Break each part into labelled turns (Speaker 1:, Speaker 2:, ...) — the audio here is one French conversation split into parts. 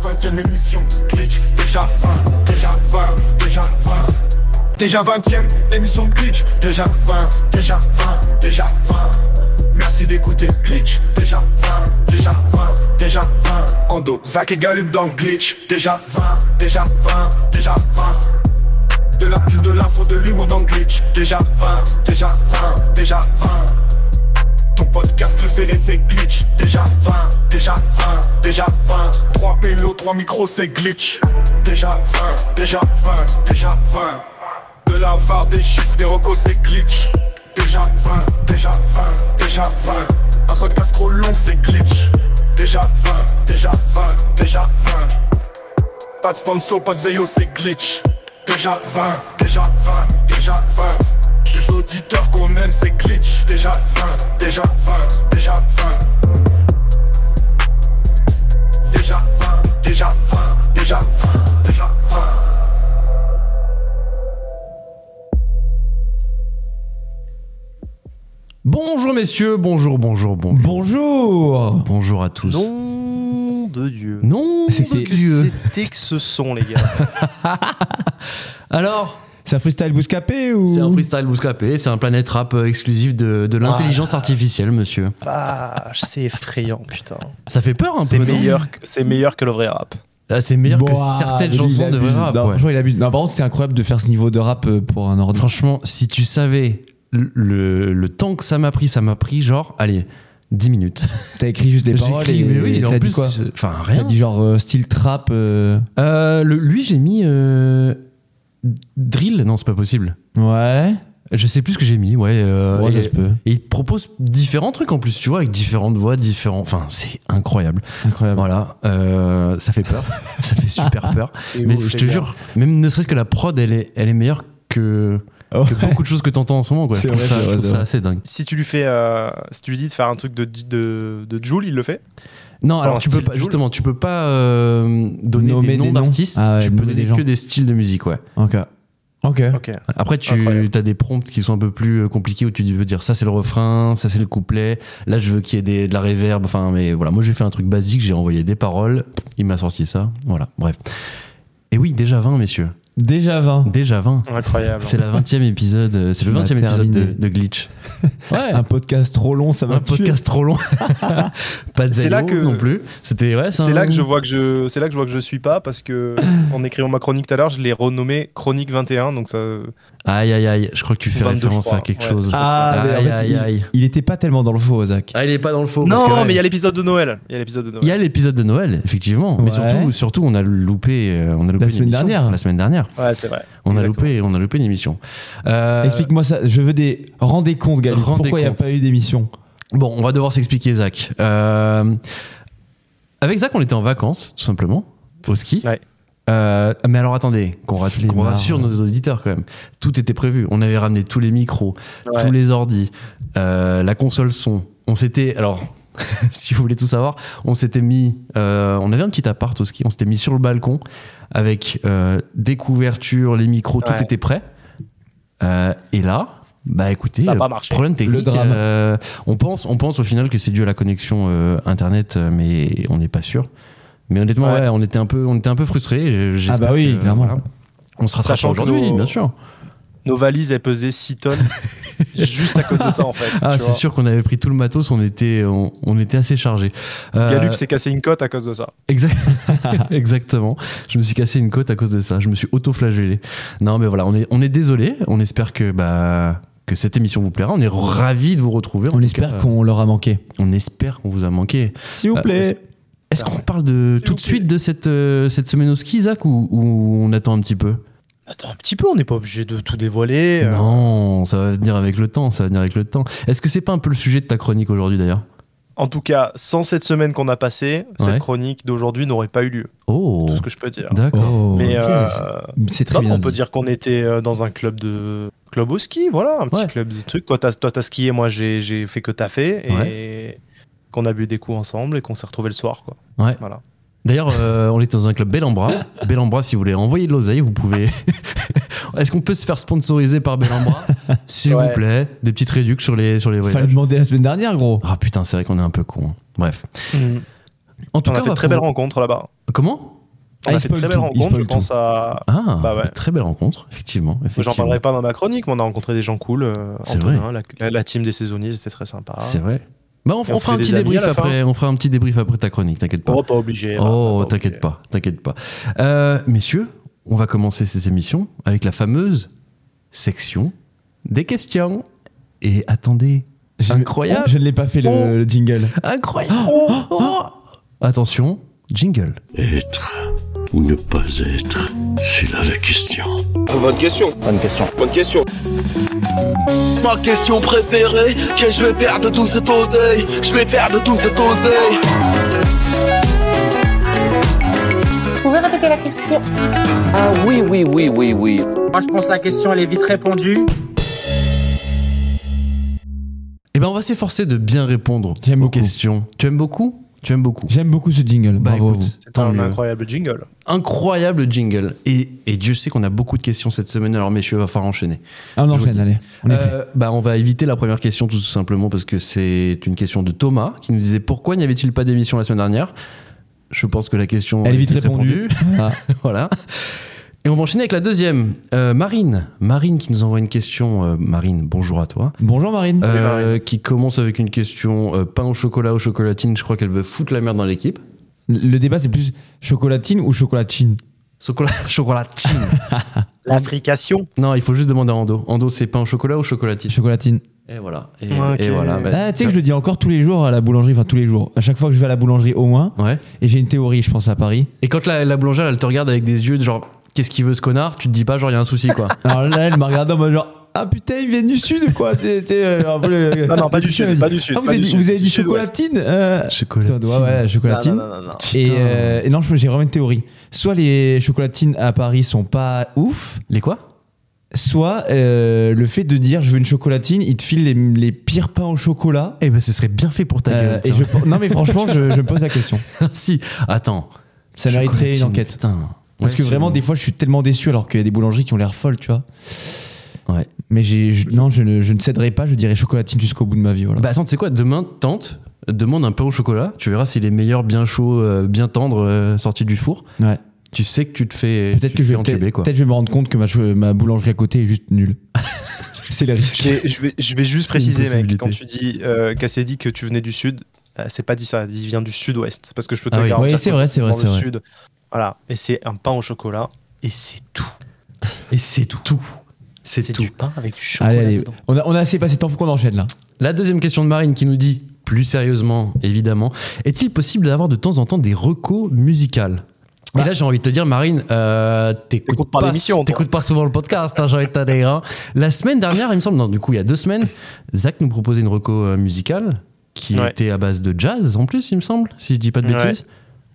Speaker 1: vingtième émission Glitch, déjà 20, déjà 20, déjà 20 Déjà 20ème émission de Glitch, déjà 20, déjà 20, déjà 20 Merci d'écouter Glitch, déjà 20, déjà 20, déjà 20 Ando, Zach et Gallup dans Glitch, déjà 20, déjà 20, déjà 20 de la plus de l'info, de l'humour dans le glitch Déjà 20, déjà 20, déjà 20 Ton podcast préféré c'est glitch Déjà 20, déjà 20, déjà 20 3 pélos, 3 micros c'est glitch Déjà 20, déjà 20, déjà 20 De la var, des chiffres, des recos c'est glitch Déjà 20, déjà 20, déjà 20 Un podcast trop long c'est glitch Déjà 20, déjà 20, déjà 20 Pas de sponsor, pas de Zeyo c'est glitch Déjà 20, déjà 20, déjà 20 Des auditeurs qu'on aime c'est glitch Déjà 20, déjà 20, déjà 20 Déjà 20, déjà 20, déjà 20, déjà 20
Speaker 2: Bonjour messieurs, bonjour, bonjour, bonjour.
Speaker 3: Bonjour
Speaker 2: Bonjour à tous.
Speaker 4: Nom de Dieu.
Speaker 2: Non,
Speaker 4: Qu'est-ce que c'était que ce son, les gars
Speaker 2: Alors,
Speaker 3: C'est un freestyle bouscapé ou
Speaker 2: c'est un freestyle bouscapé, c'est un planète rap euh, exclusif de, de l'intelligence artificielle, monsieur.
Speaker 4: Vache, c'est effrayant, putain.
Speaker 2: Ça fait peur un
Speaker 4: C'est
Speaker 2: peu. non
Speaker 4: meilleur, que- c'est meilleur que le vrai rap.
Speaker 2: Ah, c'est meilleur que
Speaker 3: Boah,
Speaker 2: certaines
Speaker 3: lui, il
Speaker 2: chansons de vrai
Speaker 3: abuse.
Speaker 2: rap.
Speaker 3: Non,
Speaker 2: ouais.
Speaker 3: franchement, il abuse. Non, par contre, c'est incroyable de faire ce niveau de rap euh, pour un ordi.
Speaker 2: Franchement, si tu savais le, le- le temps que ça m'a pris, ça m'a pris genre, allez, 10 minutes.
Speaker 3: T'as écrit juste des
Speaker 2: J'ai
Speaker 3: paroles
Speaker 2: écrit,
Speaker 3: et
Speaker 2: mais oui, en
Speaker 3: t'as dit
Speaker 2: plus,
Speaker 3: quoi
Speaker 2: euh, enfin
Speaker 3: T'as
Speaker 2: rien.
Speaker 3: dit genre euh, style trap. euh,
Speaker 2: Euh, le- lui, j'ai mis euh, drill. Non, c'est pas possible.
Speaker 3: Ouais.
Speaker 2: Je sais plus ce que j'ai mis. Ouais. euh,
Speaker 3: ouais,
Speaker 2: et-
Speaker 3: ça se peut.
Speaker 2: Et il te propose différents trucs en plus, tu vois, avec différentes voix, différents. Enfin, c'est incroyable.
Speaker 3: Ah Incroyable.
Speaker 2: Voilà, euh, ça fait peur, ça fait super peur.
Speaker 4: C'est
Speaker 2: Mais
Speaker 4: ouf,
Speaker 2: je
Speaker 4: les
Speaker 2: te
Speaker 4: gars.
Speaker 2: jure, même ne serait-ce que la prod, elle est, elle est meilleure que, que
Speaker 3: Ouais.
Speaker 2: beaucoup de choses que t'entends en ce moment. Quoi. Je
Speaker 3: C'est
Speaker 2: trouve
Speaker 3: vrai,
Speaker 2: ça,
Speaker 3: c'est
Speaker 2: je
Speaker 3: vrai,
Speaker 2: trouve
Speaker 3: c'est
Speaker 2: ça
Speaker 3: vrai.
Speaker 2: assez dingue.
Speaker 4: Si tu lui fais, euh, si tu lui dis de faire un truc de, de, de Joule, il le fait
Speaker 2: Non, alors
Speaker 4: en
Speaker 2: tu peux
Speaker 4: style
Speaker 2: pas,
Speaker 4: Jul.
Speaker 2: justement, tu peux pas euh, donner
Speaker 3: Nommer
Speaker 2: des noms
Speaker 3: des noms.
Speaker 2: d'artistes,
Speaker 3: Ah ouais,
Speaker 2: tu peux
Speaker 3: nommer
Speaker 2: donner
Speaker 3: des gens.
Speaker 2: que des styles de musique, ouais.
Speaker 3: Ok. Ok.
Speaker 4: Ok.
Speaker 2: Après, tu
Speaker 4: Incroyable.
Speaker 2: as des prompts qui sont un peu plus euh, compliqués où tu peux dire ça c'est le refrain, ça c'est le couplet, là je veux qu'il y ait des- de la réverb, enfin mais voilà, moi j'ai fait un truc basique, j'ai envoyé des paroles, il m'a sorti ça, voilà, bref. Et oui, déjà 20 messieurs,
Speaker 3: Déjà 20.
Speaker 2: déjà 20.
Speaker 4: Incroyable.
Speaker 2: C'est la 20e épisode, euh, c'est le
Speaker 3: On a
Speaker 2: 20e épisode de,
Speaker 3: terminé.
Speaker 2: de Glitch. Ouais.
Speaker 3: Un podcast trop long, ça va
Speaker 2: Un
Speaker 3: me tuer.
Speaker 2: podcast trop long. pas de
Speaker 4: C'est
Speaker 2: Zello
Speaker 4: là que-
Speaker 2: non plus. C'était ouais,
Speaker 4: C'est là que je vois que je, c'est là que je vois que je suis pas parce que en écrivant ma chronique tout à l'heure, je l'ai renommé Chronique 21, donc ça.
Speaker 2: Aïe aïe aïe, je crois que tu fais
Speaker 4: 22,
Speaker 2: référence
Speaker 4: je crois.
Speaker 2: à quelque
Speaker 4: Ouais.
Speaker 2: chose.
Speaker 3: Ah, mais en
Speaker 2: aïe
Speaker 3: fait,
Speaker 2: aïe
Speaker 3: il-
Speaker 2: aïe.
Speaker 3: Il était pas tellement dans le faux, Zach.
Speaker 2: Ah, il est pas dans le faux. parce que-
Speaker 4: Non, mais il y a l'épisode de Noël. Il y a l'épisode de Noël.
Speaker 2: Il y a l'épisode de Noël, effectivement. Mais
Speaker 3: Ouais.
Speaker 2: surtout, surtout, on a loupé, euh, on a loupé
Speaker 3: La
Speaker 2: une
Speaker 3: semaine
Speaker 2: émission.
Speaker 3: dernière.
Speaker 2: La semaine dernière,
Speaker 4: Ouais, c'est vrai.
Speaker 2: on a
Speaker 4: Exactement.
Speaker 2: loupé, on a loupé une émission. Euh,
Speaker 3: Explique-moi ça. Je veux des. Rendez compte, Gaël.
Speaker 2: Rendez
Speaker 3: Pourquoi il n'y a
Speaker 2: compte.
Speaker 3: pas eu d'émission
Speaker 2: Bon, on va devoir s'expliquer, Zach. Euh, avec Zach, on était en vacances, tout simplement, au ski.
Speaker 4: Ouais.
Speaker 2: Euh, mais alors attendez, qu'on ra-
Speaker 3: Flemmard.
Speaker 2: qu'on rassure nos auditeurs quand même. Tout était prévu. On avait ramené tous les micros,
Speaker 4: Ouais.
Speaker 2: tous les ordis, euh, la console son. On s'était alors. si vous voulez tout savoir, on s'était mis, euh, on avait un petit appart au ski, on s'était mis sur le balcon avec euh, des couvertures, les micros,
Speaker 4: Ouais.
Speaker 2: tout était prêt. Euh, et là, bah écoutez,
Speaker 4: Ça a
Speaker 2: euh,
Speaker 4: pas marché.
Speaker 2: problème technique.
Speaker 3: Le drame.
Speaker 2: euh, on pense, on pense au final que c'est dû à la connexion euh, internet, euh, mais on n'est pas sûr. Mais honnêtement, ouais.
Speaker 4: Ouais.
Speaker 2: on était un peu, on était un peu frustrés.
Speaker 3: Ah bah oui, clairement.
Speaker 2: euh, On se rattrape
Speaker 4: Sachant que
Speaker 2: aujourd'hui,
Speaker 4: nos-
Speaker 2: bien sûr.
Speaker 4: Nos valises, elles pesaient 6 tonnes juste à cause de ça en fait.
Speaker 2: Ah,
Speaker 4: tu
Speaker 2: c'est
Speaker 4: vois.
Speaker 2: sûr qu'on avait pris tout le matos, on était, on, on était assez Euh, chargé.
Speaker 4: Galup s'est cassé une cote à cause de ça.
Speaker 2: Exactement. Je me suis cassé une côte à cause de ça. Je me suis auto-flagellé. Non, mais voilà, on est, on est désolé. On espère que, bah, que cette émission vous plaira. On est ravis de vous retrouver. En
Speaker 3: On
Speaker 2: tout
Speaker 3: espère
Speaker 2: cas,
Speaker 3: qu'on leur a manqué.
Speaker 2: on espère qu'on vous a manqué.
Speaker 3: S'il vous
Speaker 2: Euh,
Speaker 3: plaît.
Speaker 2: Est-ce qu'on parle de
Speaker 4: Bah, S'il
Speaker 2: tout
Speaker 4: vous
Speaker 2: de
Speaker 4: plaît.
Speaker 2: suite de cette, euh, cette semaine au ski, Zach, ou, ou on attend un petit peu
Speaker 4: Attends, un petit peu, on n'est pas obligé de tout dévoiler. euh.
Speaker 2: Non, ça va venir avec le temps, ça va venir avec le temps. Est-ce que c'est pas un peu le sujet de ta chronique aujourd'hui d'ailleurs
Speaker 4: En tout cas, sans cette semaine qu'on a passée,
Speaker 2: Ouais.
Speaker 4: cette chronique d'aujourd'hui n'aurait pas eu lieu.
Speaker 2: Oh,
Speaker 4: C'est Tout ce que je peux dire.
Speaker 2: d'accord.
Speaker 3: Oh,
Speaker 4: Mais
Speaker 3: ok,
Speaker 4: euh,
Speaker 3: c'est- c'est très
Speaker 4: non,
Speaker 3: bien.
Speaker 4: on peut
Speaker 3: dit.
Speaker 4: dire qu'on était euh, dans un club de club au ski, voilà, un petit
Speaker 2: Ouais.
Speaker 4: club de trucs. Toi, t'as, toi, t'as skié, moi, j'ai, j'ai fait que t'as fait, et qu'on a bu des coups ensemble et qu'on s'est retrouvés le soir, quoi.
Speaker 2: Ouais.
Speaker 4: Voilà.
Speaker 2: D'ailleurs, euh, on est dans un club Bellambra. Bellambra, si vous voulez envoyer de l'oseille, vous pouvez. Est-ce qu'on peut se faire sponsoriser par Bellambra S'il
Speaker 4: Ouais.
Speaker 2: vous plaît, des petites réductions sur les, sur les
Speaker 3: Fallait
Speaker 2: voyages.
Speaker 3: demander la semaine dernière, gros.
Speaker 2: Ah putain, c'est vrai qu'on est un peu con. hein. Bref. En tout cas,
Speaker 4: On
Speaker 2: bah,
Speaker 4: a fait
Speaker 2: va
Speaker 4: de très belles
Speaker 2: pouvoir-
Speaker 4: rencontres là-bas.
Speaker 2: Comment
Speaker 3: Ah,
Speaker 4: On
Speaker 3: il
Speaker 4: a fait de
Speaker 3: spoil tout,
Speaker 4: très belle
Speaker 3: il
Speaker 4: rencontre,
Speaker 3: spoil
Speaker 4: je pense à.
Speaker 2: Ah,
Speaker 4: Bah ouais.
Speaker 2: très belle rencontre, effectivement.
Speaker 4: J'en
Speaker 2: effectivement.
Speaker 4: parlerai pas dans ma chronique, mais on a rencontré des gens cool. euh,
Speaker 2: C'est
Speaker 4: Antonin, la, la- la team des saisonniers, c'était très sympa.
Speaker 2: C'est vrai. Bah, on,
Speaker 4: Ah. Et on
Speaker 2: on
Speaker 4: se
Speaker 2: fera un
Speaker 4: fait des
Speaker 2: petit
Speaker 4: amis à
Speaker 2: débrief
Speaker 4: la fin.
Speaker 2: après. On fera un petit débrief après ta chronique, t'inquiète pas.
Speaker 4: Oh, pas obligé. là,
Speaker 2: Oh,
Speaker 4: obligé.
Speaker 2: t'inquiète pas, t'inquiète pas. Euh, messieurs, on va commencer cette émission avec la fameuse section des questions. Et attendez,
Speaker 3: Je-
Speaker 2: Incroyable.
Speaker 3: Je ne l'ai pas fait le,
Speaker 4: Oh.
Speaker 3: le jingle.
Speaker 2: incroyable Oh, Attention, jingle.
Speaker 5: Être ou ne pas être, c'est là la question.
Speaker 6: Bonne question. Bonne question. Bonne question. Ma question préférée, que je vais faire de tout cet oseille. Je vais faire de tout cet oseille.
Speaker 7: Vous pouvez répéter la question
Speaker 6: Ah oui, oui, oui, oui, oui.
Speaker 8: Moi, je pense que la question, elle est vite répondue.
Speaker 2: Eh ben, on va s'efforcer de bien répondre
Speaker 3: J'aime
Speaker 2: aux
Speaker 3: beaucoup.
Speaker 2: questions. Tu aimes beaucoup Tu aimes beaucoup
Speaker 3: J'aime beaucoup ce jingle.
Speaker 2: Bah,
Speaker 3: Bravo. à
Speaker 2: écoute,
Speaker 3: vous.
Speaker 4: C'était
Speaker 2: tant
Speaker 4: un
Speaker 2: mieux.
Speaker 4: incroyable jingle.
Speaker 2: Incroyable jingle. Et, et Dieu sait qu'on a beaucoup de questions cette semaine, alors messieurs, va falloir enchaîner.
Speaker 3: Ah, on
Speaker 2: Je vous
Speaker 3: enchaîne,
Speaker 2: dis.
Speaker 3: allez. On est prêt.
Speaker 2: Euh, bah, on va éviter la première question tout simplement parce que c'est une question de Thomas qui nous disait pourquoi n'y avait-il pas d'émission la semaine dernière Je pense que la question
Speaker 3: Elle est vite
Speaker 2: répondue.
Speaker 3: répondue.
Speaker 4: Euh.
Speaker 3: Ah.
Speaker 2: voilà. Et on va enchaîner avec la deuxième. Euh, Marine, Marine qui nous envoie une question. Euh, Marine, bonjour à toi.
Speaker 3: Bonjour Marine.
Speaker 2: Euh, qui commence avec une question euh, pain au chocolat ou chocolatine. Je crois qu'elle veut foutre la merde dans l'équipe.
Speaker 3: Le débat c'est plus chocolatine ou chocolatine
Speaker 2: Chocolat, chocolatine.
Speaker 4: L'africation.
Speaker 2: non, il faut juste demander à Ando. Ando, c'est pain au chocolat ou chocolatine
Speaker 3: Chocolatine.
Speaker 2: Et voilà. Et,
Speaker 4: Ok.
Speaker 2: et voilà.
Speaker 4: Euh.
Speaker 2: bah,
Speaker 3: Ah, tu sais que je le dis encore tous les jours à la boulangerie, enfin tous les jours. À chaque fois que je vais à la boulangerie au moins,
Speaker 2: Ouais.
Speaker 3: et j'ai une théorie, je pense à Paris.
Speaker 2: Et quand la, la boulangère, elle te regarde avec des yeux de genre, qu'est-ce qu'il veut ce connard Tu te dis pas, genre, il y a un souci, quoi.
Speaker 3: Alors là, elle m'a regardé en mode genre ah putain, ils viennent du sud quoi. T'es- t'es, euh, genre, le-
Speaker 4: Non, non, pas du
Speaker 3: le-
Speaker 4: sud, pas du sud,
Speaker 3: Ah, vous,
Speaker 4: pas
Speaker 3: avez,
Speaker 4: du
Speaker 3: du-
Speaker 4: sud,
Speaker 3: vous avez
Speaker 4: du
Speaker 3: du
Speaker 4: sud-ouest.
Speaker 3: chocolatine euh,
Speaker 2: Chocolatine.
Speaker 3: putain, Ouais, ouais, chocolatine.
Speaker 4: Non, non, non, non.
Speaker 3: Et,
Speaker 2: Putain.
Speaker 3: euh, et non, je- j'ai vraiment une théorie. Soit les chocolatines à Paris sont pas ouf,
Speaker 2: Les quoi
Speaker 3: soit euh, le fait de dire je veux une chocolatine, ils te filent les, les pires pains au chocolat.
Speaker 2: Eh ben, ce serait bien fait pour ta
Speaker 3: Euh, et je, non mais franchement, je, je me pose la question.
Speaker 2: si. Attends.
Speaker 3: Ça mériterait une
Speaker 2: Chocolatine,
Speaker 3: enquête.
Speaker 2: Putain.
Speaker 3: Parce
Speaker 2: Ouais,
Speaker 3: que
Speaker 2: si
Speaker 3: vraiment,
Speaker 2: on-
Speaker 3: des fois, je suis tellement déçu alors qu'il y a des boulangeries qui ont l'air folles, tu vois.
Speaker 2: Ouais.
Speaker 3: Mais j'ai, je- non, je ne, je ne céderai pas, je dirai chocolatine jusqu'au bout de ma vie. Voilà.
Speaker 2: Bah, attends, tu sais quoi Demain, tente. Demande un pain au chocolat. Tu verras s'il est meilleur, bien chaud, euh, bien tendre, euh, sorti du four.
Speaker 3: Ouais.
Speaker 2: Tu sais que tu te fais.
Speaker 3: Peut-être
Speaker 2: tu te
Speaker 3: que je
Speaker 2: fais
Speaker 3: vais,
Speaker 2: entuber,
Speaker 3: peut-être,
Speaker 2: quoi.
Speaker 3: peut-être je vais me rendre compte que ma, cho- ma boulangerie à côté est juste nulle. c'est le risque.
Speaker 4: Je vais- je vais, je vais juste
Speaker 3: Une
Speaker 4: préciser,
Speaker 3: possibilité.
Speaker 4: mec, quand tu dis euh, qu'Assez dit que tu venais du sud, euh, c'est pas dit ça, il vient du sud-ouest. Parce que je peux te
Speaker 2: Ah oui.
Speaker 4: garantir
Speaker 3: Oui, c'est
Speaker 4: que
Speaker 3: vrai, c'est vrai,
Speaker 4: dans
Speaker 3: c'est
Speaker 4: le
Speaker 3: vrai.
Speaker 4: sud. Voilà, et c'est un pain au chocolat, et c'est tout.
Speaker 2: Et c'est tout. C'est
Speaker 4: C'est
Speaker 2: tout.
Speaker 4: du pain avec du chocolat
Speaker 3: Allez, allez,
Speaker 2: hein
Speaker 4: dedans.
Speaker 3: on a, on a assez passé de temps, faut qu'on enchaîne là.
Speaker 2: La deuxième question de Marine qui nous dit, plus sérieusement évidemment, est-il possible d'avoir de temps en temps des recos musicales et là, j'ai envie de te dire, Marine, euh, t'écoutes
Speaker 4: Bah. T'écoutes pas
Speaker 2: pas,
Speaker 4: l'émission, toi.
Speaker 2: t'écoutes pas souvent le podcast, hein, j'ai envie de te dire, hein. La semaine dernière, il me semble, non, du coup, il y a deux semaines, Zach nous proposait une reco euh, musicale qui
Speaker 4: Ouais.
Speaker 2: était à base de jazz, en plus, il me semble, si je dis pas de
Speaker 4: Ouais.
Speaker 2: bêtises.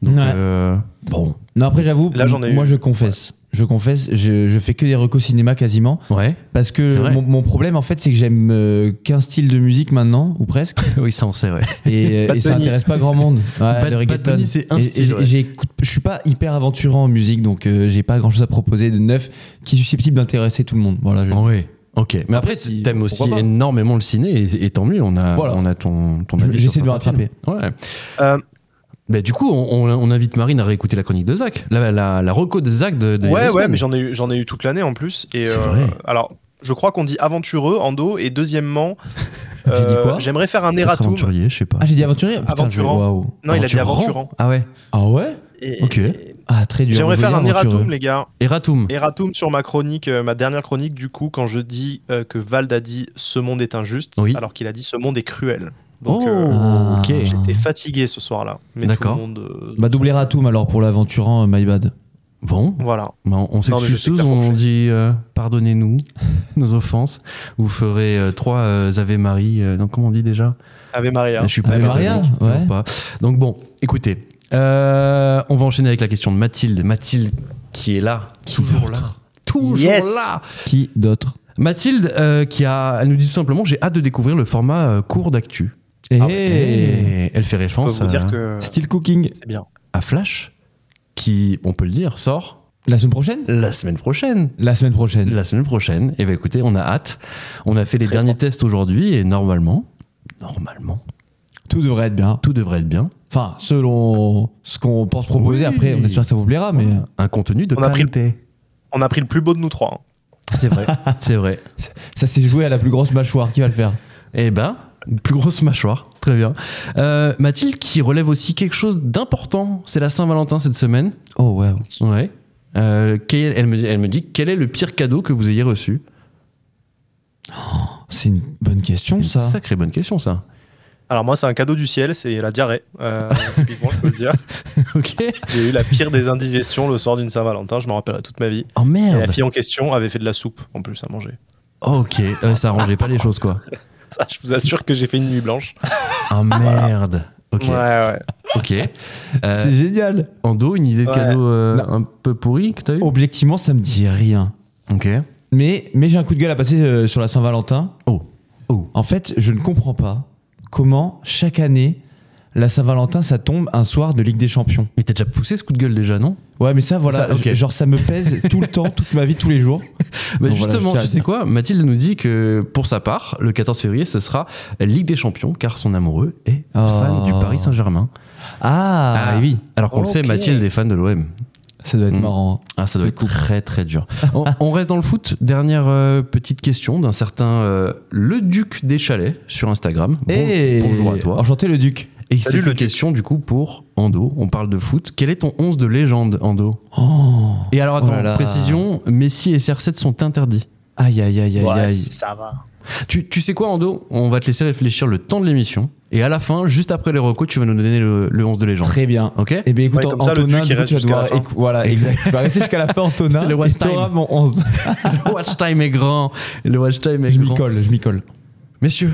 Speaker 2: Donc,
Speaker 3: Ouais.
Speaker 2: euh, bon,
Speaker 3: Non, après, j'avoue,
Speaker 4: Là, j'en ai
Speaker 3: moi
Speaker 4: eu.
Speaker 3: je confesse. Je confesse, je, je fais que des recos cinéma quasiment.
Speaker 2: ouais.
Speaker 3: Parce que
Speaker 2: C'est vrai.
Speaker 3: mon, mon problème, en fait, c'est que j'aime euh, qu'un style de musique maintenant, ou presque.
Speaker 2: oui, ça, on sait, ouais.
Speaker 3: et, euh, et ça
Speaker 4: Bunny.
Speaker 3: intéresse pas grand monde. Ouais,
Speaker 2: Bad-
Speaker 3: le reggaeton.
Speaker 2: Bad Bunny, c'est un
Speaker 3: Et- et
Speaker 2: style,
Speaker 3: j'ai-
Speaker 2: ouais.
Speaker 3: j'écoute- Je suis pas hyper aventurant en musique, donc euh, j'ai pas grand chose à proposer de neuf qui est susceptible d'intéresser tout le monde. Voilà. je-
Speaker 2: Oui, ok. Mais
Speaker 4: Bah,
Speaker 2: après,
Speaker 3: si-
Speaker 2: t'aimes aussi
Speaker 3: pourquoi pas.
Speaker 2: énormément le ciné, et, et tant mieux, on a,
Speaker 3: Voilà.
Speaker 2: on a ton, ton
Speaker 3: Je-
Speaker 2: avis.
Speaker 3: j'essaie
Speaker 2: sur
Speaker 3: de me
Speaker 2: certains films. Ouais.
Speaker 4: Euh,
Speaker 2: Bah, du coup, on, on- on invite Marine à réécouter la chronique de Zach. La, la, la reco de Zach de, de
Speaker 4: Ouais,
Speaker 2: la
Speaker 4: ouais,
Speaker 2: semaine.
Speaker 4: mais j'en ai eu, j'en ai eu toute l'année en plus. Et
Speaker 2: C'est
Speaker 4: euh,
Speaker 2: vrai.
Speaker 4: Alors, je crois qu'on dit aventureux en dos, et deuxièmement,
Speaker 3: J'ai dit
Speaker 4: euh,
Speaker 3: quoi
Speaker 4: j'aimerais faire un
Speaker 2: Peut-être
Speaker 4: erratum.
Speaker 2: aventurier, je sais pas.
Speaker 3: Ah, j'ai dit aventurier. Putain,
Speaker 4: Aventurant.
Speaker 3: je- waouh.
Speaker 4: Non, il a dit
Speaker 2: Aventurant.
Speaker 4: aventurant.
Speaker 2: Ah ouais.
Speaker 3: Ah ouais
Speaker 4: Et-
Speaker 2: Ok.
Speaker 4: et-
Speaker 3: Ah très dur.
Speaker 4: J'aimerais
Speaker 3: Vous
Speaker 4: faire
Speaker 3: voyez,
Speaker 4: un
Speaker 3: aventureux.
Speaker 2: euh,
Speaker 4: erratum, les gars.
Speaker 2: Eratum.
Speaker 4: Eratum sur ma chronique, euh, ma dernière chronique du coup, quand je dis euh, que Vald a dit ce monde est injuste,
Speaker 2: Oui.
Speaker 4: alors qu'il a dit ce monde est cruel. Donc
Speaker 2: Oh,
Speaker 4: euh,
Speaker 3: Ah.
Speaker 2: ok.
Speaker 4: j'étais fatigué ce soir-là. Mais tout le
Speaker 2: D'accord.
Speaker 4: monde. euh,
Speaker 3: Bah double erratum alors pour l'aventurant, euh, my bad.
Speaker 2: Bon,
Speaker 4: Voilà.
Speaker 2: bah, on- on
Speaker 4: Non, mais je
Speaker 2: s'excuse
Speaker 4: sais que
Speaker 2: tous,
Speaker 4: t'as
Speaker 2: on
Speaker 4: fourché.
Speaker 2: dit euh, pardonnez-nous nos offenses. Vous ferez euh, trois euh, Ave Marie. euh, non, comment on dit déjà
Speaker 4: Ave Maria.
Speaker 2: Bah, Je suis pas
Speaker 3: Ave
Speaker 2: catholique,
Speaker 3: Maria,
Speaker 2: toujours
Speaker 3: ouais.
Speaker 2: pas. Donc bon, écoutez, euh, on va enchaîner avec la question de Mathilde. Mathilde qui est là, toujours là, toujours
Speaker 4: Yes.
Speaker 2: là.
Speaker 3: Qui d'autre
Speaker 2: Mathilde euh, qui a, elle nous dit tout simplement, j'ai hâte de découvrir le format euh, court d'actu.
Speaker 3: Eh
Speaker 2: Ah Et elle fait
Speaker 4: Ah Je peux
Speaker 2: référence
Speaker 4: vous
Speaker 2: à,
Speaker 4: dire que
Speaker 3: Style cooking.
Speaker 4: c'est bien.
Speaker 2: à Flash, qui, on peut le dire, sort
Speaker 3: La semaine prochaine
Speaker 2: la semaine prochaine.
Speaker 3: La semaine prochaine.
Speaker 2: La semaine prochaine. Et ben écoutez, on a hâte. On a fait les derniers tests aujourd'hui et normalement, normalement,
Speaker 3: Tout Tout devrait être bien.
Speaker 2: Tout devrait être bien.
Speaker 3: Enfin, selon ce qu'on pense proposer.
Speaker 2: Oui.
Speaker 3: Après, on espère que ça vous plaira, mais
Speaker 2: Un contenu de
Speaker 4: On a pris le-
Speaker 2: qualité.
Speaker 4: On a pris le plus beau de nous trois. hein.
Speaker 2: C'est vrai, c'est vrai.
Speaker 3: ça s'est joué à la plus grosse mâchoire. Qui va le faire
Speaker 2: Eh ben, une plus grosse mâchoire. Très bien. Euh, Mathilde qui relève aussi quelque chose d'important. C'est la Saint-Valentin cette semaine.
Speaker 3: Oh, ouais.
Speaker 2: Ouais. Euh, quel- elle, me, dit- elle me dit quel est le pire cadeau que vous ayez reçu
Speaker 3: C'est une bonne question,
Speaker 2: Une
Speaker 3: ça.
Speaker 2: sacrée bonne question, ça.
Speaker 4: Alors moi, c'est un cadeau du ciel, c'est la diarrhée. Euh, typiquement, je peux le dire.
Speaker 2: ok.
Speaker 4: J'ai eu la pire des indigestions le soir d'une Saint-Valentin, je m'en rappellerai toute ma vie.
Speaker 2: Oh
Speaker 4: Et
Speaker 2: merde.
Speaker 4: la fille en question avait fait de la soupe en plus à manger.
Speaker 2: Oh, ok, Ouais, ça arrangeait pas les choses, quoi.
Speaker 4: Ça, je vous assure que j'ai fait une nuit blanche.
Speaker 2: Oh merde. Ok,
Speaker 4: Ouais, ouais.
Speaker 2: ok. Euh,
Speaker 3: C'est génial.
Speaker 2: Ando, une idée de
Speaker 4: Ouais.
Speaker 2: cadeau euh,
Speaker 3: Non.
Speaker 2: un peu pourrie que t'as eu
Speaker 3: Objectivement, ça me dit rien.
Speaker 2: Ok.
Speaker 3: Mais, mais j'ai un coup de gueule à passer euh, sur la Saint-Valentin.
Speaker 2: Oh. Oh.
Speaker 3: En fait, je ne comprends pas comment chaque année la Saint-Valentin ça tombe un soir de Ligue des Champions.
Speaker 2: Mais t'as déjà poussé ce coup de gueule déjà, non
Speaker 3: Ouais, mais ça voilà,
Speaker 2: Ça, ok.
Speaker 3: j- genre ça me pèse tout le temps, toute ma vie, tous les jours.
Speaker 2: Bah
Speaker 3: Bon,
Speaker 2: justement,
Speaker 3: voilà, je tiens à
Speaker 2: tu
Speaker 3: le
Speaker 2: sais
Speaker 3: dire.
Speaker 2: quoi Mathilde nous dit que pour sa part, le 14 février, ce sera Ligue des Champions, car son amoureux est fan
Speaker 3: Oh.
Speaker 2: du Paris Saint-Germain.
Speaker 3: Ah,
Speaker 2: Ah.
Speaker 3: oui,
Speaker 2: Alors qu'on le sait,
Speaker 4: Ok.
Speaker 2: Mathilde est fan de l'OM.
Speaker 3: ça doit être
Speaker 2: Mm.
Speaker 3: marrant. hein.
Speaker 2: Ah, ça doit
Speaker 3: C'est
Speaker 2: être très très dur. On, on reste dans le foot. Dernière euh, petite question d'un certain euh, le Duc des Chalets sur Instagram. Bon-
Speaker 3: Et
Speaker 2: bonjour à toi.
Speaker 3: Eh, Enchanté le duc.
Speaker 2: Et
Speaker 4: Salut,
Speaker 2: c'est
Speaker 4: le
Speaker 2: une
Speaker 4: Duc.
Speaker 2: question du coup pour Ando. On parle de foot. Quel est ton 11 de légende, Ando
Speaker 3: Oh.
Speaker 2: Et alors
Speaker 3: Oh
Speaker 2: attends,
Speaker 3: là là.
Speaker 2: précision, Messi et CR7 sont interdits.
Speaker 3: Aïe aïe aïe aïe
Speaker 4: Ouais,
Speaker 3: aïe.
Speaker 4: ça va.
Speaker 2: Tu, tu sais quoi, Ando On va te laisser réfléchir le temps de l'émission. Et à la fin, juste après les recos, tu vas nous donner le, le 11 de légende.
Speaker 3: Très bien.
Speaker 2: Ok
Speaker 3: Et bien écoute,
Speaker 4: Ouais, comme ça, le
Speaker 3: Antonin,
Speaker 4: duc, il
Speaker 3: du coup,
Speaker 4: reste
Speaker 3: tu vas
Speaker 4: jusqu'à
Speaker 3: devoir
Speaker 4: la fin.
Speaker 3: écou- voilà, exact. Tu vas rester jusqu'à la fin Antonin.
Speaker 2: C'est le one
Speaker 3: et t'auras
Speaker 2: time.
Speaker 3: mon 11.
Speaker 2: Le watch time est grand. Le watch time est
Speaker 3: Je m'y
Speaker 2: grand.
Speaker 3: colle, je m'y colle.
Speaker 2: Messieurs,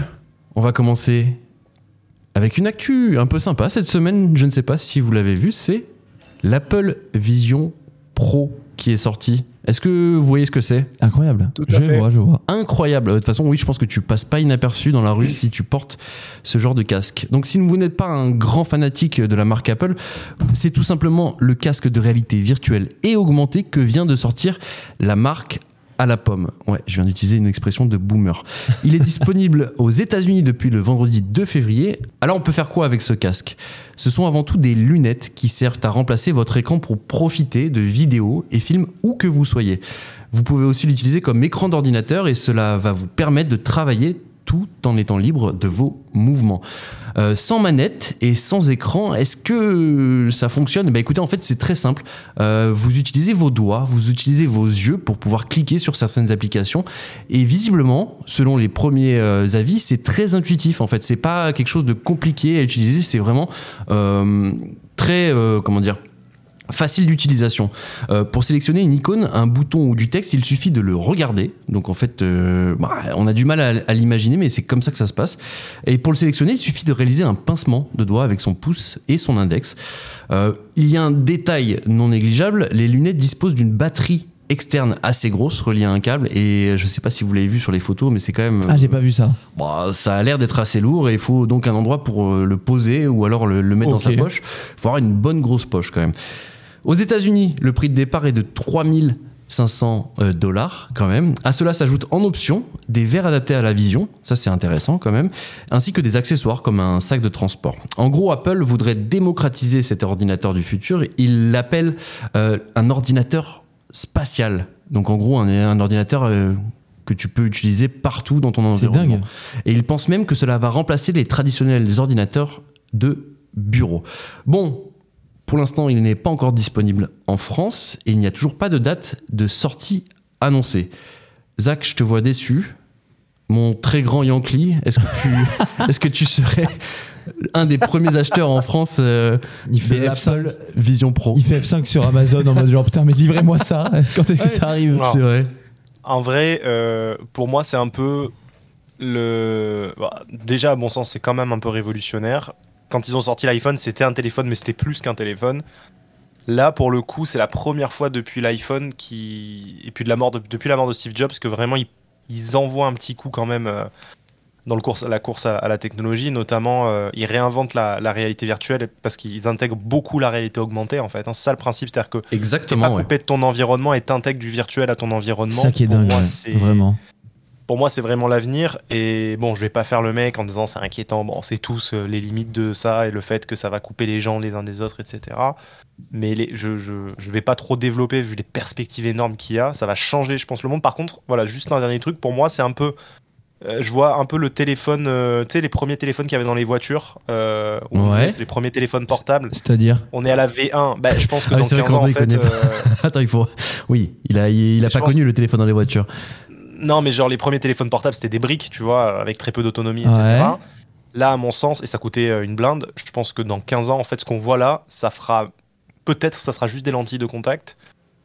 Speaker 2: on va commencer avec une actu un peu sympa. Cette semaine, je ne sais pas si vous l'avez vu, c'est l'Apple Vision Pro qui est sorti. Est-ce que vous voyez ce que c'est
Speaker 3: Incroyable.
Speaker 4: Tout à
Speaker 3: je
Speaker 4: fait.
Speaker 3: vois, je vois.
Speaker 2: Incroyable. De toute façon, oui, je pense que tu passes pas inaperçu dans la rue si tu portes ce genre de casque. Donc, si vous n'êtes pas un grand fanatique de la marque Apple, c'est tout simplement le casque de réalité virtuelle et augmentée que vient de sortir la marque à la pomme. Ouais, je viens d'utiliser une expression de boomer. Il est disponible aux États-Unis depuis le vendredi 2 février. Alors, on peut faire quoi avec ce casque Ce sont avant tout des lunettes qui servent à remplacer votre écran pour profiter de vidéos et films où que vous soyez. Vous pouvez aussi l'utiliser comme écran d'ordinateur et cela va vous permettre de travailler tout en étant libre de vos mouvements. Euh, sans manette et sans écran, est-ce que euh, ça fonctionne bah Écoutez, en fait, c'est très simple. Euh, vous utilisez vos doigts, vous utilisez vos yeux pour pouvoir cliquer sur certaines applications. Et visiblement, selon les premiers euh, avis, c'est très intuitif. En fait, c'est pas quelque chose de compliqué à utiliser. C'est vraiment euh, très, euh, comment dire, facile d'utilisation. Euh, pour sélectionner une icône, un bouton ou du texte, il suffit de le regarder. Donc en fait, euh, bah, on a du mal à, à l'imaginer, mais c'est comme ça que ça se passe. Et pour le sélectionner, il suffit de réaliser un pincement de doigt avec son pouce et son index. Euh, il y a un détail non négligeable, les lunettes disposent d'une batterie externe assez grosse reliée à un câble et je sais pas si vous l'avez vu sur les photos mais c'est quand même
Speaker 3: Ah, j'ai pas vu ça.
Speaker 2: Bon, Bah, ça a l'air d'être assez lourd et il faut donc un endroit pour euh, le poser ou alors le, le mettre dans
Speaker 3: Ok.
Speaker 2: sa poche. Il faut avoir une bonne grosse poche quand même. Aux États-Unis, le prix de départ est de 3500 euh, dollars quand même. À cela s'ajoutent en option des verres adaptés à la vision, ça c'est intéressant quand même, ainsi que des accessoires comme un sac de transport. En gros, Apple voudrait démocratiser cet ordinateur du futur. Il l'appelle euh, un ordinateur spatial. Donc en gros, un, un ordinateur euh, que tu peux utiliser partout dans ton
Speaker 3: C'est
Speaker 2: environnement.
Speaker 3: dingue.
Speaker 2: Et il pense même que cela va remplacer les traditionnels ordinateurs de bureau. Bon, pour l'instant, il n'est pas encore disponible en France et il n'y a toujours pas de date de sortie annoncée. Zach, je te vois déçu. Mon très grand Yankee, est-ce que tu, est-ce que tu serais un des premiers acheteurs en France euh,
Speaker 3: Il
Speaker 2: de
Speaker 3: fait F5.
Speaker 2: l'Apple Vision Pro
Speaker 3: Il fait F5 sur Amazon en mode genre putain mais livrez-moi ça quand est-ce que ça arrive
Speaker 4: Non.
Speaker 2: C'est vrai.
Speaker 4: En vrai, euh, pour moi, c'est un peu le. bah, déjà, à mon sens, c'est quand même un peu révolutionnaire. Quand ils ont sorti l'iPhone, c'était un téléphone, mais c'était plus qu'un téléphone. Là, pour le coup, c'est la première fois depuis l'iPhone qui et puis de la mort de- depuis la mort de Steve Jobs que vraiment ils, ils envoient un petit coup quand même euh, dans le course, la course à, à la technologie. Notamment, euh, ils réinventent la, la réalité virtuelle parce qu'ils intègrent beaucoup la réalité augmentée en fait. hein. C'est ça le principe, c'est-à-dire que t'es pas
Speaker 2: Exactement. ouais.
Speaker 4: coupé de ton environnement et t'intègres du virtuel à ton environnement.
Speaker 3: ça qui est
Speaker 4: Pour
Speaker 3: dingue
Speaker 4: moi,
Speaker 3: ouais,
Speaker 4: c'est-
Speaker 3: vraiment
Speaker 4: pour moi, c'est vraiment l'avenir. Et bon, je vais pas faire le mec en disant c'est inquiétant. Bon, c'est tous euh, les limites de ça et le fait que ça va couper les gens les uns des autres, etc. Mais les- je, je, je vais pas trop développer vu les perspectives énormes qu'il y a. Ça va changer, je pense, le monde. Par contre, voilà, juste un dernier truc. Pour moi, c'est un peu. euh, je vois un peu le téléphone, euh, tu sais, les premiers téléphones qu'il y avait dans les voitures. euh, où on
Speaker 2: Ouais.
Speaker 4: disait, c'est les premiers téléphones portables.
Speaker 3: C'est-à-dire
Speaker 4: On est à la V1. Bah, je pense que
Speaker 2: Ah oui,
Speaker 4: dans
Speaker 2: c'est vrai
Speaker 4: 15
Speaker 2: que
Speaker 4: ans, en
Speaker 2: Landry
Speaker 4: fait.
Speaker 2: connaît pas.
Speaker 4: euh,
Speaker 2: Attends, il faut. Oui, il a, il, a
Speaker 4: Je
Speaker 2: pas
Speaker 4: pense-
Speaker 2: connu le téléphone dans les voitures.
Speaker 4: Non, mais genre les premiers téléphones portables, c'était des briques, tu vois, avec très peu d'autonomie,
Speaker 3: Ouais.
Speaker 4: etc. Là, à mon sens, et ça coûtait euh, une blinde, je pense que dans 15 ans, en fait, ce qu'on voit là, ça fera. Peut-être, ça sera juste des lentilles de contact.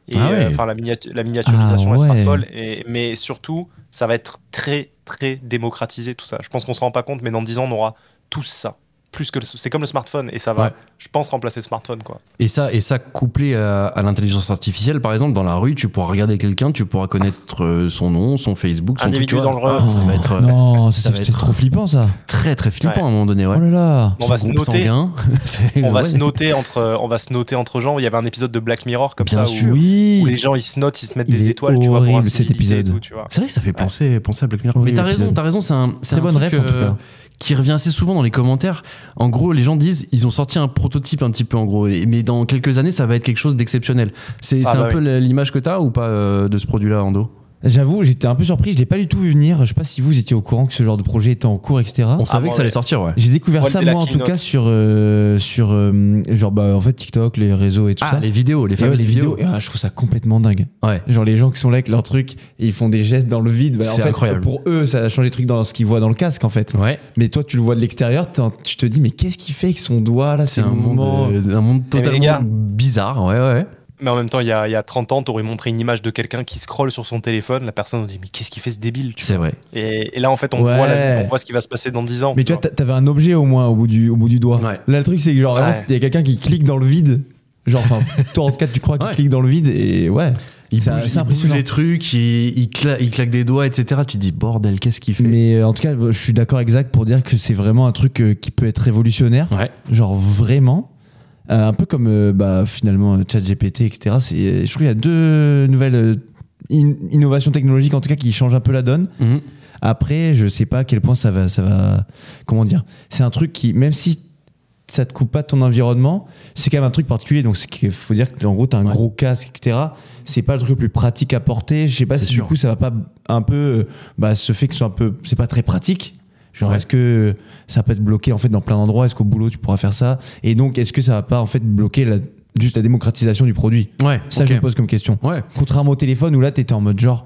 Speaker 4: Et
Speaker 2: Ah ouais.
Speaker 4: euh, enfin, la, miniatu- la miniaturisation,
Speaker 3: Ah
Speaker 4: elle sera
Speaker 3: ouais.
Speaker 4: folle. Et, mais surtout, ça va être très, très démocratisé, tout ça. Je pense qu'on se rend pas compte, mais dans 10 ans, on aura tous ça. Plus que le- c'est comme le smartphone, et ça va,
Speaker 2: Ouais.
Speaker 4: je pense, remplacer le smartphone, quoi.
Speaker 2: Et ça, et ça couplé à, à l'intelligence artificielle, par exemple, dans la rue, tu pourras regarder quelqu'un, tu pourras connaître euh, son nom, son Facebook, son
Speaker 4: Individu
Speaker 2: truc, tu vois.
Speaker 4: dangereux.
Speaker 2: Ah, ça va être euh,
Speaker 3: Non, ça,
Speaker 2: ça va
Speaker 3: c'est c'est
Speaker 2: être-
Speaker 3: trop flippant ça.
Speaker 2: très très flippant
Speaker 4: Ouais.
Speaker 2: à un moment donné. Ouais.
Speaker 3: Oh là là.
Speaker 4: On va se
Speaker 2: Son groupe
Speaker 4: noter.
Speaker 2: sanguin, c'est-
Speaker 4: On va
Speaker 2: bah ouais.
Speaker 4: se noter entre, on va se noter entre gens. Il y avait un épisode de Black Mirror comme
Speaker 2: Bien
Speaker 4: ça où-
Speaker 2: sûr.
Speaker 3: Oui.
Speaker 4: où les gens ils se notent, ils se mettent
Speaker 3: Il
Speaker 4: des
Speaker 3: est
Speaker 4: étoiles, tu vois, pour
Speaker 3: horrible,
Speaker 4: incivilité
Speaker 3: cet épisode.
Speaker 4: et tout, tu vois.
Speaker 2: C'est vrai que ça fait penser, penser à Black Mirror.
Speaker 3: Oui,
Speaker 2: Mais t'as
Speaker 3: oui,
Speaker 2: raison,
Speaker 3: épisode.
Speaker 2: t'as raison, c'est un, c'est
Speaker 3: Très
Speaker 2: un
Speaker 3: bonne
Speaker 2: truc euh,
Speaker 3: ref, en tout cas.
Speaker 2: qui revient assez souvent dans les commentaires. En gros, les gens disent, ils ont sorti un prototype un petit peu en gros, et- mais dans quelques années, ça va être quelque chose d'exceptionnel. C'est
Speaker 4: Ah
Speaker 2: c'est
Speaker 4: bah
Speaker 2: un peu la- l'image que t'as ou pas euh, de ce produit-là, Ando
Speaker 3: J'avoue, j'étais un peu surpris, je l'ai pas du tout vu venir. Je sais pas si vous étiez au courant que ce genre de projet était en cours, etc.
Speaker 2: On savait
Speaker 4: ah, bon,
Speaker 2: que ça allait
Speaker 4: ouais.
Speaker 2: sortir, ouais.
Speaker 3: J'ai découvert
Speaker 4: Paul
Speaker 3: ça
Speaker 4: était la
Speaker 3: moi en tout
Speaker 4: keynote.
Speaker 3: cas sur euh, sur euh, genre bah en fait TikTok, les réseaux et tout
Speaker 2: Ah,
Speaker 3: ça.
Speaker 2: les vidéos, les
Speaker 3: Et ouais,
Speaker 2: fameuses
Speaker 3: les vidéos,
Speaker 2: vidéos.
Speaker 3: et, ah, je trouve ça complètement dingue.
Speaker 2: Ouais.
Speaker 3: Genre les gens qui sont là avec leurs trucs et ils font des gestes dans le vide. Bah, en
Speaker 2: C'est
Speaker 3: fait,
Speaker 2: incroyable.
Speaker 3: Pour eux, ça change les trucs dans ce qu'ils voient dans le casque en fait.
Speaker 2: Ouais,
Speaker 3: Mais toi, tu le vois de l'extérieur, t'en- tu te dis mais qu'est-ce qu'il fait avec son doigt là
Speaker 2: Ah, c'est
Speaker 3: ces
Speaker 2: un
Speaker 3: mouvements
Speaker 2: monde, euh, un monde
Speaker 4: Eh, les
Speaker 2: totalement
Speaker 4: gars.
Speaker 2: bizarre, ouais, ouais.
Speaker 4: Mais en même temps, il y a, il y a 30 ans, t'aurais montré une image de quelqu'un qui scrolle sur son téléphone, la personne on dit mais qu'est-ce qu'il fait ce débile tu vois.
Speaker 2: C'est vrai.
Speaker 4: et, et là, en fait, on,
Speaker 3: Ouais.
Speaker 4: voit la- on voit ce qui va se passer dans 10 ans.
Speaker 3: Mais
Speaker 4: tu
Speaker 3: tu vois,
Speaker 4: vois.
Speaker 3: t'a- t'avais un objet au moins au bout du, au bout du doigt.
Speaker 2: Ouais.
Speaker 3: Là, le truc, c'est que genre,
Speaker 4: Ouais.
Speaker 3: il y a quelqu'un qui clique dans le vide. Genre, enfin, toi, en tout cas, tu crois qu'il
Speaker 2: Ouais.
Speaker 3: clique dans le vide et ouais.
Speaker 2: Il
Speaker 3: C'est-
Speaker 2: bouge,
Speaker 3: c'est
Speaker 2: il bouge
Speaker 3: impressionnant.
Speaker 2: les trucs, il, il, cla- il claque des doigts, etc. Tu te dis, bordel, qu'est-ce qu'il fait
Speaker 3: Mais euh, en tout cas, je suis d'accord avec Zach pour dire que c'est vraiment un truc euh, qui peut être révolutionnaire.
Speaker 2: Ouais.
Speaker 3: Genre, vraiment. Euh, un peu comme euh, bah, finalement euh, ChatGPT, etc. C'est, euh, je trouve qu'il y a deux nouvelles euh, in- innovations technologiques, en tout cas, qui changent un peu la donne.
Speaker 2: Mhm.
Speaker 3: Après, je sais pas à quel point ça va, ça va. Comment dire C'est un truc qui, même si ça te coupe pas ton environnement, c'est quand même un truc particulier. Donc, il faut dire que en gros, t'as un
Speaker 2: Ouais.
Speaker 3: gros casque, etc. C'est pas le truc le plus pratique à porter. Je sais pas
Speaker 2: C'est
Speaker 3: si
Speaker 2: sûr.
Speaker 3: du coup, ça va pas un peu, euh, bah, ce fait que c'est un peu, c'est pas très pratique. Genre,
Speaker 2: Ouais.
Speaker 3: est-ce que ça peut être bloqué en fait dans plein d'endroits Est-ce qu'au boulot tu pourras faire ça Et donc, est-ce que ça va pas en fait bloquer la, juste la démocratisation du produit
Speaker 2: Ouais,
Speaker 3: Ça,
Speaker 2: ok.
Speaker 3: je me pose comme question.
Speaker 2: Ouais,
Speaker 3: Contrairement au téléphone où là t'étais en mode genre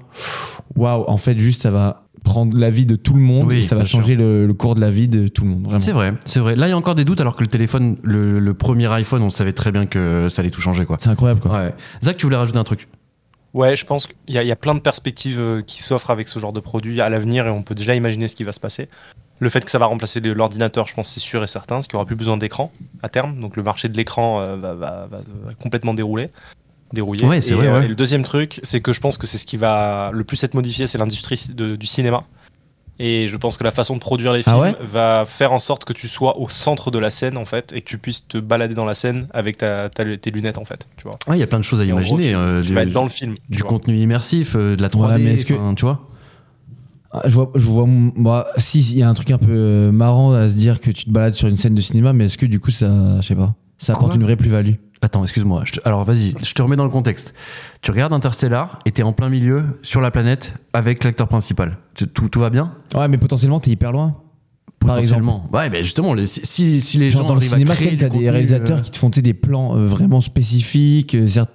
Speaker 3: waouh en fait juste ça va prendre la vie de tout le monde
Speaker 2: Oui,
Speaker 3: et ça va
Speaker 2: bien sûr.
Speaker 3: changer le, le cours de la vie de tout le monde vraiment.
Speaker 2: c'est vrai, c'est vrai. Là, il y a encore des doutes alors que le téléphone, le, le premier iPhone, on savait très bien que ça allait tout changer, quoi.
Speaker 3: C'est incroyable quoi.
Speaker 2: Ouais. Zach, tu voulais rajouter un truc
Speaker 4: Ouais, je pense qu'il y, a- il y a plein de perspectives euh, qui s'offrent avec ce genre de produit à l'avenir et on peut déjà imaginer ce qui va se passer. Le fait que ça va remplacer le- l'ordinateur, je pense, c'est sûr et certain, parce qu'il n'y aura plus besoin d'écran à terme. Donc le marché de l'écran euh, va, va- va- va complètement dérouler. Dérouiller.
Speaker 2: Ouais, c'est
Speaker 4: et, euh,
Speaker 2: vrai, ouais.
Speaker 4: et le deuxième truc, c'est que je pense que c'est ce qui va le plus être modifié, c'est l'industrie ci- de- du cinéma. Et je pense que la façon de produire les
Speaker 3: Ah
Speaker 4: films
Speaker 3: ouais
Speaker 4: va faire en sorte que tu sois au centre de la scène, en fait, et que tu puisses te balader dans la scène avec ta- ta- tes lunettes, en fait. Tu vois.
Speaker 2: Ah, il y a plein de choses à
Speaker 4: Et en gros,
Speaker 2: imaginer. euh,
Speaker 4: Tu
Speaker 2: du
Speaker 4: vas être dans le film.
Speaker 2: du
Speaker 4: tu vois.
Speaker 2: contenu immersif, euh, de la 3D,
Speaker 3: Ouais, mais est-ce que-
Speaker 2: enfin, tu vois
Speaker 3: Ah, Je vois je vois moi si il y a un truc un peu euh, marrant à se dire que tu te balades sur une scène de cinéma mais est-ce que du coup ça je sais pas ça
Speaker 2: Quoi
Speaker 3: apporte une vraie plus-value.
Speaker 2: Attends, excuse-moi. je te- Alors, vas-y, je te remets dans le contexte. Tu regardes Interstellar et t'es en plein milieu, sur la planète, avec l'acteur principal. Tu- Tout, tout va bien
Speaker 3: Ouais mais potentiellement t'es hyper loin. Par
Speaker 2: Potentiellement. ouais, mais justement, les- si, si- si les
Speaker 3: Genre
Speaker 2: gens
Speaker 3: dans le
Speaker 2: arrivent à
Speaker 3: cinéma
Speaker 2: créer
Speaker 3: quand
Speaker 2: du
Speaker 3: t'as
Speaker 2: contenu,
Speaker 3: des réalisateurs
Speaker 2: euh,
Speaker 3: qui te font tu sais, des plans euh, vraiment spécifiques, euh, certes,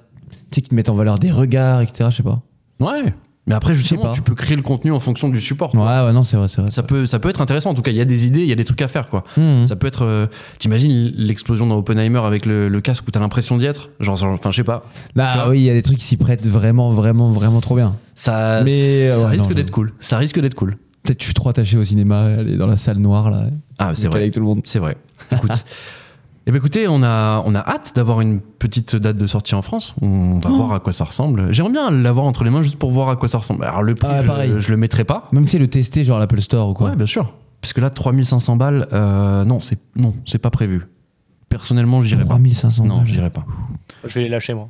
Speaker 3: tu sais, qui te mettent en valeur des regards etc. Je sais pas.
Speaker 2: Ouais. Mais après, justement,
Speaker 3: pas.
Speaker 2: tu peux créer le contenu en fonction du support.
Speaker 3: Ouais ouais non c'est vrai c'est vrai.
Speaker 2: Ça peut, ça peut être intéressant. En tout cas, il y a des idées, il y a des trucs à faire, quoi.
Speaker 3: Hmm.
Speaker 2: Ça peut être. euh, T'imagines l'explosion dans Oppenheimer avec le, le casque où t'as l'impression d'y être Genre, genre, enfin, je sais pas. Tu
Speaker 3: Bah
Speaker 2: vois
Speaker 3: oui, il y a des trucs qui s'y prêtent vraiment, vraiment, vraiment trop bien.
Speaker 2: Ça,
Speaker 3: Mais, euh,
Speaker 2: ça
Speaker 3: ouais,
Speaker 2: risque
Speaker 3: non,
Speaker 2: d'être
Speaker 3: non.
Speaker 2: cool. Ça risque d'être cool.
Speaker 3: Peut-être que je suis trop attaché au cinéma, aller dans la salle noire là.
Speaker 2: Ah, c'est vrai.
Speaker 3: Avec tout le monde.
Speaker 2: C'est vrai. Écoute. Eh ben écoutez, on a, on a hâte d'avoir une petite date de sortie en France. On
Speaker 3: Oh.
Speaker 2: va voir à quoi ça ressemble. J'aimerais bien l'avoir entre les mains juste pour voir à quoi ça ressemble. Alors le prix,
Speaker 3: Ah,
Speaker 2: je-
Speaker 3: pareil.
Speaker 2: je, le mettrai pas.
Speaker 3: Même tu sais le tester genre à l'Apple Store ou quoi.
Speaker 2: Ouais, bien sûr. Parce que là, 3500 balles, euh, non, c'est non, c'est pas prévu. personnellement, j'irai pas.
Speaker 3: 3500
Speaker 2: Non,
Speaker 3: balles.
Speaker 2: j'irai pas.
Speaker 4: Je vais les lâcher, moi.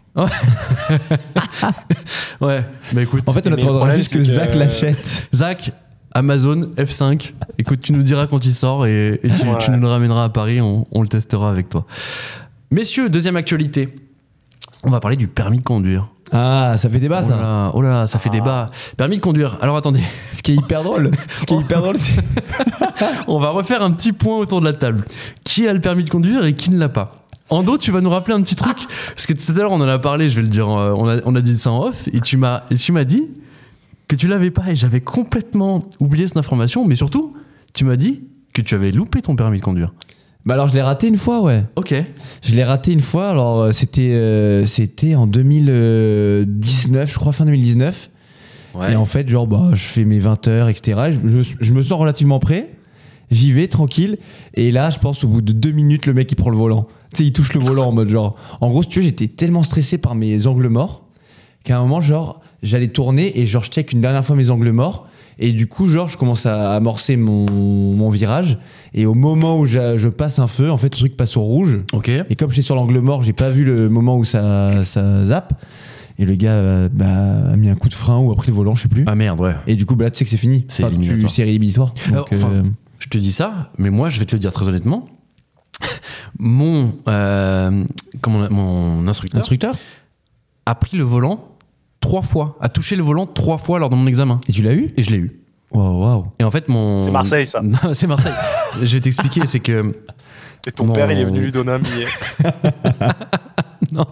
Speaker 2: Ouais, bah écoute.
Speaker 3: En fait, on
Speaker 4: Mais le
Speaker 3: attendra
Speaker 4: problème,
Speaker 3: juste
Speaker 4: c'est
Speaker 3: que
Speaker 4: que-
Speaker 3: Zach l'achète.
Speaker 2: Zach, Amazon, F5. Écoute, tu nous diras quand il sort et, et tu,
Speaker 4: Ouais.
Speaker 2: tu nous le ramèneras à Paris, on, on le testera avec toi. Messieurs, deuxième actualité. On va parler du permis de conduire.
Speaker 3: Ah, ça fait débat
Speaker 2: oh,
Speaker 3: ça. Ah.
Speaker 2: là, oh là, ça fait débat. Permis de conduire. Alors attendez,
Speaker 3: Ce qui est hyper drôle. Ce qui est hyper drôle, c'est.
Speaker 2: on va refaire un petit point autour de la table. Qui a le permis de conduire et qui ne l'a pas Ando, tu vas nous rappeler un petit truc parce que tout à l'heure on en a parlé. Je vais le dire. euh, On a, on a dit ça en off et tu m'as et tu m'as dit que tu l'avais pas et j'avais complètement oublié cette information. Mais surtout, tu m'as dit que tu avais loupé ton permis de conduire.
Speaker 3: Bah alors, je l'ai raté une fois, ouais.
Speaker 2: Ok.
Speaker 3: Je l'ai raté une fois. Alors, euh, c'était euh, c'était en 2019, je crois, fin 2019. Et en fait, genre, bah, je fais mes 20 heures, etc. Je, je- je me sens relativement prêt. J'y vais tranquille. Et là, je pense, au bout de deux minutes, le mec, il prend le volant. Tu sais, il touche le volant en mode genre. En gros, si tu veux, j'étais tellement stressé par mes angles morts qu'à un moment, genre, j'allais tourner et genre, je check une dernière fois mes angles morts. Et du coup, genre, je commence à amorcer mon, mon virage. Et au moment où je, je passe un feu, en fait, le truc passe au rouge.
Speaker 2: Ok.
Speaker 3: Et comme j'étais sur l'angle mort, j'ai pas vu le moment où ça, ça zappe. Et le gars euh, bah, a mis un coup de frein ou a pris le volant, je sais plus.
Speaker 2: Ah merde, ouais.
Speaker 3: Et du coup, bah, là, tu sais que c'est fini.
Speaker 2: C'est
Speaker 3: Enfin, tu-
Speaker 2: éliminatoire.
Speaker 3: C'est rédhibitoire.
Speaker 2: Alors,
Speaker 3: Donc, euh,
Speaker 2: enfin, Je te dis ça, mais moi, je vais te le dire très honnêtement. Mon, euh, comment on- mon instructeur
Speaker 3: instructeur
Speaker 2: a pris le volant trois fois, a touché le volant trois fois lors de mon examen.
Speaker 3: Et tu l'as eu
Speaker 2: Et je l'ai eu.
Speaker 3: Waouh, waouh.
Speaker 2: Et en fait, mon.
Speaker 4: C'est Marseille, ça.
Speaker 2: Non, c'est Marseille. je vais t'expliquer, c'est que.
Speaker 4: Et ton
Speaker 2: Non.
Speaker 4: père, il est venu lui donner un billet.
Speaker 2: Non,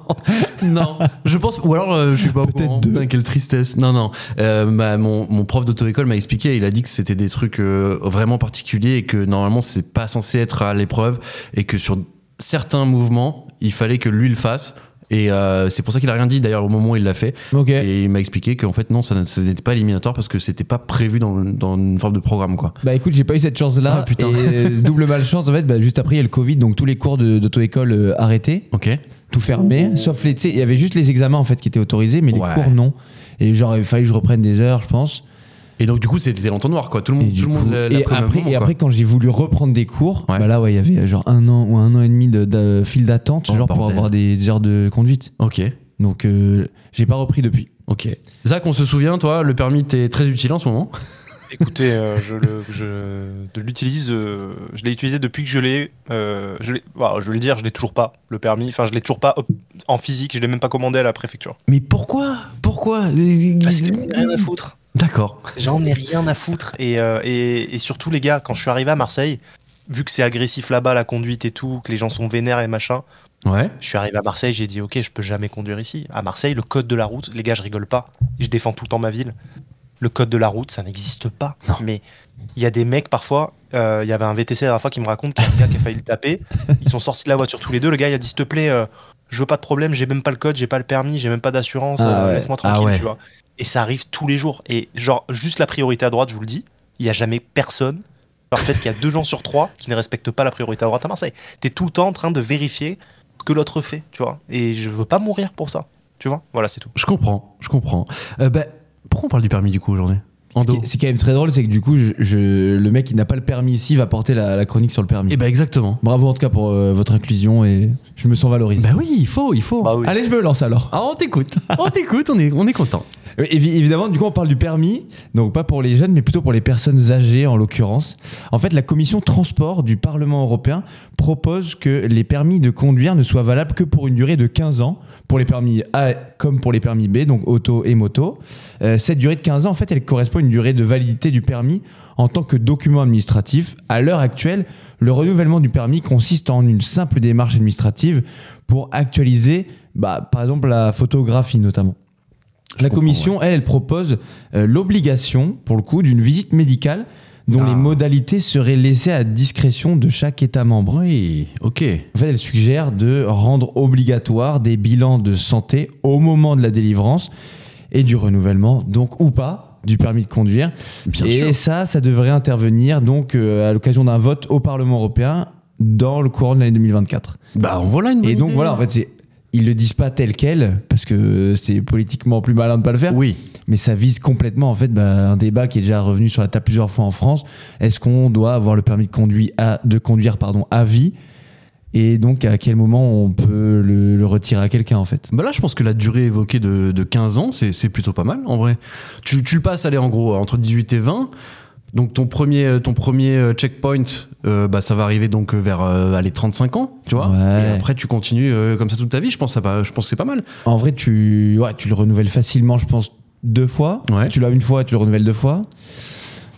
Speaker 2: non, je pense. Ou alors, euh, je suis pas au
Speaker 3: Peut-être
Speaker 2: courant.
Speaker 3: deux.
Speaker 2: Putain, quelle tristesse. Non, non. Euh, ma- mon, mon prof d'auto-école m'a expliqué, il a dit que c'était des trucs euh, vraiment particuliers et que normalement, c'est pas censé être à l'épreuve et que sur certains mouvements, il fallait que lui le fasse. Et euh, c'est pour ça qu'il a rien dit d'ailleurs au moment où il l'a fait.
Speaker 3: Ok.
Speaker 2: Et il m'a expliqué qu'en fait, non, ça, n- ça n'était pas éliminatoire parce que c'était pas prévu dans, dans une forme de programme, quoi.
Speaker 3: Bah écoute, j'ai pas eu cette chance-là.
Speaker 2: Ah, putain.
Speaker 3: Et euh, double malchance, en fait, bah, juste après, il y a le Covid, donc tous les cours de- d'auto-école euh, arrêtés,
Speaker 2: Ok.
Speaker 3: tout fermé. Sauf les. Tu sais, il y avait juste les examens, en fait, qui étaient autorisés, mais les
Speaker 2: Ouais.
Speaker 3: cours, non. Et genre, il fallait que je reprenne des heures, je pense.
Speaker 2: Et donc, du coup, c'était longtemps noir, quoi. Tout le
Speaker 3: Et,
Speaker 2: monde,
Speaker 3: du
Speaker 2: tout le
Speaker 3: coup-
Speaker 2: monde l'a- l'a
Speaker 3: et
Speaker 2: pris au même
Speaker 3: après,
Speaker 2: moment,
Speaker 3: et
Speaker 2: quoi.
Speaker 3: après, quand j'ai voulu reprendre des cours,
Speaker 2: Ouais.
Speaker 3: bah là, ouais, il y avait genre un an ou un an et demi de- de file d'attente,
Speaker 2: Oh,
Speaker 3: genre pour
Speaker 2: bordel.
Speaker 3: avoir des, des heures de conduite.
Speaker 2: Ok.
Speaker 3: Donc, euh, j'ai pas repris depuis.
Speaker 2: Ok. Zach, on se souvient, toi, le permis t'es très utile en ce moment.
Speaker 4: Écoutez, euh, je le- je de l'utilise. euh, je l'ai utilisé depuis que je l'ai. euh, je, l'ai- bah, je vais le dire, je l'ai toujours pas le permis. Enfin, je l'ai toujours pas op- en physique. Je l'ai même pas commandé à la préfecture.
Speaker 2: Mais pourquoi Pourquoi
Speaker 4: Parce que j'en ai rien à foutre.
Speaker 2: D'accord.
Speaker 4: J'en ai rien à foutre. Et, euh, et, et surtout, les gars, quand je suis arrivé à Marseille, vu que c'est agressif là-bas la conduite et tout, que les gens sont vénères et machin,
Speaker 2: Ouais.
Speaker 4: je suis arrivé à Marseille, j'ai dit ok, je peux jamais conduire ici. À Marseille, le code de la route, les gars, je rigole pas. Je défends tout le temps ma ville. Le code de la route, ça n'existe pas. Mais il y a des mecs parfois. euh, Il y avait un VTC la dernière fois qui me raconte qu'il y a un gars qui a failli le taper. Ils sont sortis de la voiture tous les deux. Le gars, il a dit s'il te plaît, euh, je veux pas de problème, j'ai même pas le code, j'ai pas le permis, j'ai même pas d'assurance,
Speaker 3: Ah
Speaker 4: euh,
Speaker 3: ouais.
Speaker 4: laisse-moi
Speaker 2: Ah
Speaker 4: tranquille,
Speaker 2: ouais.
Speaker 4: tu vois. Et ça arrive tous les jours. Et genre, juste la priorité à droite, je vous le dis, il y a jamais personne. Alors peut-être qu'il y a deux gens sur trois qui ne respectent pas la priorité à droite à Marseille. T'es tout le temps en train de vérifier ce que l'autre fait, tu vois. Et je veux pas mourir pour ça, tu vois. Voilà, c'est tout.
Speaker 2: Je comprends. Je comprends. Euh, bah, pourquoi on parle du permis du coup aujourd'hui
Speaker 3: Ce qui
Speaker 2: Ando.
Speaker 3: est- C'est quand même très drôle, c'est que du coup, je, je- le mec qui n'a pas le permis ici va porter la, la chronique sur le permis.
Speaker 2: Eh bah exactement.
Speaker 3: Bravo en tout cas pour euh, votre inclusion et je me sens valorisé.
Speaker 2: Bah oui, il faut, il faut.
Speaker 4: Bah oui.
Speaker 3: Allez, je me lance alors.
Speaker 2: Ah, on t'écoute. on t'écoute. On est, on est content.
Speaker 3: Euh, évi- évidemment, du coup, on parle du permis, donc pas pour les jeunes, mais plutôt pour les personnes âgées en l'occurrence. En fait, la commission transport du Parlement européen propose que les permis de conduire ne soient valables que pour une durée de 15 ans, pour les permis A comme pour les permis B, donc auto et moto. Euh, cette durée de 15 ans, en fait, elle correspond à une durée de validité du permis en tant que document administratif. À l'heure actuelle, le renouvellement du permis consiste en une simple démarche administrative pour actualiser, bah, par exemple, la photographie notamment.
Speaker 2: Je
Speaker 3: La
Speaker 2: comprends,
Speaker 3: commission, elle, elle propose euh, l'obligation, pour le coup, d'une visite médicale dont
Speaker 2: Ah.
Speaker 3: les modalités seraient laissées à discrétion de chaque État membre.
Speaker 2: Oui. Ok.
Speaker 3: En fait, elle suggère de rendre obligatoire des bilans de santé au moment de la délivrance et du renouvellement, donc ou pas, du permis de conduire.
Speaker 2: Bien
Speaker 3: et
Speaker 2: sûr.
Speaker 3: ça, ça devrait intervenir donc euh, à l'occasion d'un vote au Parlement européen dans le courant de l'année 2024.
Speaker 2: Bah on voilà une bonne
Speaker 3: Et donc
Speaker 2: idée.
Speaker 3: voilà, en fait, c'est ils le disent pas tel quel parce que c'est politiquement plus malin de pas le faire
Speaker 2: Oui.
Speaker 3: mais ça vise complètement en fait bah, un débat qui est déjà revenu sur la table plusieurs fois en France. Est-ce qu'on doit avoir le permis de conduire à, de conduire pardon à vie Et donc, à quel moment on peut le, le retirer à quelqu'un, en fait
Speaker 2: Bah là, je pense que la durée évoquée de, de 15 ans, c'est c'est plutôt pas mal, en vrai. Tu, tu le passes, allez, en gros, entre 18 et 20. Donc, ton premier, ton premier euh, checkpoint, euh, bah, ça va arriver donc vers euh, allez, 35 ans, tu vois.
Speaker 3: Ouais.
Speaker 2: Et après, tu continues euh, comme ça toute ta vie. Je pense, que ça va- je pense que c'est pas mal.
Speaker 3: En vrai, tu, ouais, tu le renouvelles facilement, je pense, deux fois.
Speaker 2: Ouais.
Speaker 3: Tu l'as une fois, tu le renouvelles deux fois.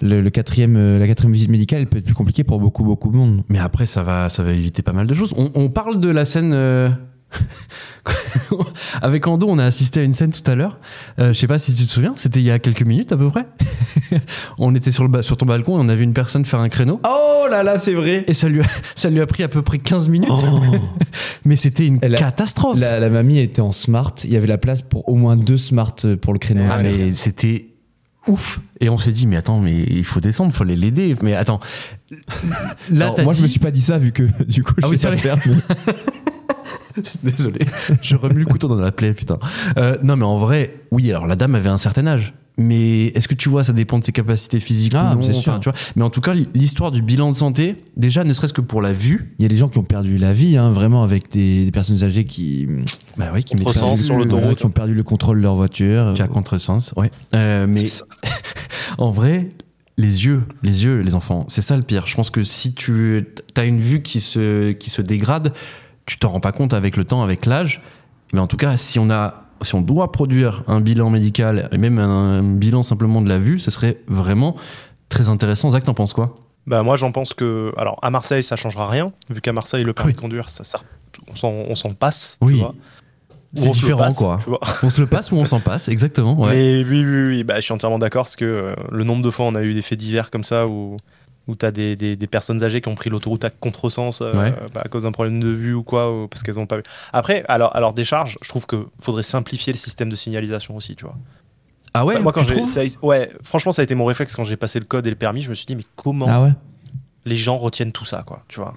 Speaker 3: Le, le quatrième, euh, la quatrième visite médicale, elle peut être plus compliquée pour beaucoup, beaucoup de monde.
Speaker 2: Mais après, ça va, ça va éviter pas mal de choses. On, on parle de la scène. euh, Avec Ando, on a assisté à une scène tout à l'heure. Euh, je sais pas si tu te souviens, c'était il y a quelques minutes à peu près. on était sur, le ba- sur ton balcon et on a vu une personne faire un créneau.
Speaker 3: Oh là là, c'est vrai
Speaker 2: Et ça lui, a, ça lui a pris à peu près 15 minutes. Mais c'était une
Speaker 3: Elle a-
Speaker 2: catastrophe.
Speaker 3: la, la mamie elle était en smart, il y avait la place pour au moins deux smart euh, pour le créneau.
Speaker 2: Ah, mais c'était ouf. Et on s'est dit, mais attends, mais il faut descendre, faut aller l'aider. Mais attends, là,
Speaker 3: Alors,
Speaker 2: t'as
Speaker 3: moi je me
Speaker 2: dit-
Speaker 3: suis pas dit ça vu que du coup je
Speaker 2: Ah oui,
Speaker 3: sais pas
Speaker 2: c'est
Speaker 3: le faire, mais-
Speaker 2: Désolé, je remue le couteau dans la plaie, putain. Euh, non, mais en vrai, oui, alors la dame avait un certain âge. Mais est-ce que tu vois, ça dépend de ses capacités physiques
Speaker 3: Ah,
Speaker 2: ou non,
Speaker 3: c'est sûr.
Speaker 2: enfin, tu vois. Mais en tout cas, l'histoire du bilan de santé, déjà, ne serait-ce que pour la vue,
Speaker 3: Il y a des gens qui ont perdu la vie hein, vraiment avec des, des personnes âgées qui
Speaker 2: bah oui, qui
Speaker 4: Contre
Speaker 2: maîtrisent-
Speaker 4: Sens sur l'autoroute.
Speaker 3: voilà, qui ont perdu le contrôle de leur voiture.
Speaker 2: Tu as contresens, ouais. Euh, mais
Speaker 4: C'est ça.
Speaker 2: en vrai, les yeux, les yeux, les enfants, c'est ça le pire. Je pense que si tu as une vue qui se, qui se dégrade, tu t'en rends pas compte avec le temps, avec l'âge. Mais en tout cas, si on a, si on doit produire un bilan médical et même un, bilan simplement de la vue, ce serait vraiment très intéressant. Zach, t'en penses quoi
Speaker 4: Bah moi j'en pense que alors à Marseille ça changera rien vu qu'à Marseille le permis
Speaker 2: Oui.
Speaker 4: de conduire ça, ça- on s'en on s'en passe
Speaker 2: Oui.
Speaker 4: tu vois.
Speaker 2: C'est
Speaker 4: Ou on se le
Speaker 2: différent,
Speaker 4: passe,
Speaker 2: quoi.
Speaker 4: tu vois.
Speaker 2: On se le passe ou on s'en passe Exactement. Ouais.
Speaker 4: Mais oui oui oui bah je suis entièrement d'accord parce que euh, le nombre de fois on a eu des faits divers comme ça où où t'as des, des, des personnes âgées qui ont pris l'autoroute à contresens euh,
Speaker 2: Ouais.
Speaker 4: bah, à cause d'un problème de vue ou quoi ou parce qu'elles ont pas vu. Après alors alors des charges je trouve que faudrait simplifier le système de signalisation aussi tu vois.
Speaker 2: ah ouais
Speaker 4: Bah, moi quand
Speaker 2: tu
Speaker 4: j'ai-
Speaker 2: trouves
Speaker 4: ça a- ouais franchement ça a été mon réflexe quand j'ai passé le code et le permis je me suis dit mais comment
Speaker 3: Ah ouais.
Speaker 4: les gens retiennent tout ça quoi tu vois.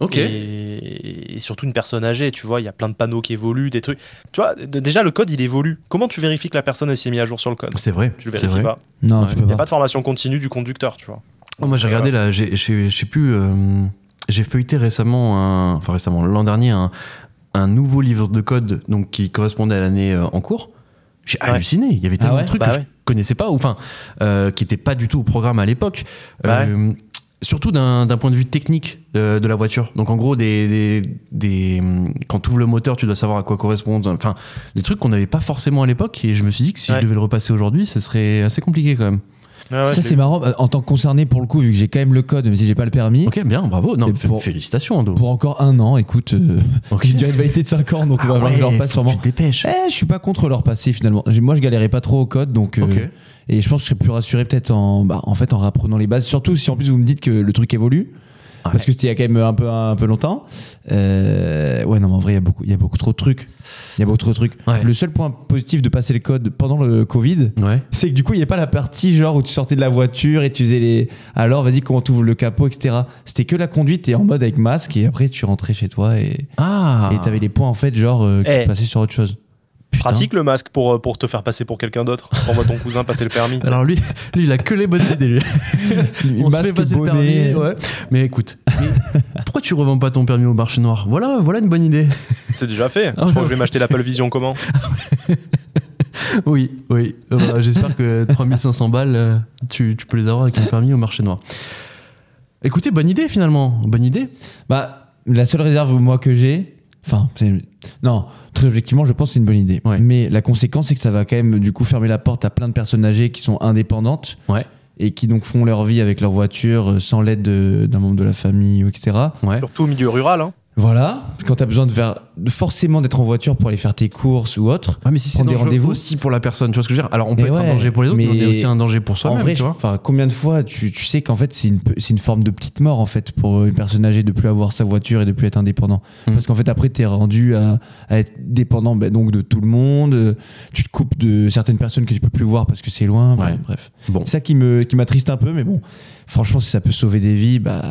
Speaker 2: Ok.
Speaker 4: Et, et surtout une personne âgée, tu vois, il y a plein de panneaux qui évoluent, des trucs. Tu vois, d- déjà le code il évolue. Comment tu vérifies que la personne elle s'est mise à jour sur le code
Speaker 2: C'est vrai.
Speaker 4: Tu le
Speaker 2: c'est
Speaker 4: vérifies
Speaker 2: vrai.
Speaker 4: pas.
Speaker 3: Non,
Speaker 2: Ouais.
Speaker 3: tu peux
Speaker 4: Il n'y a
Speaker 3: pas.
Speaker 4: pas de formation continue du conducteur, tu vois.
Speaker 2: Oh, moi j'ai regardé là, j'ai- j'ai- je sais plus, euh, j'ai feuilleté récemment, un- enfin récemment, l'an dernier, un, un nouveau livre de code donc, qui correspondait à l'année euh, en cours. J'ai
Speaker 4: Ouais.
Speaker 2: halluciné, il y avait tellement
Speaker 3: ouais
Speaker 2: de trucs
Speaker 4: Bah
Speaker 2: que
Speaker 4: ouais.
Speaker 2: je connaissais pas, ou enfin, euh, qui n'étaient pas du tout au programme à l'époque.
Speaker 4: Bah
Speaker 2: Euh, Surtout d'un d'un point de vue technique euh, de la voiture. Donc en gros, des, des, des, hum, quand tu ouvres le moteur, tu dois savoir à quoi correspondent. Enfin, des trucs qu'on n'avait pas forcément à l'époque. Et je me suis dit que si
Speaker 4: Ouais.
Speaker 2: je devais le repasser aujourd'hui, ce serait assez compliqué quand même.
Speaker 3: ça c'est marrant bah, en tant que concerné pour le coup vu que j'ai quand même le code même si j'ai pas le permis.
Speaker 2: Ok, bien, bravo. Non,
Speaker 3: Et
Speaker 2: fé-
Speaker 3: pour-
Speaker 2: félicitations, Ando.
Speaker 3: Pour encore un an, écoute, euh,
Speaker 2: Ok.
Speaker 3: j'ai déjà une validité de 5 ans, donc on va voir Ah que je leur passe sûrement.
Speaker 2: dépêches.
Speaker 3: Eh, je suis pas contre leur passer finalement. J'ai- Moi, je galérais pas trop au code, donc euh,
Speaker 2: Ok.
Speaker 3: et je pense que je serais plus rassuré peut-être en, bah, en fait, en rapprenant les bases. Surtout si en plus vous me dites que le truc évolue, parce que c'était il y a quand même un peu un peu longtemps. Euh, ouais, non, mais en vrai, il y a beaucoup, il y a beaucoup trop de trucs. Il y a beaucoup trop de trucs.
Speaker 2: Ouais.
Speaker 3: Le seul point positif de passer le code pendant le Covid.
Speaker 2: Ouais.
Speaker 3: C'est que du coup, il n'y a pas la partie genre où tu sortais de la voiture et tu faisais les. Alors, vas-y, comment t'ouvres le capot, etc. C'était que la conduite et en mode avec masque et après tu rentrais chez toi et
Speaker 2: Ah.
Speaker 3: et t'avais les points en fait genre euh, qui
Speaker 4: Eh.
Speaker 3: passaient sur autre chose.
Speaker 4: Pratique le masque pour, euh, pour te faire passer pour quelqu'un d'autre. Envoie ton cousin passer le permis.
Speaker 2: Alors lui, lui, il a que les bonnes idées. lui. On se fait passer le permis, ouais. Mais écoute, mais pourquoi tu revends pas ton permis au marché noir Voilà, voilà une bonne idée.
Speaker 4: C'est déjà fait.
Speaker 2: Ah
Speaker 4: je crois
Speaker 2: ouais,
Speaker 4: que je vais m'acheter
Speaker 2: c'est-
Speaker 4: l'Apple Vision comment
Speaker 2: Oui, oui. Euh, voilà, J'espère que 3500 balles, euh, tu, tu peux les avoir avec un permis au marché noir. Écoutez, bonne idée finalement, bonne idée.
Speaker 3: Bah la seule réserve moi que j'ai, enfin c'est- non très objectivement je pense que c'est une bonne idée.
Speaker 2: Ouais.
Speaker 3: Mais la conséquence c'est que ça va quand même du coup fermer la porte à plein de personnes âgées qui sont indépendantes
Speaker 2: Ouais,
Speaker 3: et qui donc font leur vie avec leur voiture euh, sans l'aide de- d'un membre de la famille ou etc.
Speaker 2: ouais.
Speaker 4: Surtout au milieu rural. Hein.
Speaker 3: Voilà quand t'as besoin de faire forcément d'être en voiture pour aller faire tes courses ou autre.
Speaker 2: Ah, mais si c'est
Speaker 3: Prendre des
Speaker 2: dangereux
Speaker 3: rendez-vous.
Speaker 2: aussi pour la personne, tu vois ce que je veux dire Alors on peut
Speaker 3: Mais
Speaker 2: être
Speaker 3: ouais,
Speaker 2: un danger pour les autres, mais, on
Speaker 3: mais
Speaker 2: est aussi un danger pour
Speaker 3: En
Speaker 2: soi-même,
Speaker 3: vrai,
Speaker 2: tu
Speaker 3: je-
Speaker 2: vois.
Speaker 3: enfin, combien de fois tu, tu sais qu'en fait c'est une, pe- c'est une forme de petite mort en fait pour une personne âgée de plus avoir sa voiture et de plus être indépendant.
Speaker 2: Mm.
Speaker 3: Parce qu'en fait après t'es rendu à, à être dépendant ben, donc de tout le monde. euh, Tu te coupes de certaines personnes que tu peux plus voir parce que c'est loin. ben,
Speaker 2: Ouais.
Speaker 3: Bref,
Speaker 2: Bon,
Speaker 3: c'est ça qui me qui m'attriste un peu, mais bon, franchement si ça peut sauver des vies, bah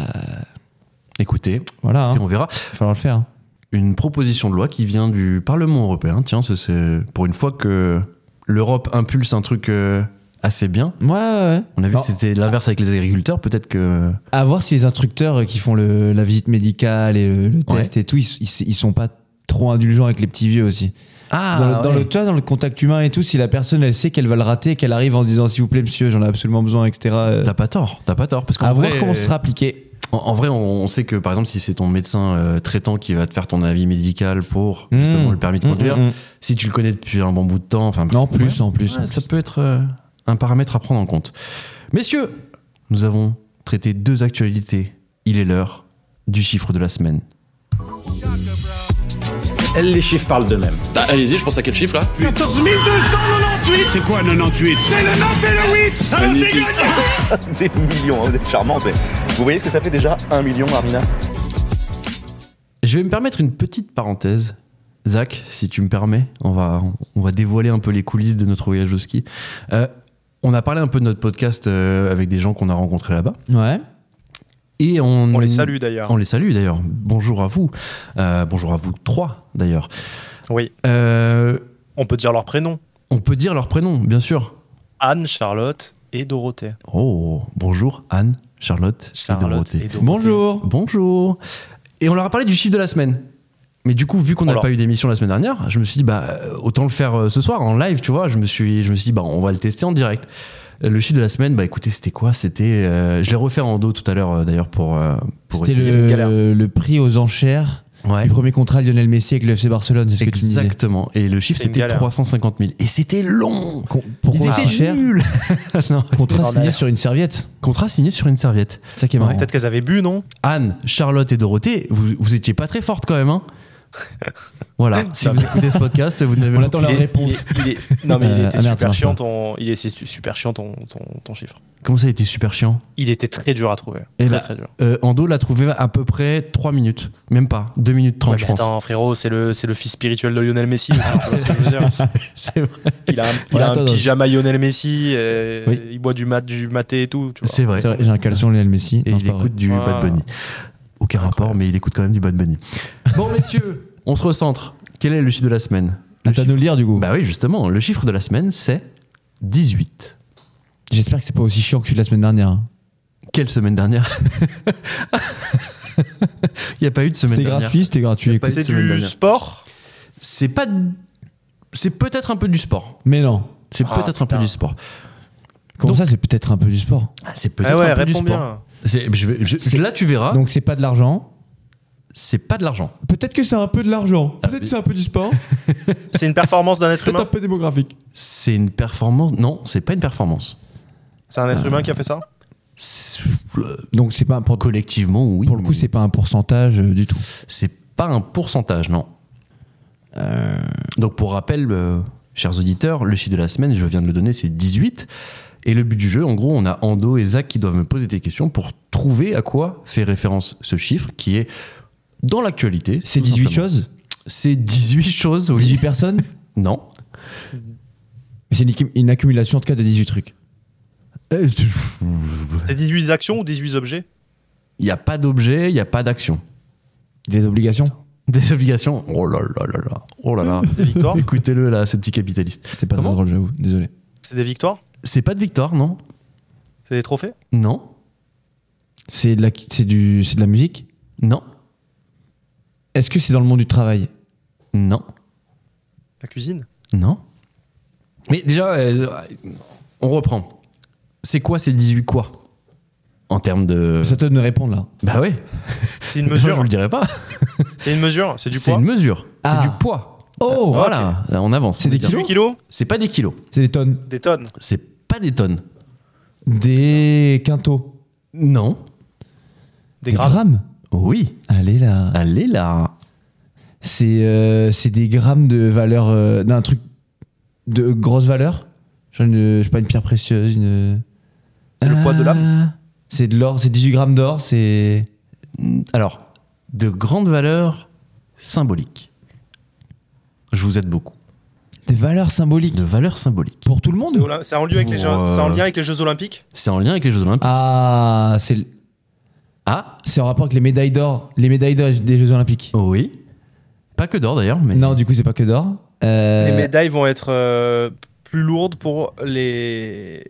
Speaker 2: écoutez,
Speaker 3: voilà, il
Speaker 2: on verra.
Speaker 3: va falloir le faire. hein.
Speaker 2: une proposition de loi qui vient du Parlement européen. Tiens, ça, c'est pour une fois que l'Europe impulse un truc euh, assez bien.
Speaker 3: Ouais, ouais, ouais.
Speaker 2: On a vu
Speaker 3: Alors,
Speaker 2: que c'était l'inverse avec les agriculteurs, peut-être que.
Speaker 3: À voir si les instructeurs euh, qui font le, la visite médicale et le, le
Speaker 2: Ouais.
Speaker 3: test et tout, ils, ils, ils sont pas trop indulgents avec les petits vieux aussi.
Speaker 2: Ah,
Speaker 3: dans, le, dans, le, tu vois, dans le contact humain et tout, si la personne elle sait qu'elle va le rater, qu'elle arrive en disant s'il vous plaît monsieur, j'en ai absolument besoin, etc. euh,
Speaker 2: T'as pas tort, t'as pas euh, tort. Parce qu'en
Speaker 3: À
Speaker 2: vrai,
Speaker 3: voir comment ce sera appliqué.
Speaker 2: En, en vrai, on, on sait que par exemple, si c'est ton médecin euh, traitant qui va te faire ton avis médical pour
Speaker 3: Mmh.
Speaker 2: justement le permis de
Speaker 3: Mm,
Speaker 2: conduire,
Speaker 3: mm,
Speaker 2: si tu le connais depuis un bon bout de temps, enfin.
Speaker 3: mm. En plus, en plus.
Speaker 2: Ouais, ça peut être euh, un paramètre à prendre en compte. Messieurs, nous avons traité deux actualités. Il est l'heure du chiffre de la semaine.
Speaker 9: Les chiffres parlent d'eux-mêmes.
Speaker 6: Allez-y, je pense à quel chiffre là
Speaker 9: C'est quoi 98
Speaker 10: Des millions, hein, vous êtes charmants. mais Vous voyez ce que ça fait déjà Un million, Armina
Speaker 2: Je vais me permettre une petite parenthèse. Zach, si tu me permets, on va, on va dévoiler un peu les coulisses de notre voyage au ski. Euh, on a parlé un peu de notre podcast euh, avec des gens qu'on a rencontrés là-bas.
Speaker 3: Ouais.
Speaker 2: Et on,
Speaker 4: On les salue hein. d'ailleurs.
Speaker 2: Mm. On les salue d'ailleurs. Bonjour à vous. Euh, bonjour à vous trois d'ailleurs.
Speaker 4: Oui.
Speaker 2: Euh,
Speaker 4: On peut dire leur prénom.
Speaker 2: on peut dire leur prénom, bien sûr.
Speaker 4: Anne, Charlotte et Dorothée.
Speaker 2: Oh, bonjour Anne, Charlotte, et
Speaker 4: Charlotte
Speaker 2: Dorothée.
Speaker 4: et Dorothée.
Speaker 3: Bonjour.
Speaker 2: Bonjour. Et on leur a parlé du chiffre de la semaine. Mais du coup, vu qu'on n'a
Speaker 4: Alors.
Speaker 2: pas eu d'émission la semaine dernière, je me suis dit, bah, euh, autant le faire euh, ce soir en live, tu vois. Je me suis, je me suis dit, bah, on va le tester en direct. Euh, Le chiffre de la semaine, bah, écoutez, c'était quoi C'était, euh, je l'ai refait en dos tout à l'heure, euh, d'ailleurs, pour. euh, pour
Speaker 3: C'était
Speaker 2: essayer.
Speaker 3: le, le prix aux enchères
Speaker 2: Ouais.
Speaker 3: du premier contrat de Lionel Messi avec le FC Barcelone, c'est ce que tu me disais.
Speaker 2: Exactement. Et le chiffre,
Speaker 4: C'est une
Speaker 2: c'était
Speaker 4: galère.
Speaker 2: 350 000. Et c'était long.
Speaker 3: Con- pourquoi
Speaker 2: Ils
Speaker 3: si
Speaker 2: étaient
Speaker 3: cher
Speaker 2: nuls. Non.
Speaker 3: Contrat
Speaker 4: Bordel.
Speaker 3: signé sur une serviette.
Speaker 2: Contrat signé sur une serviette.
Speaker 3: C'est Ça qui est marrant.
Speaker 4: Peut-être qu'elles avaient bu, non
Speaker 2: Anne, Charlotte et Dorothée, vous, vous étiez pas très fortes quand même, hein Voilà. Si vous écoutez ce podcast, vous n'avez
Speaker 3: On attend
Speaker 4: Il
Speaker 3: la
Speaker 4: est-
Speaker 3: réponse.
Speaker 4: il est- il est- non mais il
Speaker 3: Euh,
Speaker 4: était
Speaker 3: ah merde, ça
Speaker 4: super
Speaker 3: marche
Speaker 4: chiant
Speaker 3: pas.
Speaker 4: ton, il est si- super chiant ton, ton, ton chiffre.
Speaker 2: Comment ça a été super chiant
Speaker 4: Il était très dur à trouver.
Speaker 2: Et
Speaker 4: très,
Speaker 2: là,
Speaker 4: très dur.
Speaker 2: euh, Ando l'a trouvé à peu près 3 minutes. Même pas. 2 minutes 30,
Speaker 4: Ouais,
Speaker 2: je
Speaker 4: mais
Speaker 2: pense.
Speaker 4: attends, frérot, c'est le, c'est le fils spirituel de Lionel Messi. aussi, tu vois ce que je veux dire.
Speaker 2: C'est vrai.
Speaker 4: Il a un, il
Speaker 3: Ouais,
Speaker 4: a un
Speaker 3: attends, attends.
Speaker 4: pyjama Lionel Messi, euh,
Speaker 3: Oui.
Speaker 4: il boit du, mat, du maté et tout. Tu vois.
Speaker 2: C'est vrai.
Speaker 3: C'est vrai, J'ai un caleçon Lionel Messi.
Speaker 2: Et
Speaker 3: Non, c'est
Speaker 2: il
Speaker 3: pas vrai.
Speaker 2: écoute du
Speaker 4: Ah.
Speaker 2: Bad Bunny. Aucun rapport, mais il écoute quand même du Bad Bunny. Bon, messieurs, on se recentre. Quel est le chiffre de la semaine Le
Speaker 3: Ah, T'as
Speaker 2: chiffre-
Speaker 3: de nous le lire du coup.
Speaker 2: Bah oui, justement, le chiffre de la semaine, c'est 18.
Speaker 3: J'espère que c'est pas aussi chiant que celui de la semaine dernière. hein.
Speaker 2: Quelle semaine dernière Il n'y a pas eu de semaine
Speaker 3: C'était
Speaker 2: dernière.
Speaker 3: gratuit, c'était gratuit.
Speaker 2: pas eu
Speaker 3: écoute.
Speaker 2: de
Speaker 4: C'est
Speaker 2: semaine
Speaker 4: du
Speaker 2: dernière.
Speaker 4: sport
Speaker 2: C'est pas. C'est peut-être un peu du sport.
Speaker 3: Mais non.
Speaker 2: C'est
Speaker 4: Ah,
Speaker 2: peut-être un peu
Speaker 4: putain.
Speaker 2: du sport.
Speaker 3: Comment
Speaker 2: Donc-
Speaker 3: ça, c'est peut-être un peu du sport.
Speaker 2: C'est
Speaker 4: Ah
Speaker 2: peut-être
Speaker 4: ouais,
Speaker 2: un peu du
Speaker 4: réponds
Speaker 2: sport.
Speaker 4: bien.
Speaker 2: C'est- je vais- je-
Speaker 3: C'est-
Speaker 2: là, tu verras.
Speaker 3: Donc c'est pas de l'argent.
Speaker 2: C'est pas de l'argent.
Speaker 3: Peut-être que c'est un peu de l'argent.
Speaker 2: Ah,
Speaker 3: Peut-être
Speaker 2: mais-
Speaker 3: que c'est un peu du sport.
Speaker 4: C'est une performance d'un être
Speaker 3: Peut-être un
Speaker 4: humain
Speaker 3: peu démographique.
Speaker 2: C'est une performance. Non, c'est pas une performance.
Speaker 4: C'est un être humain qui a fait ça
Speaker 2: C'est- euh,
Speaker 3: Donc c'est pas un pour,
Speaker 2: Collectivement, oui.
Speaker 3: pour le coup,
Speaker 2: mais
Speaker 3: c'est pas un pourcentage euh, du tout.
Speaker 2: c'est pas un pourcentage, non. Euh, Donc, pour rappel, euh, chers auditeurs, le chiffre de la semaine, je viens de le donner, c'est 18. Et le but du jeu, en gros, on a Ando et Zach qui doivent me poser des questions pour trouver à quoi fait référence ce chiffre qui est dans l'actualité.
Speaker 3: C'est
Speaker 2: tout
Speaker 3: 18
Speaker 2: simplement.
Speaker 3: choses
Speaker 2: C'est 18 choses, oui.
Speaker 3: 18 personnes
Speaker 2: Non.
Speaker 3: Mais c'est une, équi- une accumulation en tout cas de 18 trucs. Euh,
Speaker 4: C'est 18 actions ou 18 objets
Speaker 2: Il n'y a pas d'objet, il n'y a pas d'action.
Speaker 3: Des obligations
Speaker 2: Des obligations. Oh là là là là. Oh là là.
Speaker 4: Des victoires
Speaker 2: Écoutez-le là, ce petit capitaliste.
Speaker 3: C'était pas
Speaker 2: Comment
Speaker 3: très drôle, j'avoue. Désolé.
Speaker 4: C'est des victoires
Speaker 2: C'est pas de victoire, non
Speaker 4: C'est des trophées
Speaker 2: Non.
Speaker 3: C'est de la, c'est du, c'est de la musique.
Speaker 2: Non.
Speaker 3: Est-ce que c'est dans le monde du travail
Speaker 2: Non.
Speaker 4: La cuisine
Speaker 2: Non. Mais déjà, euh, on reprend. C'est quoi ces 18 quoi En termes de.
Speaker 3: Ça te donne de répondre là.
Speaker 2: Bah ouais.
Speaker 4: C'est une
Speaker 2: Je
Speaker 4: mesure
Speaker 2: vous le dirai pas.
Speaker 4: C'est une mesure C'est du
Speaker 2: C'est
Speaker 4: poids Ah,
Speaker 2: une mesure.
Speaker 3: Ah.
Speaker 2: C'est du poids.
Speaker 3: Oh
Speaker 2: voilà, Là, on avance.
Speaker 3: C'est
Speaker 2: on
Speaker 3: des
Speaker 2: est bien.
Speaker 3: kilos
Speaker 4: 8 kilos
Speaker 2: C'est pas des kilos.
Speaker 3: C'est des tonnes.
Speaker 4: Des tonnes
Speaker 2: C'est pas des tonnes.
Speaker 3: Des quintaux.
Speaker 2: Non.
Speaker 4: Des grammes
Speaker 2: Oui.
Speaker 3: Allez là.
Speaker 2: Allez là.
Speaker 3: C'est euh, c'est des grammes de valeur euh, d'un truc de grosse valeur. Genre une, je sais pas une pierre précieuse, une.
Speaker 4: C'est le poids de l'âme
Speaker 2: Euh.
Speaker 3: C'est de l'or, c'est 18 grammes d'or, c'est.
Speaker 2: Alors, de grande valeur symbolique. Je vous aide beaucoup.
Speaker 3: Des valeurs symboliques.
Speaker 2: De valeur symbolique.
Speaker 3: Pour tout le
Speaker 4: C'est
Speaker 3: monde
Speaker 4: olym- C'est en, lien avec les
Speaker 2: Pour,
Speaker 4: jeux-
Speaker 2: euh,
Speaker 4: c'est en lien avec les Jeux Olympiques
Speaker 2: C'est en lien avec les Jeux Olympiques.
Speaker 3: Ah, c'est
Speaker 2: Ah,
Speaker 3: c'est en rapport avec les médailles d'or, les médailles d'or des Jeux Olympiques.
Speaker 4: Oh,
Speaker 2: oui. Pas que d'or d'ailleurs, mais.
Speaker 3: Non, du coup, c'est pas que d'or. Euh,
Speaker 4: Les médailles vont être euh, plus lourdes pour les,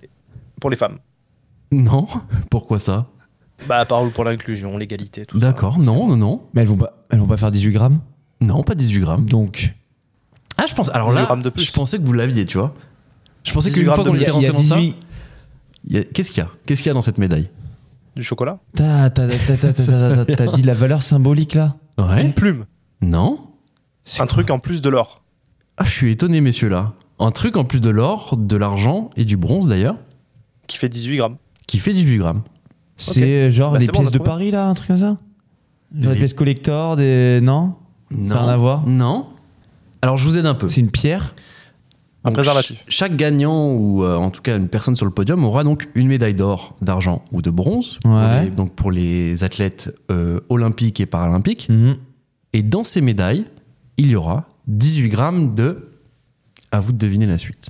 Speaker 4: pour les femmes.
Speaker 2: Non Pourquoi ça
Speaker 4: Bah, parle pour l'inclusion, l'égalité, tout ça.
Speaker 2: D'accord, non, non, non.
Speaker 3: Mais elles vont pas, elles vont pas faire 18 grammes
Speaker 2: Non, pas 18 grammes.
Speaker 3: Donc,
Speaker 2: Ah, je pense. Alors
Speaker 4: 18
Speaker 2: là,
Speaker 4: grammes de plus.
Speaker 2: je pensais que vous l'aviez, tu vois. Je pensais
Speaker 4: 18
Speaker 2: qu'une fois
Speaker 4: grammes de
Speaker 2: qu'on
Speaker 4: plus.
Speaker 2: était
Speaker 3: il y
Speaker 2: rentré
Speaker 3: a
Speaker 2: dans ça.
Speaker 3: 18.
Speaker 2: il y a- Qu'est-ce qu'il y a Qu'est-ce qu'il y a dans cette médaille
Speaker 4: Du chocolat
Speaker 3: T'as t'as- t'as- t'as- t'as- t'as- t'as dit la valeur symbolique là
Speaker 2: Ouais
Speaker 4: Une plume.
Speaker 2: Non
Speaker 3: C'est
Speaker 4: Un truc en plus de l'or.
Speaker 2: Ah, je suis étonné, messieurs, là. Un truc en plus de l'or, de l'argent et du bronze, d'ailleurs,
Speaker 4: Qui fait 18 grammes.
Speaker 2: qui fait 18 grammes.
Speaker 3: C'est euh, genre
Speaker 4: Bah,
Speaker 3: les
Speaker 4: c'est bon, on
Speaker 3: pièces
Speaker 4: a
Speaker 3: de
Speaker 4: trouvé.
Speaker 3: Paris là, un truc comme ça Genre
Speaker 2: Les-
Speaker 3: Les pièces collector, des. Non
Speaker 2: Non.
Speaker 3: Ça a rien à voir
Speaker 2: Non. Alors, je vous aide un peu.
Speaker 3: C'est une pierre
Speaker 4: Un
Speaker 2: Donc,
Speaker 4: préservatif.
Speaker 2: ch- chaque gagnant ou euh, en tout cas une personne sur le podium aura donc une médaille d'or, d'argent ou de bronze. pour
Speaker 3: Ouais.
Speaker 2: les- donc pour les athlètes euh, olympiques et paralympiques.
Speaker 3: Mhm.
Speaker 2: Et dans ces médailles, il y aura 18 grammes de. À vous de deviner la suite.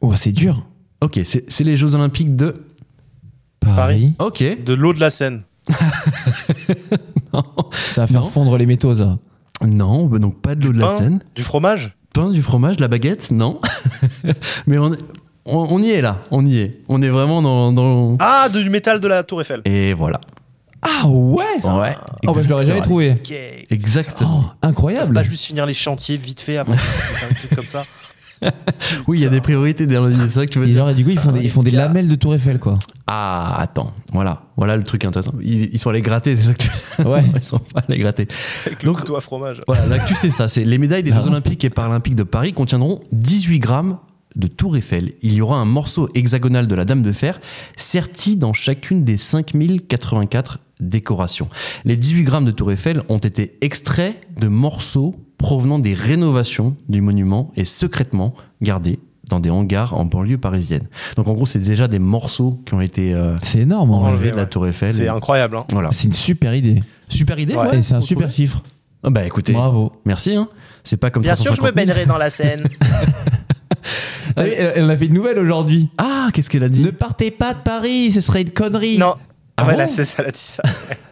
Speaker 3: Oh, c'est dur.
Speaker 2: Ok, c'est c'est les Jeux Olympiques de.
Speaker 3: Paris.
Speaker 4: Paris.
Speaker 2: Ok.
Speaker 4: De l'eau de la Seine.
Speaker 3: Ça va faire
Speaker 2: Non.
Speaker 3: fondre les métaux, ça.
Speaker 2: Non, bah donc pas de l'eau de la
Speaker 4: pain
Speaker 2: Seine.
Speaker 4: Du fromage
Speaker 2: Pain, du fromage, de la baguette, non. Mais on, on, on y est là, on y est. On est vraiment dans. dans-
Speaker 4: Ah, de- du métal de la Tour Eiffel.
Speaker 2: Et voilà.
Speaker 3: Ah ouais
Speaker 2: Ouais.
Speaker 3: Oh, bah, je l'aurais jamais trouvé. Oh,
Speaker 4: Ok.
Speaker 2: Exactement.
Speaker 3: Incroyable.
Speaker 4: Pas juste finir les chantiers vite fait après. faire un truc comme ça.
Speaker 2: oui, il y a des priorités derrière le c'est ça que tu veux
Speaker 3: Et
Speaker 2: dire.
Speaker 3: genre, et du coup, ils font, des, ils font des lamelles de Tour Eiffel, quoi.
Speaker 2: Ah, attends. Voilà. Voilà le truc intéressant. Ils, ils sont allés gratter, c'est ça que tu
Speaker 3: Ouais.
Speaker 2: Ils sont pas allés gratter.
Speaker 4: Avec le
Speaker 2: Donc-
Speaker 4: couteau à fromage.
Speaker 2: Voilà, l'actu, c'est ça. C'est les médailles
Speaker 4: Ah.
Speaker 2: des Jeux Olympiques et Paralympiques de Paris contiendront 18 grammes de Tour Eiffel. Il y aura un morceau hexagonal de la Dame de Fer serti dans chacune des 5084 décorations. Les 18 grammes de Tour Eiffel ont été extraits de morceaux provenant des rénovations du monument et secrètement gardés dans des hangars en banlieue parisienne. Donc en gros, c'est déjà des morceaux qui ont été euh,
Speaker 3: C'est énorme. en vrai.
Speaker 2: enlevés de la
Speaker 4: ouais.
Speaker 2: Tour Eiffel.
Speaker 4: C'est
Speaker 2: Et
Speaker 4: incroyable. hein.
Speaker 2: Voilà.
Speaker 3: C'est une super idée.
Speaker 2: Super idée.
Speaker 4: Ouais.
Speaker 2: ouais.
Speaker 3: et c'est un
Speaker 2: Faut
Speaker 3: super
Speaker 2: trouver.
Speaker 3: chiffre.
Speaker 2: Ah Bah écoutez,
Speaker 3: Bravo.
Speaker 2: merci. hein. C'est pas comme 350 000.
Speaker 8: dans la Seine.
Speaker 3: Ah oui, elle, elle en a fait une nouvelle aujourd'hui.
Speaker 2: Ah, qu'est-ce qu'elle a dit
Speaker 3: Ne partez pas de Paris, ce serait une connerie.
Speaker 4: Non.
Speaker 2: Ah
Speaker 4: voilà,
Speaker 2: bon
Speaker 4: c'est ça, elle a dit ça.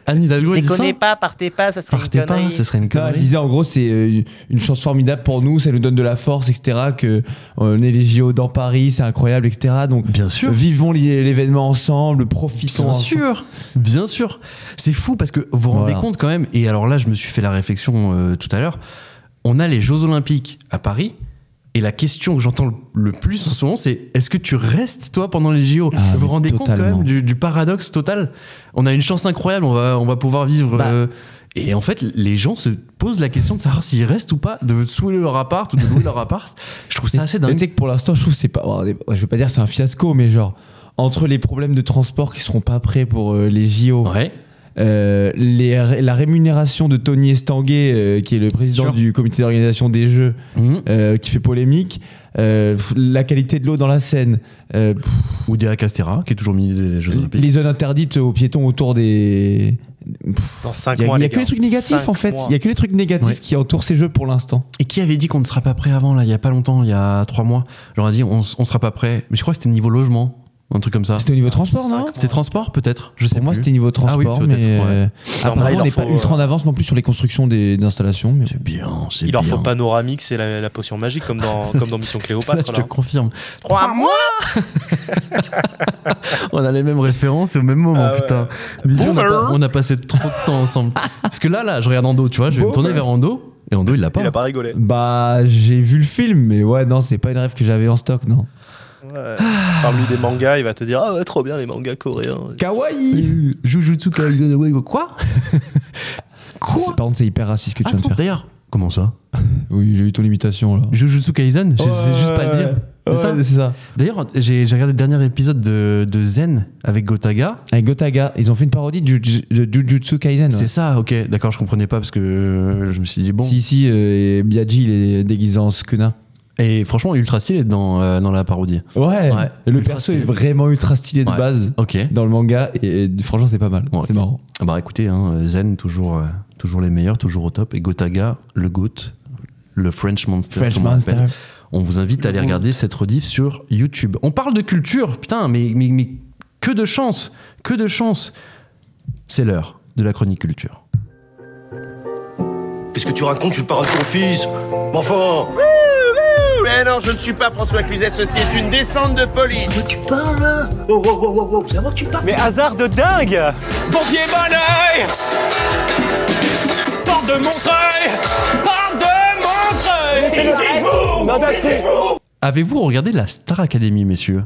Speaker 2: Anne Hidalgo, elle dit ça
Speaker 8: pas, partez pas, ça
Speaker 2: Partez pas, ce serait une
Speaker 3: Non, elle
Speaker 2: connerie.
Speaker 3: Bah, disait en gros c'est euh, une chance formidable pour nous, ça nous donne de la force, etc. Que on est les JO dans Paris, c'est incroyable, etc. Donc
Speaker 2: Bien sûr.
Speaker 3: vivons l'é- l'événement ensemble, profitons.
Speaker 2: Bien
Speaker 3: ensemble.
Speaker 2: sûr, bien sûr. C'est fou parce que vous vous rendez
Speaker 3: Voilà.
Speaker 2: compte quand même, et alors là je me suis fait la réflexion euh, tout à l'heure, on a les Jeux Olympiques à Paris, et la question que j'entends le, le plus en ce moment c'est est-ce que tu restes toi pendant les JO
Speaker 3: Ah,
Speaker 2: Vous vous
Speaker 3: mais
Speaker 2: rendez compte quand
Speaker 3: totalement.
Speaker 2: même du, du paradoxe total On a une chance incroyable, on va, on va pouvoir vivre...
Speaker 3: Bah.
Speaker 2: euh, et en fait, les gens se posent la question de savoir s'ils restent ou pas, de soulever leur appart ou de louer leur appart. Je trouve ça assez
Speaker 3: Mais
Speaker 2: dingue.
Speaker 3: Tu sais que pour l'instant, je trouve que c'est pas. oh, ouais, Je vais pas dire que c'est un fiasco, mais genre entre les problèmes de transport qui seront pas prêts pour euh, les JO,
Speaker 2: Ouais.
Speaker 3: euh, les ré- la rémunération de Tony Estanguet, euh, qui est le président
Speaker 2: Sûr.
Speaker 3: du comité d'organisation des Jeux,
Speaker 2: Mhm.
Speaker 3: euh, qui fait polémique, euh, pff, la qualité de l'eau dans la Seine, euh, pff,
Speaker 2: Ou Dea Castera, qui est toujours ministre des Jeux Olympiques.
Speaker 3: les zones interdites aux piétons autour des.
Speaker 4: Dans 5
Speaker 3: Il y a,
Speaker 4: mois,
Speaker 3: il y a
Speaker 4: les
Speaker 3: que les
Speaker 4: gars.
Speaker 3: trucs négatifs
Speaker 4: Cinq
Speaker 3: en fait.
Speaker 4: mois.
Speaker 3: Il y a que les trucs négatifs
Speaker 2: Ouais.
Speaker 3: qui entourent ces jeux pour l'instant.
Speaker 2: Et qui avait dit qu'on ne sera pas prêt avant, là, il y a pas longtemps, il y a trois mois J'aurais dit, on, s- on sera pas prêt. Mais je crois que c'était niveau logement, un truc comme ça.
Speaker 3: C'était au niveau transport, non
Speaker 2: C'était transport, peut-être Je sais
Speaker 3: Pour moi,
Speaker 2: plus.
Speaker 3: c'était niveau
Speaker 2: Ah oui,
Speaker 3: transport,
Speaker 2: peut-être,
Speaker 3: mais
Speaker 2: ouais.
Speaker 3: euh,
Speaker 4: Normal, il
Speaker 3: apparemment, on
Speaker 4: leur
Speaker 3: n'est pas
Speaker 4: faut,
Speaker 3: ultra
Speaker 4: euh,
Speaker 3: en avance non plus sur les constructions des- d'installations. Mais...
Speaker 2: C'est bien, c'est bien.
Speaker 4: Il leur faut panoramique, c'est la, la potion magique, comme dans, comme dans Mission Cléopâtre.
Speaker 2: Je te
Speaker 4: là.
Speaker 2: confirme. Trois mois On a les mêmes références au même moment,
Speaker 4: Ah ouais.
Speaker 2: putain. Bibi, on, a
Speaker 4: Boomer.
Speaker 2: pas- on a passé trop de temps ensemble. Parce que là, là, je regarde Ando, tu vois, je vais me tourner vers Ando, et Ando, il l'a pas.
Speaker 4: Il a pas rigolé.
Speaker 3: Bah, j'ai vu le film, mais ouais, non, c'est pas une rêve que j'avais en stock, non.
Speaker 2: Ah.
Speaker 4: Ouais. Parle-lui des mangas, il va te dire Ah ouais, trop bien les mangas coréens.
Speaker 3: Kawaii
Speaker 2: Euh, Jujutsu Kaisen, ouais, Quoi
Speaker 3: Par contre, c'est hyper raciste que tu viens de
Speaker 2: Attends,
Speaker 3: faire.
Speaker 2: D'ailleurs, comment ça
Speaker 3: Oui, j'ai eu ton imitation là.
Speaker 2: Jujutsu Kaisen Je sais juste pas le dire.
Speaker 3: Ouais,
Speaker 2: C'est ça
Speaker 3: c'est ça.
Speaker 2: D'ailleurs, j'ai j'ai regardé le dernier épisode de, de Zen avec Gotaga.
Speaker 3: Avec Gotaga, ils ont fait une parodie de Juju- de Jujutsu Kaisen. ouais.
Speaker 2: C'est ça, ok, d'accord, je comprenais pas parce que euh, je me suis dit bon.
Speaker 3: Si, si, euh, Biaggi, il est déguisé en Sukuna.
Speaker 2: Et franchement, ultra stylé dans, euh, dans la parodie.
Speaker 3: Ouais,
Speaker 2: Ouais.
Speaker 3: le
Speaker 2: Ultra
Speaker 3: perso
Speaker 2: stylé.
Speaker 3: est vraiment ultra stylé de
Speaker 2: Ouais.
Speaker 3: base
Speaker 2: Ok.
Speaker 3: dans le manga et, et franchement c'est pas mal,
Speaker 2: Ouais.
Speaker 3: c'est marrant.
Speaker 2: Bah écoutez, hein, Zen, toujours, euh, toujours les meilleurs, toujours au top. Et Gotaga, le GOAT, le French Monster. comme on l'appelle. On vous invite à aller regarder cette rediff sur YouTube. On parle de culture, putain, mais, mais, mais que de chance, que de chance. C'est l'heure de la chronique culture.
Speaker 6: Qu'est-ce que tu racontes Je suis le parrain de ton fils. Mais enfin
Speaker 11: cool Eh non, je ne suis pas François Cluzet, ceci est une descente de police
Speaker 6: tu parles Oh, oh, oh, oh, oh, c'est à moi que tu parles
Speaker 11: Mais hasard de dingue
Speaker 6: Pompier Bonneuil Porte de Montreuil Porte de Montreuil
Speaker 11: Mais c'est vous Non, non, c'est-
Speaker 2: Avez-vous regardé la Star Academy, messieurs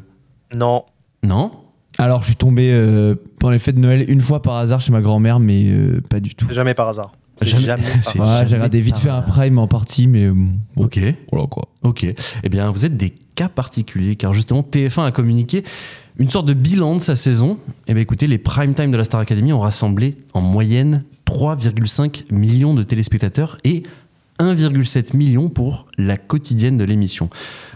Speaker 4: Non.
Speaker 2: Non
Speaker 3: Alors, je suis tombé euh, pendant les fêtes de Noël une fois par hasard chez ma grand-mère, mais euh, pas du tout.
Speaker 4: C'est Jamais par hasard. C'est
Speaker 2: Jamais-
Speaker 4: jamais
Speaker 2: c'est
Speaker 4: par
Speaker 3: Ouais,
Speaker 4: hasard.
Speaker 3: j'ai regardé vite fait un prime en partie, mais euh, bon,
Speaker 2: Ok.
Speaker 3: voilà quoi.
Speaker 2: Ok. Eh bien, vous êtes des cas particuliers, car justement, TF1 a communiqué une sorte de bilan de sa saison. Eh bien, écoutez, les prime time de la Star Academy ont rassemblé en moyenne 3,5 millions de téléspectateurs et 1,7 million pour la quotidienne de l'émission.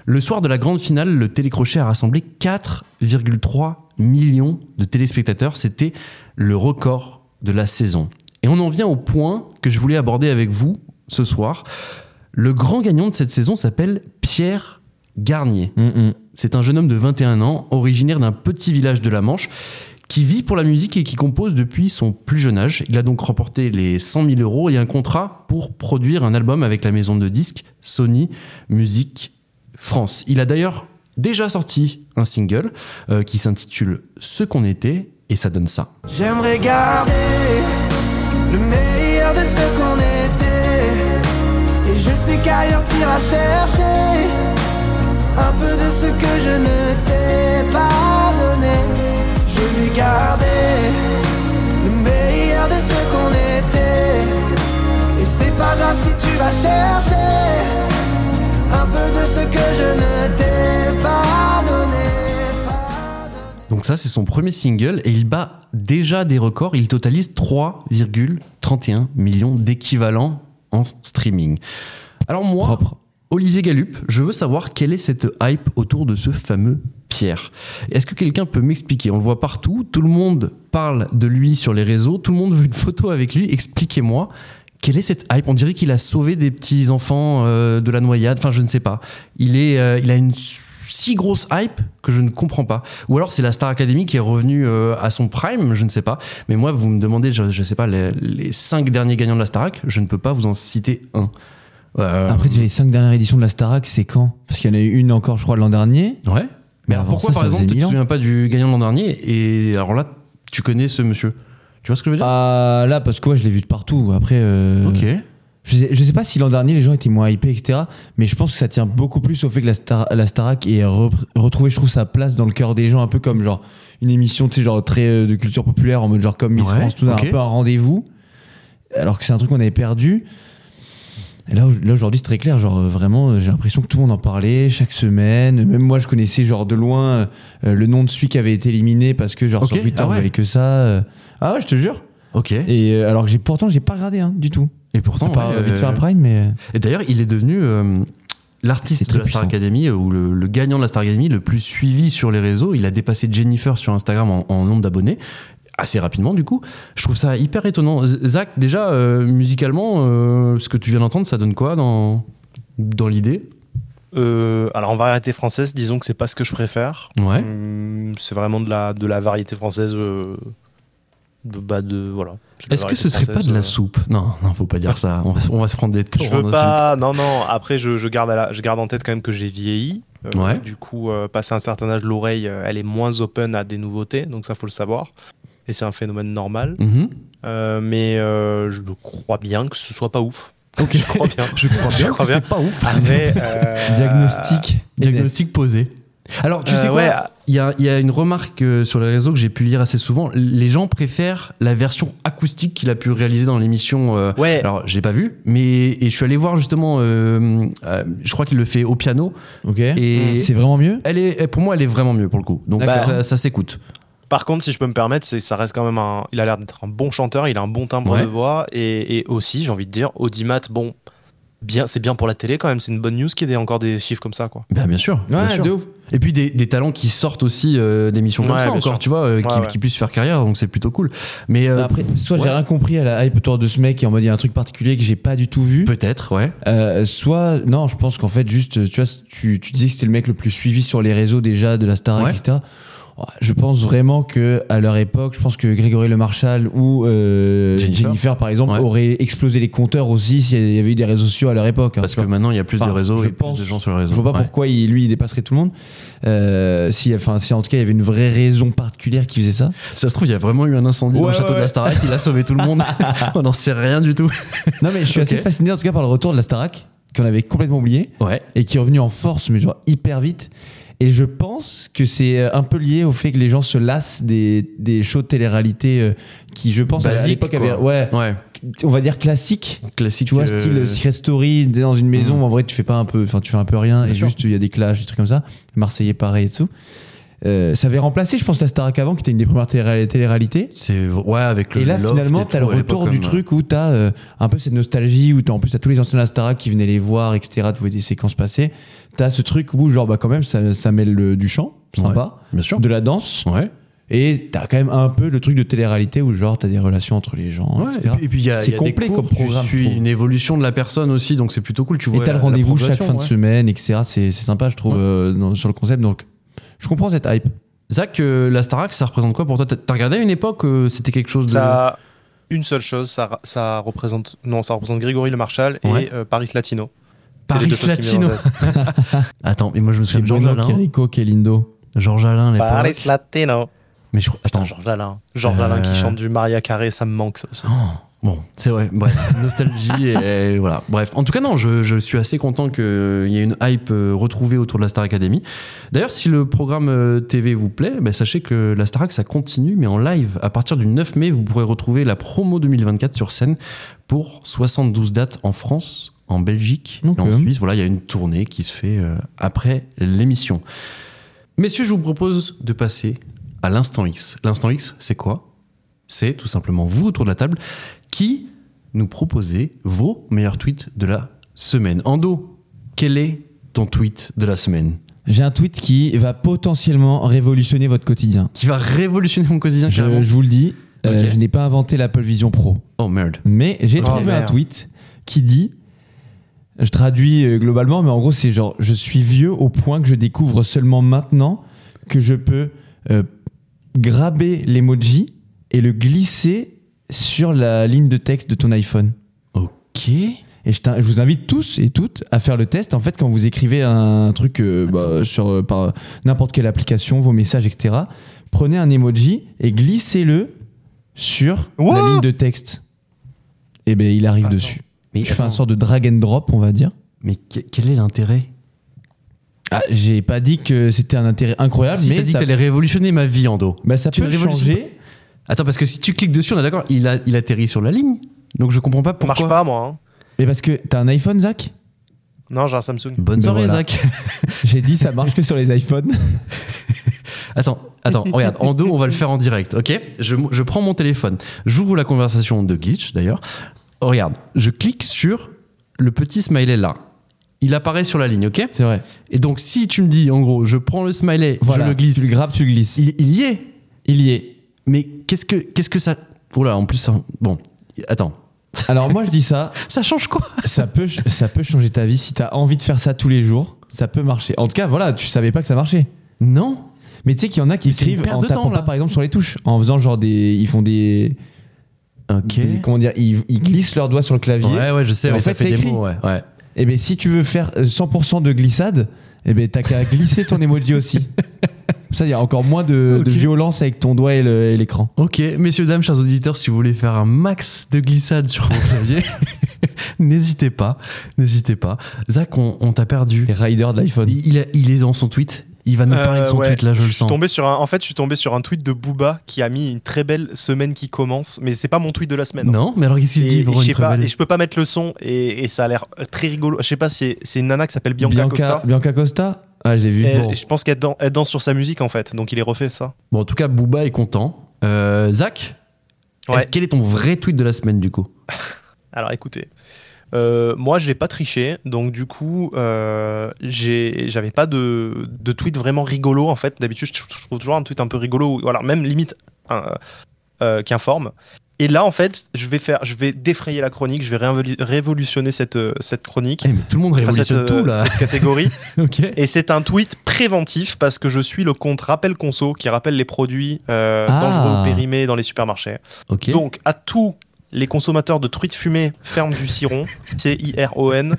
Speaker 2: Le soir de la grande finale, le télécrochet a rassemblé 4,3 millions de téléspectateurs. C'était le record de la saison. Et on en vient au point que je voulais aborder avec vous ce soir. Le grand gagnant de cette saison s'appelle Pierre Garnier.
Speaker 3: Euh,
Speaker 2: C'est un jeune homme de 21 ans, originaire d'un petit village de la Manche, qui vit pour la musique et qui compose depuis son plus jeune âge. Il a donc remporté les 100 000 euros et un contrat pour produire un album avec la maison de disques Sony Music France. Il a d'ailleurs déjà sorti un single euh, qui s'intitule Ce qu'on était et ça donne ça.
Speaker 6: J'aimerais garder le meilleur de ce qu'on était. Et je sais qu'ailleurs t'iras chercher un peu de ce que je ne t'ai pas donné. Je vais garder le meilleur de ce qu'on était. Et c'est pas grave si tu vas chercher un peu de ce que je ne t'ai pas donné.
Speaker 2: Donc ça, c'est son premier single et il bat déjà des records. Il totalise 3,31 millions d'équivalents en streaming. Alors moi, Olivier Gallup, je veux savoir quelle est cette hype autour de ce fameux Pierre. Est-ce que quelqu'un peut m'expliquer On le voit partout, tout le monde parle de lui sur les réseaux, tout le monde veut une photo avec lui. Expliquez-moi. Quelle est cette hype On dirait qu'il a sauvé des petits enfants euh, de la noyade. Enfin, je ne sais pas. Il est, euh, il a une si grosse hype que je ne comprends pas. Ou alors c'est la Star Academy qui est revenue euh, à son prime, je ne sais pas. Mais moi, vous me demandez, je ne sais pas, les, les cinq derniers gagnants de la Starac, je ne peux pas vous en citer un. Euh,
Speaker 3: Après, les cinq dernières éditions de la Starac, c'est quand Parce qu'il y en a eu une encore, je crois, l'an dernier.
Speaker 2: ouais. Mais alors
Speaker 3: avant
Speaker 2: pourquoi,
Speaker 3: bah, ça,
Speaker 2: par
Speaker 3: ça
Speaker 2: exemple, tu
Speaker 3: faisait
Speaker 2: ne te
Speaker 3: mille ans.
Speaker 2: souviens pas du gagnant de l'an dernier Et alors là, tu connais ce monsieur. Tu vois ce que je veux dire
Speaker 3: Ah là, parce que ouais, je l'ai vu de partout. Après, euh,
Speaker 2: Ok.
Speaker 3: je, sais, je sais pas si l'an dernier les gens étaient moins hypés, etc. Mais je pense que ça tient beaucoup plus au fait que la, Star, la Starac ait repr- retrouvé, je trouve, sa place dans le cœur des gens, un peu comme genre une émission, tu sais, genre très euh, de culture populaire, en mode genre comme Miss
Speaker 2: Ouais,
Speaker 3: France, tout d'un-
Speaker 2: ok.
Speaker 3: un peu un rendez-vous. Alors que c'est un truc qu'on avait perdu. Et là, au- là, aujourd'hui, c'est très clair. Genre, euh, vraiment, euh, j'ai l'impression que tout le monde en parlait chaque semaine. Même moi, je connaissais, genre, de loin euh, le nom de celui qui avait été éliminé parce que, genre,
Speaker 2: Ok,
Speaker 3: sur Twitter,
Speaker 2: ah
Speaker 3: il
Speaker 2: ouais.
Speaker 3: n'y avait que ça. euh. Ah ouais, je te jure.
Speaker 2: Ok. Et,
Speaker 3: Et euh, alors que j'ai pourtant j'ai pas regardé hein, du tout.
Speaker 2: pourtant,
Speaker 3: à part
Speaker 2: ouais,
Speaker 3: euh, vite fait un
Speaker 2: euh,
Speaker 3: prime mais
Speaker 2: Et d'ailleurs, il est devenu euh,
Speaker 3: C'est
Speaker 2: l'artiste de
Speaker 3: très
Speaker 2: la Star
Speaker 3: puissant.
Speaker 2: Academy euh, ou le, le gagnant de la Star Academy le plus suivi sur les réseaux. Il a dépassé Jennifer sur Instagram en, en nombre d'abonnés assez rapidement du coup. Je trouve ça hyper étonnant. Z- Zach, déjà euh, musicalement, euh, ce que tu viens d'entendre, ça donne quoi dans dans l'idée
Speaker 4: Euh, alors en variété française, disons que c'est pas ce que je préfère.
Speaker 2: Ouais.
Speaker 4: Hum, c'est vraiment de la, de la variété française. euh, de, bah de, voilà. C'est de la
Speaker 2: Est-ce que
Speaker 4: variété
Speaker 2: ce serait pas
Speaker 4: française,
Speaker 2: de la
Speaker 4: euh.
Speaker 2: soupe Non, non, faut pas dire ça. On va, se- on va se prendre des torts.
Speaker 4: Je veux
Speaker 2: ensuite.
Speaker 4: pas. Non, non. Après, je, je garde à la- je garde en tête quand même que j'ai vieilli. Euh,
Speaker 2: Ouais.
Speaker 4: Du coup, euh, passé un certain âge, l'oreille, euh, elle est moins open à des nouveautés. Donc ça, faut le savoir. Et c'est un phénomène normal.
Speaker 2: Mhm.
Speaker 4: Euh, mais euh, je crois bien que ce soit pas ouf.
Speaker 2: Ok.
Speaker 4: Je crois bien.
Speaker 2: Je crois bien.
Speaker 4: Je crois
Speaker 2: que
Speaker 4: bien.
Speaker 2: C'est pas ouf.
Speaker 4: Après, euh,
Speaker 3: diagnostic est net.
Speaker 2: Diagnostic posé. Alors, tu
Speaker 4: Euh,
Speaker 2: sais quoi
Speaker 4: ouais.
Speaker 2: Il y a, il y a une remarque euh, sur les réseaux que j'ai pu lire assez souvent. Les gens préfèrent la version acoustique qu'il a pu réaliser dans l'émission. euh,
Speaker 4: Ouais.
Speaker 2: Alors, j'ai pas vu, mais et je suis allé voir justement. euh, euh, je crois qu'il le fait au piano.
Speaker 3: OK.
Speaker 2: Et
Speaker 3: C'est vraiment mieux
Speaker 2: elle est, pour moi, elle est vraiment mieux pour le coup. Donc,
Speaker 4: D'accord.
Speaker 2: ça, ça s'écoute.
Speaker 4: Par contre, si je peux me permettre, c'est ça reste quand même un. Il a l'air d'être un bon chanteur, il a un bon timbre
Speaker 2: Ouais.
Speaker 4: de voix et, et aussi, j'ai envie de dire, Audimat, bon, bien, c'est bien pour la télé quand même. C'est une bonne news qu'il y ait encore des chiffres comme ça, quoi.
Speaker 2: Ben, bien sûr. bien sûr.
Speaker 3: ouf.
Speaker 2: Et puis des, des talents qui sortent aussi euh, d'émissions comme
Speaker 4: Ouais,
Speaker 2: ça
Speaker 4: bien
Speaker 2: encore,
Speaker 4: sûr.
Speaker 2: tu vois, euh, qui,
Speaker 4: Ouais, Bah, ouais.
Speaker 2: qui puissent faire carrière, donc c'est plutôt cool. Mais euh,
Speaker 3: Après soit
Speaker 2: ouais.
Speaker 3: j'ai rien compris à la hype autour de ce mec et en mode il y a un truc particulier que j'ai pas du tout vu.
Speaker 2: peut-être, ouais.
Speaker 3: Euh, soit non, je pense qu'en fait juste tu vois tu, tu disais que c'était le mec le plus suivi sur les réseaux déjà de la Star
Speaker 2: Ouais.
Speaker 3: etc. Je pense vraiment que à leur époque, je pense que Grégory Lemarchal ou euh, Jennifer.
Speaker 2: Jennifer.
Speaker 3: par exemple,
Speaker 2: Ouais.
Speaker 3: auraient explosé les compteurs aussi s'il y avait eu des réseaux sociaux à leur époque. hein,
Speaker 2: Parce
Speaker 3: tu
Speaker 2: que
Speaker 3: vois.
Speaker 2: maintenant, il y a plus de
Speaker 3: Enfin,
Speaker 2: réseaux
Speaker 3: je
Speaker 2: et
Speaker 3: pense-
Speaker 2: plus de gens sur les réseaux.
Speaker 3: Je vois pas
Speaker 2: Ouais.
Speaker 3: pourquoi il, lui il dépasserait tout le monde. Euh, si, enfin, si en tout cas il y avait une vraie raison particulière qui faisait ça.
Speaker 2: Ça se trouve, il y a vraiment eu un incendie dans
Speaker 3: Ouais,
Speaker 2: le château de
Speaker 3: ouais, ouais.
Speaker 2: la Starac, il a sauvé tout le monde. On n'en sait rien du tout.
Speaker 3: Non mais je suis
Speaker 2: Ok.
Speaker 3: assez fasciné en tout cas par le retour de la Starac qu'on avait complètement oublié
Speaker 2: Ouais.
Speaker 3: et qui est revenu en force mais genre hyper vite. Et je pense que c'est euh, un peu lié au fait que les gens se lassent des, des shows de télé-réalité euh, qui, je pense, à- à
Speaker 2: Basique,
Speaker 3: l'époque
Speaker 2: quoi.
Speaker 3: avaient, ouais,
Speaker 2: Ouais.
Speaker 3: on va dire classique.
Speaker 2: Classique.
Speaker 3: Tu vois,
Speaker 2: euh,
Speaker 3: style Secret Story, t'es dans une
Speaker 2: Mm.
Speaker 3: maison, où en vrai, tu fais pas un peu, enfin, tu fais un peu rien,
Speaker 2: Bien
Speaker 3: et
Speaker 2: sûr.
Speaker 3: juste, il y a des clashs, des trucs comme ça. Marseillais, pareil, et tout. Euh, ça avait remplacé, je pense, la Starac avant, qui était une des premières télé- télé-réalités.
Speaker 2: C'est ouais avec le
Speaker 3: Et là,
Speaker 2: loft
Speaker 3: finalement,
Speaker 2: et
Speaker 3: t'as
Speaker 2: tout,
Speaker 3: le
Speaker 2: à l'époque,
Speaker 3: retour du
Speaker 2: comme, euh,
Speaker 3: truc où t'as euh, un peu cette nostalgie, où t'as en plus t'as tous les anciens de la Starac qui venaient les voir, etc., tu voyais des séquences passées. T'as ce truc où, genre, bah, quand même, ça, ça mêle euh, du chant, sympa,
Speaker 2: Bien sûr.
Speaker 3: de la danse,
Speaker 2: Ouais.
Speaker 3: et t'as quand même un peu le truc de télé-réalité où, genre, t'as des relations entre les gens,
Speaker 2: Ouais,
Speaker 3: etc.
Speaker 2: et puis- et puis il y a,
Speaker 3: C'est
Speaker 2: il y a des
Speaker 3: complet
Speaker 2: cours,
Speaker 3: comme programme,
Speaker 2: Tu
Speaker 3: je
Speaker 2: suis
Speaker 3: trouve.
Speaker 2: une évolution de la personne aussi, donc c'est plutôt cool. Tu vois.
Speaker 3: et t'as le
Speaker 2: la- la
Speaker 3: rendez-vous chaque fin
Speaker 2: progression,
Speaker 3: de
Speaker 2: ouais.
Speaker 3: semaine, etc. C'est c'est sympa, je trouve, euh, dans- sur le concept. Donc, je comprends cette hype.
Speaker 2: Zach, euh, la Starac, ça représente quoi pour toi T'as- T'as regardé à une époque euh, C'était quelque chose de.
Speaker 4: Ça a une seule chose, ça, ra- ça représente non, ça représente Grégory Le Marchal et
Speaker 2: Ouais.
Speaker 4: euh, Paris Latino. C'est les
Speaker 2: Paris
Speaker 4: deux choses qui
Speaker 2: Latino.
Speaker 4: me viennent en tête.
Speaker 2: Attends, mais moi je me souviens de Georges
Speaker 3: Bruno,
Speaker 2: Alain.
Speaker 3: Quirico, Kelindo.
Speaker 2: Georges Alain, les
Speaker 4: Paris
Speaker 2: potes.
Speaker 4: Latino.
Speaker 2: Mais je crois. Attends.
Speaker 4: Putain, Georges Alain. Georges Alain
Speaker 2: Euh.
Speaker 4: qui chante du Maria Carré, ça me manque ça aussi.
Speaker 2: Oh, Bon, c'est vrai, bref, nostalgie et voilà. Bref, en tout cas, non, je, je suis assez content qu'il y ait une hype euh, retrouvée autour de la Star Academy. D'ailleurs, si le programme euh, TV vous plaît, ben, sachez que la Starac, ça continue, mais en live. À partir du 9 mai, vous pourrez retrouver la promo 2024 sur scène pour 72 dates en France, en Belgique
Speaker 3: Ok.
Speaker 2: et en Suisse. Voilà, il y a une tournée qui se fait euh, après l'émission. Messieurs, je vous propose de passer à l'instant X. L'instant X, c'est quoi C'est tout simplement vous autour de la table qui nous proposez vos meilleurs tweets de la semaine. Ando, quel est ton tweet de la semaine
Speaker 3: J'ai un tweet qui va potentiellement révolutionner votre quotidien.
Speaker 2: Qui va révolutionner mon quotidien
Speaker 3: Je,
Speaker 2: Ah, carrément
Speaker 3: je vous le dis, euh,
Speaker 2: Ok.
Speaker 3: je n'ai pas inventé l'Apple Vision Pro.
Speaker 2: Oh merde.
Speaker 3: Mais j'ai
Speaker 4: Oh,
Speaker 3: trouvé un
Speaker 4: merde.
Speaker 3: tweet qui dit je traduis euh, globalement, mais en gros, c'est genre je suis vieux au point que je découvre seulement maintenant que je peux euh, graber l'emoji et le glisser sur la ligne de texte de ton iPhone.
Speaker 2: Ok.
Speaker 3: Et je, t'in- je vous invite tous et toutes à faire le test. En fait, quand vous écrivez un truc euh, bah, sur euh, par n'importe quelle application, vos messages, etc., prenez un emoji et glissez-le sur la
Speaker 4: What
Speaker 3: ligne de texte. Et bien, il arrive
Speaker 4: Attends.
Speaker 3: dessus.
Speaker 2: Mais,
Speaker 3: je fais un
Speaker 2: attends,
Speaker 3: sort de drag and drop, on va dire.
Speaker 2: mais que- quel est l'intérêt
Speaker 3: Ah, j'ai pas dit que c'était un intérêt incroyable,
Speaker 2: Si t'as
Speaker 3: Ah, mais
Speaker 2: dit
Speaker 3: ça,
Speaker 2: que t'allais révolutionner ma vie, Ando.
Speaker 3: bah, ça
Speaker 2: tu
Speaker 3: peut
Speaker 2: ne révolutionnes
Speaker 3: changer.
Speaker 2: Attends, parce que si tu cliques dessus, on est d'accord, il, a, il atterrit sur la ligne. Donc je comprends pas
Speaker 4: Ça
Speaker 2: pourquoi.
Speaker 4: marche pas moi. hein.
Speaker 3: Mais parce que t'as un iPhone, Zach
Speaker 4: Non, j'ai un Samsung.
Speaker 2: Bonne
Speaker 3: Ben
Speaker 2: soirée,
Speaker 3: voilà.
Speaker 2: Zach.
Speaker 3: J'ai dit ça marche que sur les iPhones.
Speaker 2: Attends, attends, regarde, en deux, on va le faire en direct, ok je, je prends mon téléphone, j'ouvre la conversation de Glitch d'ailleurs. Oh, regarde, je clique sur le petit smiley là. Il apparaît sur la ligne, ok
Speaker 3: C'est vrai.
Speaker 2: Et donc, si tu me dis, en gros, je prends le smiley,
Speaker 3: Voilà.
Speaker 2: je le glisse,
Speaker 3: Tu le grappes, tu le glisses.
Speaker 2: il, il y est.
Speaker 3: Il y est.
Speaker 2: Mais qu'est-ce que, qu'est-ce que ça. Voilà, en plus, ça- bon, attends,
Speaker 3: Alors moi, je dis ça.
Speaker 2: ça change quoi
Speaker 3: ça peut, ch- ça peut changer ta vie si t'as envie de faire ça tous les jours. Ça peut marcher. En tout cas, voilà, tu savais pas que ça marchait.
Speaker 2: Non
Speaker 3: Mais tu sais qu'il y en a qui
Speaker 2: Mais c'est une
Speaker 3: écrivent
Speaker 2: perte
Speaker 3: en
Speaker 2: de
Speaker 3: tapant
Speaker 2: temps, là.
Speaker 3: pas, par exemple, sur les touches, en faisant genre des, ils font des,
Speaker 2: Ok.
Speaker 3: des- comment dire, ils, ils glissent leurs doigts sur le clavier.
Speaker 2: Ouais, ouais, je sais,
Speaker 3: En
Speaker 2: mais ça
Speaker 3: fait,
Speaker 2: fait
Speaker 3: c'est
Speaker 2: des
Speaker 3: écrit.
Speaker 2: mots, ouais. ouais.
Speaker 3: Et ben si tu veux faire euh, 100% de glissade, et ben t'as qu'à glisser ton emoji aussi. Ça, il y a encore moins de, de
Speaker 2: Ok.
Speaker 3: violence avec ton doigt et le- et l'écran.
Speaker 2: Ok, messieurs, dames, chers auditeurs, si vous voulez faire un max de glissades sur mon clavier, n'hésitez pas, n'hésitez pas. Zach, on, on t'a perdu.
Speaker 3: Les riders de l'iPhone.
Speaker 2: Il, il a- il est dans son tweet. Il va nous parler de
Speaker 4: Euh,
Speaker 2: son
Speaker 4: ouais,
Speaker 2: tweet, là, je, le
Speaker 4: suis
Speaker 2: sens.
Speaker 4: tombé sur un, en fait, je suis tombé sur un tweet de Booba qui a mis une très belle semaine qui commence, mais c'est pas mon tweet de la semaine.
Speaker 2: Non, mais alors qu'est-ce
Speaker 4: Et,
Speaker 2: qu'il dit
Speaker 4: et
Speaker 2: pour
Speaker 4: je
Speaker 2: une
Speaker 4: sais
Speaker 2: très
Speaker 4: pas,
Speaker 2: belle-
Speaker 4: et je peux pas mettre le son et, et ça a l'air euh, très rigolo. Je sais pas, c'est c'est une nana qui s'appelle Bianca,
Speaker 3: Bianca,
Speaker 4: Costa.
Speaker 3: Bianca Costa Ah, je l'ai vu.
Speaker 4: Et
Speaker 3: Bon.
Speaker 4: Je pense qu'elle dan- elle danse sur sa musique en fait, donc il est refait ça.
Speaker 2: Bon, en tout cas, Booba est content. Euh, Zach,
Speaker 4: Ouais.
Speaker 2: est-ce- quel est ton vrai tweet de la semaine, du coup
Speaker 4: Alors écoutez, euh, moi j'ai pas triché, donc du coup euh, j'ai- j'avais pas de, de tweet vraiment rigolo en fait. D'habitude je, je trouve toujours un tweet un peu rigolo, ou alors même limite un, euh, qui informe. Et là, en fait, je vais faire, je vais défrayer la chronique, je vais réinvolu- révolutionner cette, euh, cette chronique.
Speaker 2: Eh, mais tout le monde révolutionne
Speaker 4: cette, euh,
Speaker 2: tout, là.
Speaker 4: cette catégorie.
Speaker 2: Ok.
Speaker 4: Et c'est un tweet préventif parce que je suis le compte Rappel Conso qui rappelle les produits euh,
Speaker 2: Ah.
Speaker 4: dangereux ou périmés dans les supermarchés.
Speaker 2: Ok.
Speaker 4: Donc, à tous les consommateurs de truites fumées, ferme du ciron, C-I-R-O-N,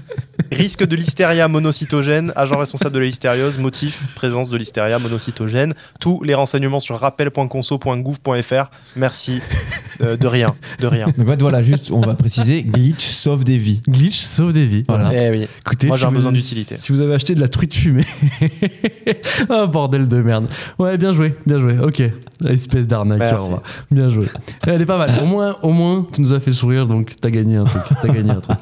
Speaker 4: risque de listeria monocytogène, agent responsable de la listériose, motif, présence de listeria monocytogène, tous les renseignements sur rappel.conso.gouv.fr. Merci. Euh, de rien, de rien.
Speaker 3: Donc en fait, voilà, juste, on va préciser, glitch sauve des vies.
Speaker 2: Glitch sauve des vies.
Speaker 3: Voilà.
Speaker 4: Eh oui.
Speaker 2: Écoutez,
Speaker 4: Moi, j'ai
Speaker 2: si
Speaker 4: un
Speaker 2: vous-
Speaker 4: besoin d'utilité.
Speaker 2: Si vous avez acheté de la truite fumée, un Ah, bordel de merde. Ouais, bien joué, bien joué. Ok, espèce d'arnaqueur.
Speaker 4: Merci.
Speaker 2: va. Bien joué. Elle est pas mal. Au moins, au moins, tu nous as fait sourire, donc t'as gagné un truc. T'as gagné un truc.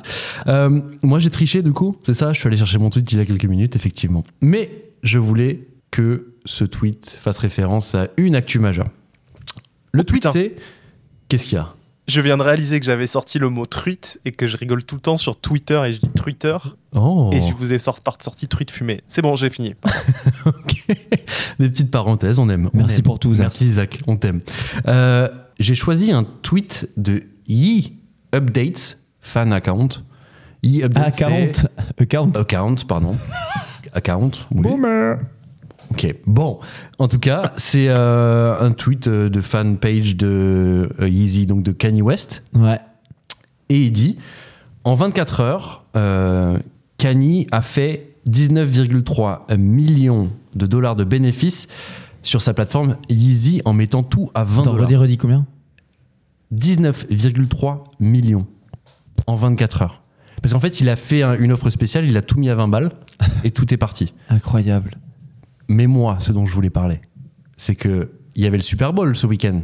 Speaker 2: Euh, moi, j'ai triché du coup. C'est ça. Je suis allé chercher mon tweet il y a quelques minutes, effectivement. Mais je voulais que ce tweet fasse référence à une actu majeure. Le tweet,
Speaker 4: Oh, putain.
Speaker 2: c'est qu'est-ce qu'il y a
Speaker 4: Je viens de réaliser que j'avais sorti le mot truite et que je rigole tout le temps sur Twitter et je dis Twitter
Speaker 2: Oh.
Speaker 4: et je vous ai sorti, sorti truite fumée. C'est bon, j'ai fini.
Speaker 2: Des petites parenthèses, on aime. on
Speaker 3: Merci
Speaker 2: aime.
Speaker 3: pour tout, Zach.
Speaker 2: Merci Isaac, on t'aime. Euh, J'ai choisi un tweet de Yi Updates, fan account. Yi
Speaker 3: Ah,
Speaker 2: Updates. c'est-
Speaker 3: A40. Account.
Speaker 2: Account, pardon. account. oui. Ok, bon. En tout cas, c'est euh, un tweet euh, de fan page de euh, Yeezy, donc de Kanye West.
Speaker 3: Ouais.
Speaker 2: Et il dit En 24 heures, euh, Kanye a fait 19,3 millions de dollars de bénéfices sur sa plateforme Yeezy en mettant tout à 20
Speaker 3: Attends,
Speaker 2: dollars.
Speaker 3: redis, redis combien
Speaker 2: 19,3 millions en 24 heures. Parce qu'en fait, il a fait un- une offre spéciale, il a tout mis à 20 balles et tout est parti.
Speaker 3: Incroyable.
Speaker 2: Mais moi, ce dont je voulais parler, c'est que il y avait le Super Bowl ce week-end.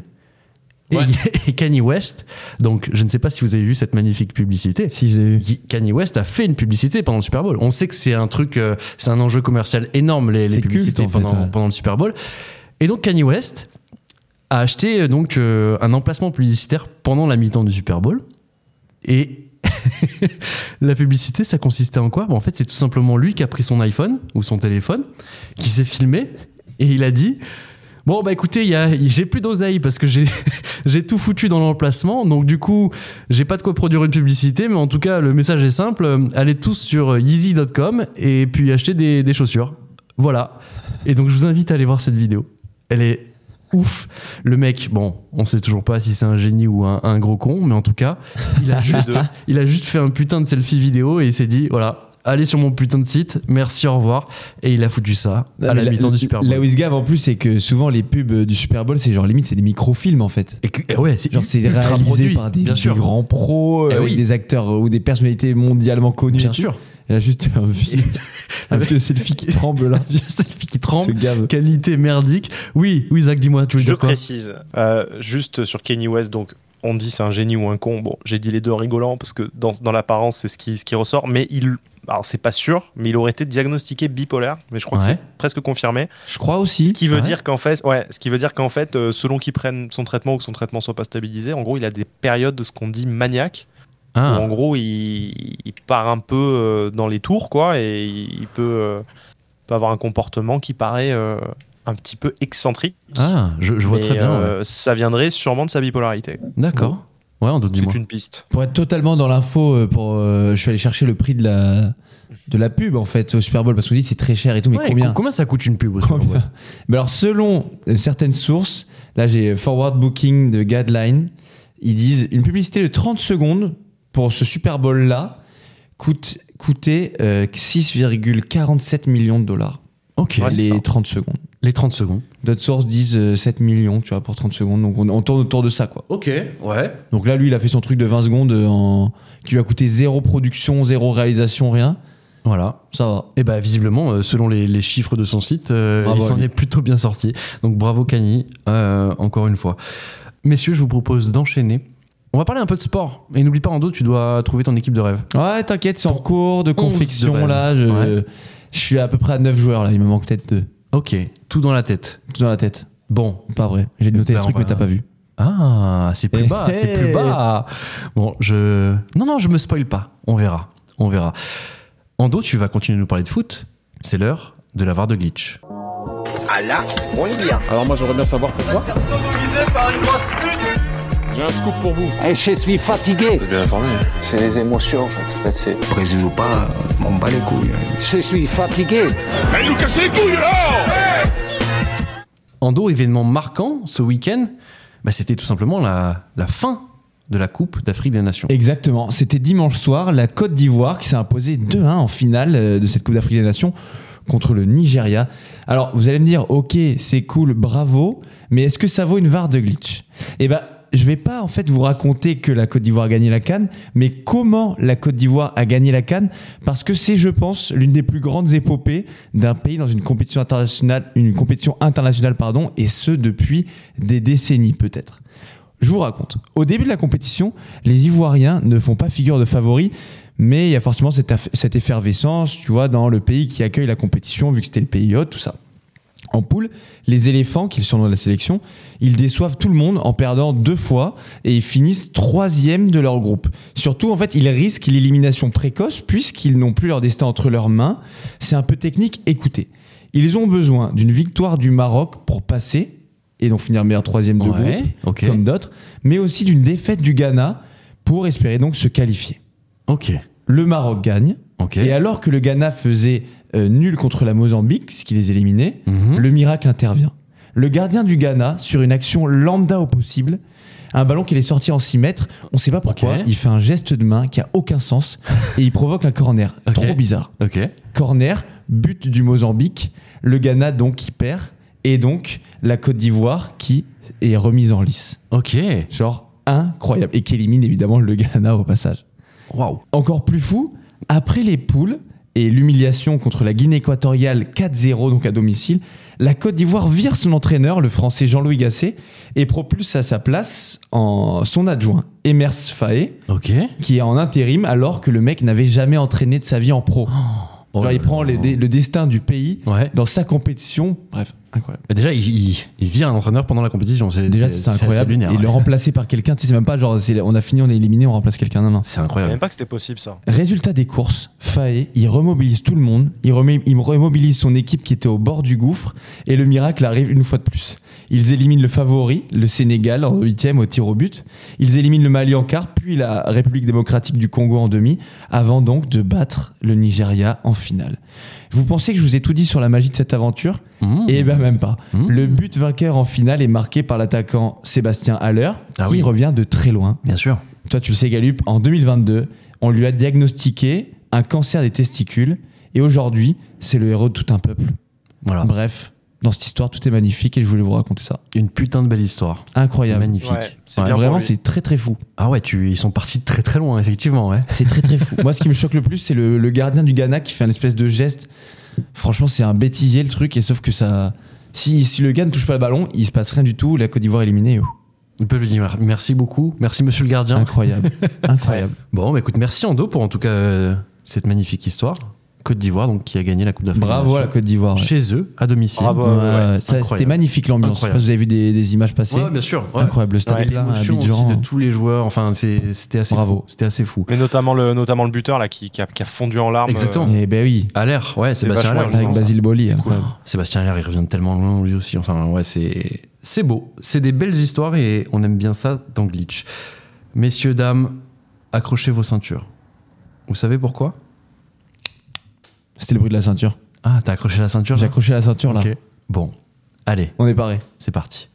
Speaker 2: Et,
Speaker 3: Ouais.
Speaker 2: et Kanye West, donc je ne sais pas si vous avez vu cette magnifique publicité.
Speaker 3: Si, je l'ai vu.
Speaker 2: Ye- Kanye West a fait une publicité pendant le Super Bowl. On sait que c'est un truc, euh, c'est un enjeu commercial énorme les, les
Speaker 3: C'est
Speaker 2: publicités
Speaker 3: culte, en fait,
Speaker 2: pendant,
Speaker 3: ouais.
Speaker 2: pendant le Super Bowl. Et donc Kanye West a acheté euh, donc euh, un emplacement publicitaire pendant la mi-temps du Super Bowl. Et la publicité, ça consistait en quoi Bah, En fait, c'est tout simplement lui qui a pris son iPhone ou son téléphone, qui s'est filmé et il a dit. Bon bah écoutez, il y a- j'ai plus d'oseille parce que j'ai j'ai tout foutu dans l'emplacement, donc du coup j'ai pas de quoi produire une publicité, mais en tout cas le message est simple, euh, allez tous sur yeezy.com et puis achetez des, des chaussures. Voilà. Et donc je vous invite à aller voir cette vidéo. Elle est ouf. Le mec, bon, on sait toujours pas si c'est un génie ou un, un gros con, mais en tout cas, il a juste,
Speaker 4: deux.
Speaker 2: il a juste fait un putain de selfie vidéo et il s'est dit, voilà, allez sur mon putain de site, merci, au revoir. Et il a foutu ça à la
Speaker 3: Mais
Speaker 2: mi-temps du Super Bowl.
Speaker 3: Là où il se gave en plus, c'est que souvent les pubs du Super Bowl, c'est genre limite, c'est des microfilms en fait.
Speaker 2: Et que- et ouais, c'est
Speaker 3: Genre c'est
Speaker 2: ultra
Speaker 3: réalisé
Speaker 2: produit,
Speaker 3: par des,
Speaker 2: bien
Speaker 3: des
Speaker 2: sûr.
Speaker 3: grands pros, euh,
Speaker 2: Eh
Speaker 3: avec
Speaker 2: oui.
Speaker 3: des acteurs ou des personnalités mondialement connues. et
Speaker 2: Bien
Speaker 3: tout.
Speaker 2: sûr.
Speaker 3: Il a juste un vieux, un vieux selfie qui tremble là.
Speaker 2: Vieux selfie qui
Speaker 3: Ce
Speaker 2: tremble.
Speaker 3: gave.
Speaker 2: Qualité merdique. Oui, oui, Zach, dis-moi, tu veux
Speaker 4: Je le
Speaker 2: dire quoi
Speaker 4: précise. Euh, juste sur Kanye West, donc on dit c'est un génie ou un con. Bon, j'ai dit les deux en rigolant parce que dans, dans l'apparence c'est ce qui, ce qui ressort, mais il. Alors c'est pas sûr, mais il aurait été diagnostiqué bipolaire, mais je crois que
Speaker 2: Ouais.
Speaker 4: c'est presque confirmé.
Speaker 3: Je crois aussi.
Speaker 4: Ce qui veut
Speaker 3: Ouais.
Speaker 4: dire qu'en fait, ouais, ce qui veut dire qu'en fait, euh, selon qu'il prenne son traitement ou que son traitement soit pas stabilisé, en gros, il a des périodes de ce qu'on dit maniaque.
Speaker 2: Ah.
Speaker 4: où en gros, il, il part un peu euh, dans les tours, quoi, et il peut, euh, peut avoir un comportement qui paraît euh, un petit peu excentrique.
Speaker 2: Ah, je, je vois
Speaker 4: Mais,
Speaker 2: très bien. ouais.
Speaker 4: euh, Ça viendrait sûrement de sa bipolarité.
Speaker 2: D'accord. Ouais, en d'autres, dis-moi.
Speaker 4: C'est une piste.
Speaker 3: Pour être totalement dans l'info, euh, pour euh, je suis allé chercher le prix de la de la pub en fait au Super Bowl parce qu'on dit c'est très cher et tout, mais
Speaker 2: Ouais,
Speaker 3: combien
Speaker 2: co- ça coûte une pub au Super Bowl
Speaker 3: Combien Mais alors selon euh, certaines sources, là j'ai Forward Booking de Guideline, ils disent une publicité de 30 secondes pour ce Super Bowl là coûte coûtait euh, 6,47 millions de dollars
Speaker 2: Ok,
Speaker 4: Ouais, c'est
Speaker 3: les
Speaker 4: ça.
Speaker 3: 30 secondes.
Speaker 2: les 30 secondes.
Speaker 3: D'autres sources disent euh, 7 millions, tu vois, pour 30 secondes. Donc on, on tourne autour de ça, quoi.
Speaker 2: Ok, ouais.
Speaker 3: Donc là, lui, il a fait son truc de 20 secondes euh, en... qui lui a coûté zéro production, zéro réalisation, rien.
Speaker 2: Voilà.
Speaker 3: Ça va.
Speaker 2: Et bah visiblement, euh, selon les, les chiffres de son site, euh,
Speaker 3: Bravo
Speaker 2: il
Speaker 3: à
Speaker 2: s'en
Speaker 3: lui.
Speaker 2: est plutôt bien sorti. Donc bravo Kanye, euh, encore une fois. Messieurs, je vous propose d'enchaîner. On va parler un peu de sport. Et n'oublie pas, Ando, tu dois trouver ton équipe de rêve.
Speaker 3: Ouais, t'inquiète, c'est en
Speaker 2: Ton
Speaker 3: cours de
Speaker 2: 11 de
Speaker 3: confection,
Speaker 2: Rennes.
Speaker 3: là. Je,
Speaker 2: Ouais.
Speaker 3: je suis à peu près à 9 joueurs, là. Il me manque peut-être deux.
Speaker 2: Ok, tout dans la tête.
Speaker 3: Tout dans la tête.
Speaker 2: Bon,
Speaker 3: Pas vrai. J'ai noté
Speaker 2: Ben,
Speaker 3: le truc,
Speaker 2: on va-
Speaker 3: mais t'as pas vu.
Speaker 2: Ah, c'est plus bas,
Speaker 3: Eh,
Speaker 2: c'est plus
Speaker 3: eh.
Speaker 2: bas. Bon, je. Non, non, je me spoil pas. On verra. On verra. Ando, tu vas continuer de nous parler de foot. C'est l'heure de la VAR de glitch.
Speaker 11: Ah là, on y vient.
Speaker 9: Alors moi j'aimerais bien savoir pourquoi.
Speaker 12: J'ai un scoop pour vous.
Speaker 13: Et Eh, je suis fatigué.
Speaker 12: T'es bien informé. hein.
Speaker 13: C'est les émotions, en fait. En fait, c'est...
Speaker 14: Brésil ou pas, on bat les couilles. hein.
Speaker 13: Je suis fatigué.
Speaker 12: Eh,
Speaker 9: Elle nous casse les couilles, alors
Speaker 2: Ando, événement marquant ce week-end, bah, c'était tout simplement la, la fin de la Coupe d'Afrique des Nations.
Speaker 3: Exactement. C'était dimanche soir, la Côte d'Ivoire qui s'est imposée 2-1 en finale euh, de cette Coupe d'Afrique des Nations contre le Nigeria. Alors, vous allez me dire, ok, c'est cool, bravo, mais est-ce que ça vaut une VAR de glitch Eh ben, je vais pas en fait vous raconter que la Côte d'Ivoire a gagné la Cannes, mais comment la Côte d'Ivoire a gagné la Cannes, parce que c'est, je pense, l'une des plus grandes épopées d'un pays dans une compétition internationale, une compétition internationale, pardon, et ce depuis des décennies peut-être. Je vous raconte. Au début de la compétition, les Ivoiriens ne font pas figure de favoris, mais il y a forcément cette, aff- cette effervescence, tu vois, dans le pays qui accueille la compétition, vu que c'était le pays hôte, tout ça. En poule, les éléphants, qui sont dans la sélection, ils déçoivent tout le monde en perdant deux fois et ils finissent troisième de leur groupe. Surtout, en fait, ils risquent l'élimination précoce puisqu'ils n'ont plus leur destin entre leurs mains. C'est un peu technique, écoutez. Ils ont besoin d'une victoire du Maroc pour passer et donc finir meilleur troisième
Speaker 2: Ouais,
Speaker 3: de groupe,
Speaker 2: ok.
Speaker 3: comme d'autres, mais aussi d'une défaite du Ghana pour espérer donc se qualifier.
Speaker 2: Ok.
Speaker 3: Le Maroc gagne.
Speaker 2: Ok.
Speaker 3: Et alors que le Ghana faisait euh, nul contre la Mozambique, ce qui les éliminait,
Speaker 2: Mhm.
Speaker 3: le miracle intervient. Le gardien du Ghana, sur une action lambda au possible, un ballon qu'il est sorti en 6 mètres, on ne sait pas pourquoi, il fait un geste de main qui a aucun sens et il provoque un corner. Trop bizarre.
Speaker 2: Ok.
Speaker 3: Corner, but du Mozambique, le Ghana donc qui perd et donc la Côte d'Ivoire qui est remise en lice.
Speaker 2: Ok.
Speaker 3: Genre incroyable et qui élimine évidemment le Ghana au passage.
Speaker 2: Waouh.
Speaker 3: Encore plus fou, après les poules et l'humiliation contre la Guinée équatoriale 4-0 donc à domicile, la Côte d'Ivoire vire son entraîneur, le français Jean-Louis Gasset, et propulse à sa place en son adjoint, Emers Faé, qui est en intérim alors que le mec n'avait jamais entraîné de sa vie en pro.
Speaker 2: Oh
Speaker 3: Genre, il prend le, dé- le destin du pays dans sa compétition. Bref, incroyable.
Speaker 2: Mais déjà, il, il, il vire un entraîneur pendant la compétition. C'est,
Speaker 3: Déjà, c'est
Speaker 2: assez
Speaker 3: incroyable.
Speaker 2: lunaire,
Speaker 3: et
Speaker 2: ouais.
Speaker 3: le remplacer par quelqu'un, tu sais, c'est même pas genre, c'est- on a fini, on est éliminé, on remplace quelqu'un. Non, non.
Speaker 2: C'est
Speaker 4: Je savais
Speaker 2: incroyable.
Speaker 4: même pas que c'était possible ça.
Speaker 3: Résultat des courses, Faé, il remobilise tout le monde, il, remet- il remobilise son équipe qui était au bord du gouffre, et le miracle arrive une fois de plus. Ils éliminent le favori, le Sénégal, en huitième au tir au but. Ils éliminent le Mali en quart, puis la République démocratique du Congo en demi, avant donc de battre le Nigeria en finale. Vous pensez que je vous ai tout dit sur la magie de cette aventure
Speaker 2: Mmh.
Speaker 3: Eh ben même pas. Le but vainqueur en finale est marqué par l'attaquant Sébastien Haller, qui revient de très loin.
Speaker 2: Bien sûr.
Speaker 3: Toi, tu le sais, Galup, en 2022, on lui a diagnostiqué un cancer des testicules. Et aujourd'hui, c'est le héros de tout un peuple.
Speaker 2: Voilà.
Speaker 3: Bref, dans cette histoire, tout est magnifique et je voulais vous raconter ça.
Speaker 2: Une putain de belle histoire.
Speaker 3: Incroyable.
Speaker 2: Magnifique. Ouais, c'est bien pour
Speaker 3: vraiment,
Speaker 2: lui.
Speaker 3: c'est très très fou.
Speaker 2: euh, Ah ouais, tu, ils sont partis de très très loin, effectivement. Ouais.
Speaker 3: C'est très très fou. Moi, ce qui me choque le plus, c'est le, le gardien du Ghana qui fait un espèce de geste. Franchement, c'est un bêtisier le truc. Et sauf que ça. Si, si le gars ne touche pas le ballon, il se passe rien du tout. La Côte d'Ivoire éliminée. oh.
Speaker 2: On peut lui dire merci beaucoup. Merci, monsieur le gardien.
Speaker 3: Incroyable. Incroyable.
Speaker 2: Bon, bah écoute, merci Ando pour en tout cas euh, cette magnifique histoire. Côte d'Ivoire, donc qui a gagné la Coupe d'Afrique.
Speaker 3: Bravo à la Côte d'Ivoire, ouais.
Speaker 2: Chez eux, à domicile.
Speaker 3: Ouais, ça, C'était magnifique l'ambiance. Je sais pas
Speaker 2: Incroyable.
Speaker 3: si vous avez vu des, des images passer.
Speaker 2: Ouais, bien sûr. ouais.
Speaker 3: Incroyable. Le stade
Speaker 2: Ouais,
Speaker 3: est plein,
Speaker 2: l'émotion aussi
Speaker 3: Abidjan. hein.
Speaker 2: de tous les joueurs. Enfin, c'est- c'était assez fou. C'était assez fou.
Speaker 4: Mais notamment le, notamment le buteur là qui, qui, a, qui a fondu en larmes.
Speaker 2: Exactement.
Speaker 4: euh,
Speaker 3: Eh ben oui.
Speaker 2: À l'air, ouais,
Speaker 4: C'est
Speaker 2: Sébastien
Speaker 4: vachement
Speaker 2: Allaire.
Speaker 4: amusant, Avec ça. Basile
Speaker 3: Boli, hein.
Speaker 2: C'était
Speaker 3: incroyable.
Speaker 2: cool. Sébastien Allaire, il revient de tellement loin lui aussi. Enfin, ouais, c'est c'est beau. C'est des belles histoires et on aime bien ça dans Glitch. Messieurs, dames, accrochez vos ceintures. Vous savez pourquoi
Speaker 3: C'était le bruit de la ceinture.
Speaker 2: Ah, t'as accroché la ceinture là
Speaker 3: J'ai accroché la ceinture là.
Speaker 2: Ok. Bon, allez.
Speaker 3: On est paré.
Speaker 2: C'est parti.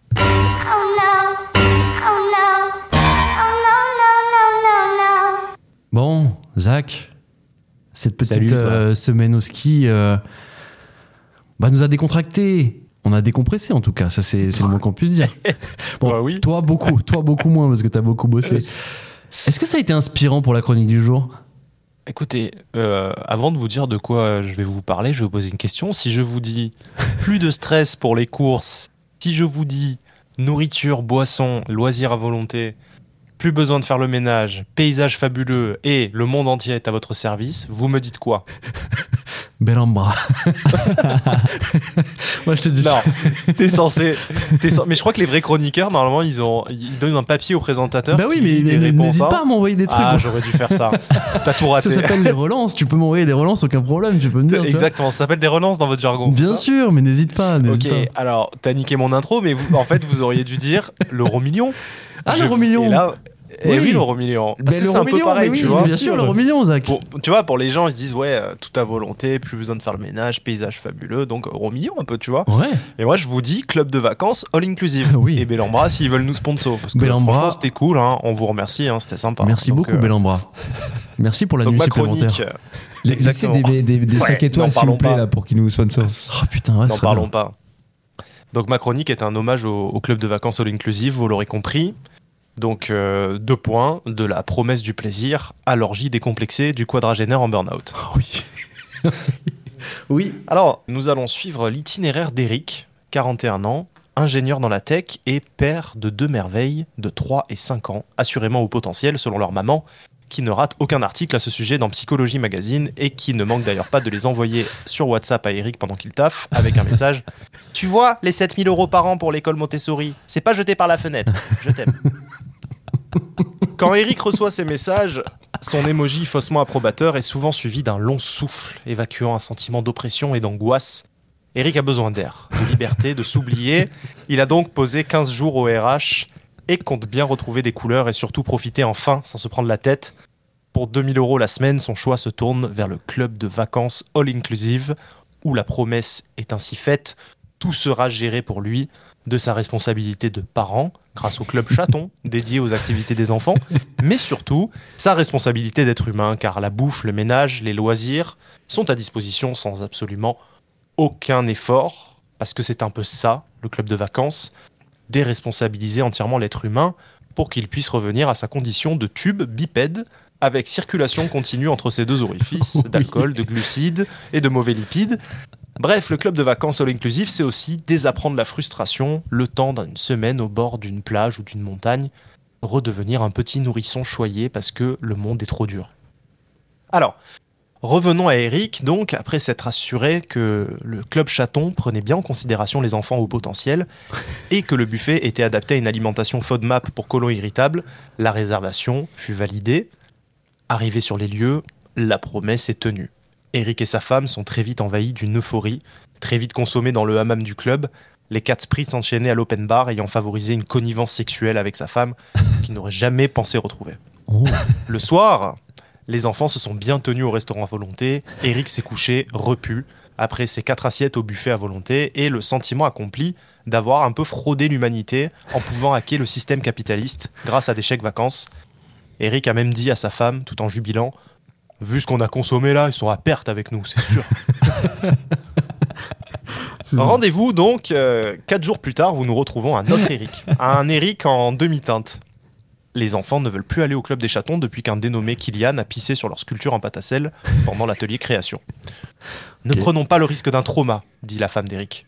Speaker 2: Bon, Zach, cette petite
Speaker 4: Salut, toi.
Speaker 2: euh, semaine au ski euh, bah, nous a décontracté. On a décompressé en tout cas, ça c'est c'est le moins qu'on puisse dire. Bon,
Speaker 4: Bah
Speaker 2: toi beaucoup, toi beaucoup moins parce que t'as beaucoup bossé.
Speaker 4: Euh,
Speaker 2: Est-ce que ça a été inspirant pour la chronique du jour
Speaker 4: Écoutez, euh, avant de vous dire de quoi euh, je vais vous parler, je vais vous poser une question. Si je vous dis plus de stress pour les courses, si je vous dis nourriture, boisson, loisirs à volonté, plus besoin de faire le ménage, paysage fabuleux et le monde entier est à votre service, vous me dites quoi
Speaker 2: Belambra. Moi, je te dis ça.
Speaker 4: Non, t'es censé. t'es cen- Mais je crois que les vrais chroniqueurs, normalement, ils, ont... ils donnent un papier au présentateur.
Speaker 2: Bah oui,
Speaker 4: qui
Speaker 2: mais,
Speaker 4: lit
Speaker 2: mais-
Speaker 4: des
Speaker 2: mais
Speaker 4: réponses,
Speaker 2: n'hésite
Speaker 4: hein.
Speaker 2: pas à m'envoyer des trucs.
Speaker 4: Ah, j'aurais dû faire ça. T'as tout raté.
Speaker 2: Ça s'appelle des relances. Tu peux m'envoyer des relances, aucun problème. Tu peux me dire. tu vois.
Speaker 4: Exactement, ça s'appelle des relances dans votre jargon.
Speaker 2: Bien
Speaker 4: c'est ça
Speaker 2: sûr, mais n'hésite pas. n'hésite
Speaker 4: Ok,
Speaker 2: pas.
Speaker 4: alors t'as niqué mon intro, mais vous, en fait vous auriez dû dire l'euro million.
Speaker 2: Ah,
Speaker 4: Je-
Speaker 2: l'euro million.
Speaker 4: Et là, eh
Speaker 2: Oui.
Speaker 4: oui, l'euro million.
Speaker 2: Ben,
Speaker 4: Parce que c'est
Speaker 2: l'euro
Speaker 4: un peu
Speaker 2: million,
Speaker 4: pareil,
Speaker 2: mais oui,
Speaker 4: tu vois.
Speaker 2: Bien sûr, l'euro million, Zach.
Speaker 4: Pour- tu vois, pour les gens, ils se disent ouais, euh, tout à volonté, plus besoin de faire le ménage, paysage fabuleux, donc euro million un peu, tu vois.
Speaker 2: Ouais.
Speaker 4: Et moi, je vous dis club de vacances all inclusive. Et Bellambra s'ils veulent nous sponsor, parce que
Speaker 2: Ah Bellambra.
Speaker 4: franchement c'était cool, hein, on vous remercie, hein, c'était sympa.
Speaker 2: Merci
Speaker 4: Donc,
Speaker 2: beaucoup,
Speaker 4: euh,
Speaker 2: Bellambra. Merci pour la
Speaker 4: donc
Speaker 2: nuit
Speaker 4: ma
Speaker 2: supplémentaire.
Speaker 4: chronique, euh,
Speaker 3: Laissez
Speaker 4: exactement.
Speaker 3: des, des, des, des
Speaker 4: Ouais,
Speaker 3: 5 étoiles,
Speaker 4: n'en
Speaker 3: s'il vous
Speaker 4: parlons
Speaker 3: plaît,
Speaker 4: pas.
Speaker 3: là, pour qu'ils nous sponsorent.
Speaker 2: Oh putain, ouais,
Speaker 4: N'en
Speaker 2: ça va.
Speaker 4: parlons pas. Donc ma chronique est un hommage au, au club de vacances All Inclusive, vous l'aurez compris. Donc euh, deux points, de la promesse du plaisir à l'orgie décomplexée du quadragénaire en burn-out.
Speaker 2: Ah oui. oui.
Speaker 4: Alors, nous allons suivre l'itinéraire d'Eric, 41 ans, ingénieur dans la tech et père de deux merveilles de 3 et 5 ans, assurément au potentiel selon leur maman, qui ne rate aucun article à ce sujet dans Psychologie Magazine et qui ne manque d'ailleurs pas de les envoyer sur WhatsApp à Eric pendant qu'il taffe avec un message Tu vois, les 7000 euros par an pour l'école Montessori, c'est pas jeté par la fenêtre, je t'aime. Quand Eric reçoit ces messages, son émoji faussement approbateur est souvent suivi d'un long souffle, évacuant un sentiment d'oppression et d'angoisse. Eric a besoin d'air, de liberté, de s'oublier. Il a donc posé 15 jours au RH et compte bien retrouver des couleurs et surtout profiter enfin sans se prendre la tête. Pour 2000 euros la semaine, son choix se tourne vers le club de vacances all-inclusive, où la promesse est ainsi faite, tout sera géré pour lui, de sa responsabilité de parent, grâce au club chaton, dédié aux activités des enfants, mais surtout sa responsabilité d'être humain, car la bouffe, le ménage, les loisirs sont à disposition sans absolument aucun effort, parce que c'est un peu ça, le club de vacances, déresponsabiliser entièrement l'être humain pour qu'il puisse revenir à sa condition de tube bipède avec circulation continue entre ses deux orifices, d'alcool, de glucides et de mauvais lipides. Bref, le club de vacances all inclusive, c'est aussi désapprendre la frustration, le temps d'une semaine au bord d'une plage ou d'une montagne, redevenir un petit nourrisson choyé parce que le monde est trop dur. Alors, revenons à Eric, donc, après s'être assuré que le club chaton prenait bien en considération les enfants au potentiel et que le buffet était adapté à une alimentation FODMAP pour colons irritables, la réservation fut validée. Arrivé sur les lieux, la promesse est tenue. Eric et sa femme sont très vite envahis d'une euphorie, très vite consommés dans le hammam du club, les quatre sprites s'enchaînaient à l'open bar ayant favorisé une connivence sexuelle avec sa femme qu'ils n'auraient jamais pensé retrouver.
Speaker 2: Oh.
Speaker 4: Le soir, les enfants se sont bien tenus au restaurant à volonté. Eric s'est couché, repu, après ses quatre assiettes au buffet à volonté et le sentiment accompli d'avoir un peu fraudé l'humanité en pouvant hacker le système capitaliste grâce à des chèques vacances. Eric a même dit à sa femme, tout en jubilant Vu ce qu'on a consommé là, ils sont à perte avec nous, c'est sûr. Rendez-vous donc euh, quatre jours plus tard où nous retrouvons un autre Eric, un Eric en demi-teinte. Les enfants ne veulent plus aller au club des chatons depuis qu'un dénommé Kylian a pissé sur leur sculpture en pâte à sel pendant l'atelier création. Ne
Speaker 2: Ok.
Speaker 4: prenons pas le risque d'un trauma, dit la femme d'Eric.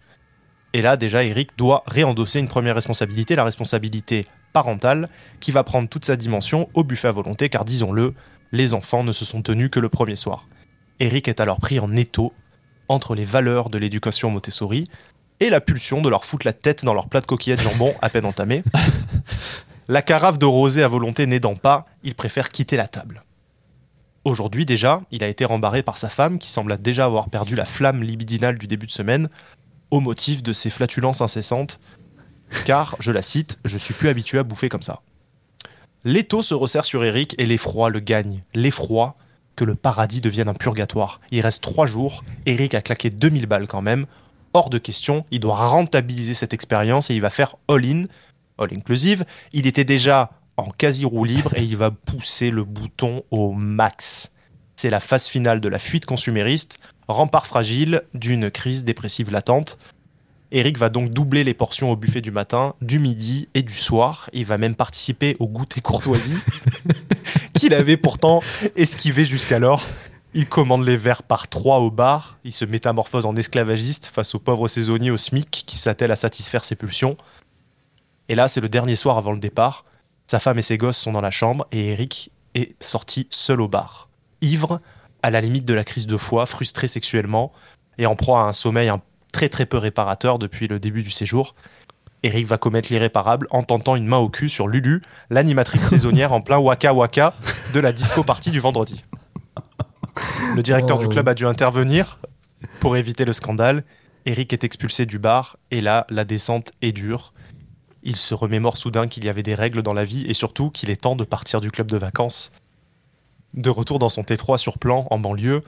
Speaker 4: Et là, déjà, Eric doit réendosser une première responsabilité, la responsabilité parentale, qui va prendre toute sa dimension au buffet à volonté, car disons-le, les enfants ne se sont tenus que le premier soir. Eric est alors pris en étau entre les valeurs de l'éducation Montessori et la pulsion de leur foutre la tête dans leur plat de coquillettes jambon à peine entamé. La carafe de rosé à volonté n'aidant pas, il préfère quitter la table. Aujourd'hui déjà, il a été rembarré par sa femme qui sembla déjà avoir perdu la flamme libidinale du début de semaine au motif de ses flatulences incessantes, car, je la cite, je suis plus habitué à bouffer comme ça. L'étau se resserre sur Eric et l'effroi le gagne. L'effroi que le paradis devienne un purgatoire. Il reste trois jours, Eric a claqué 2000 balles quand même. Hors de question, il doit rentabiliser cette expérience et il va faire all-in, all-inclusive. Il était déjà en quasi-roue libre et il va pousser le bouton au max. C'est la phase finale de la fuite consumériste, rempart fragile d'une crise dépressive latente. Eric va donc doubler les portions au buffet du matin, du midi et du soir. Il va même participer au goûter courtoisie qu'il avait pourtant esquivé jusqu'alors. Il commande les verres par trois au bar. Il se métamorphose en esclavagiste face aux pauvres saisonniers au SMIC qui s'attellent à satisfaire ses pulsions. Et là, c'est le dernier soir avant le départ. Sa femme et ses gosses sont dans la chambre et Eric est sorti seul au bar. Ivre, à la limite de la crise de foi, frustré sexuellement et en proie à un sommeil un très très peu réparateur depuis le début du séjour. Eric va commettre l'irréparable en tentant une main au cul sur Lulu, l'animatrice saisonnière en plein waka waka de la disco partie du vendredi. Le directeur du club a dû intervenir pour éviter le scandale. Eric est expulsé du bar et là, la descente est dure. Il se remémore soudain qu'il y avait des règles dans la vie et surtout qu'il est temps de partir du club de vacances. De retour dans son T3 sur plan en banlieue,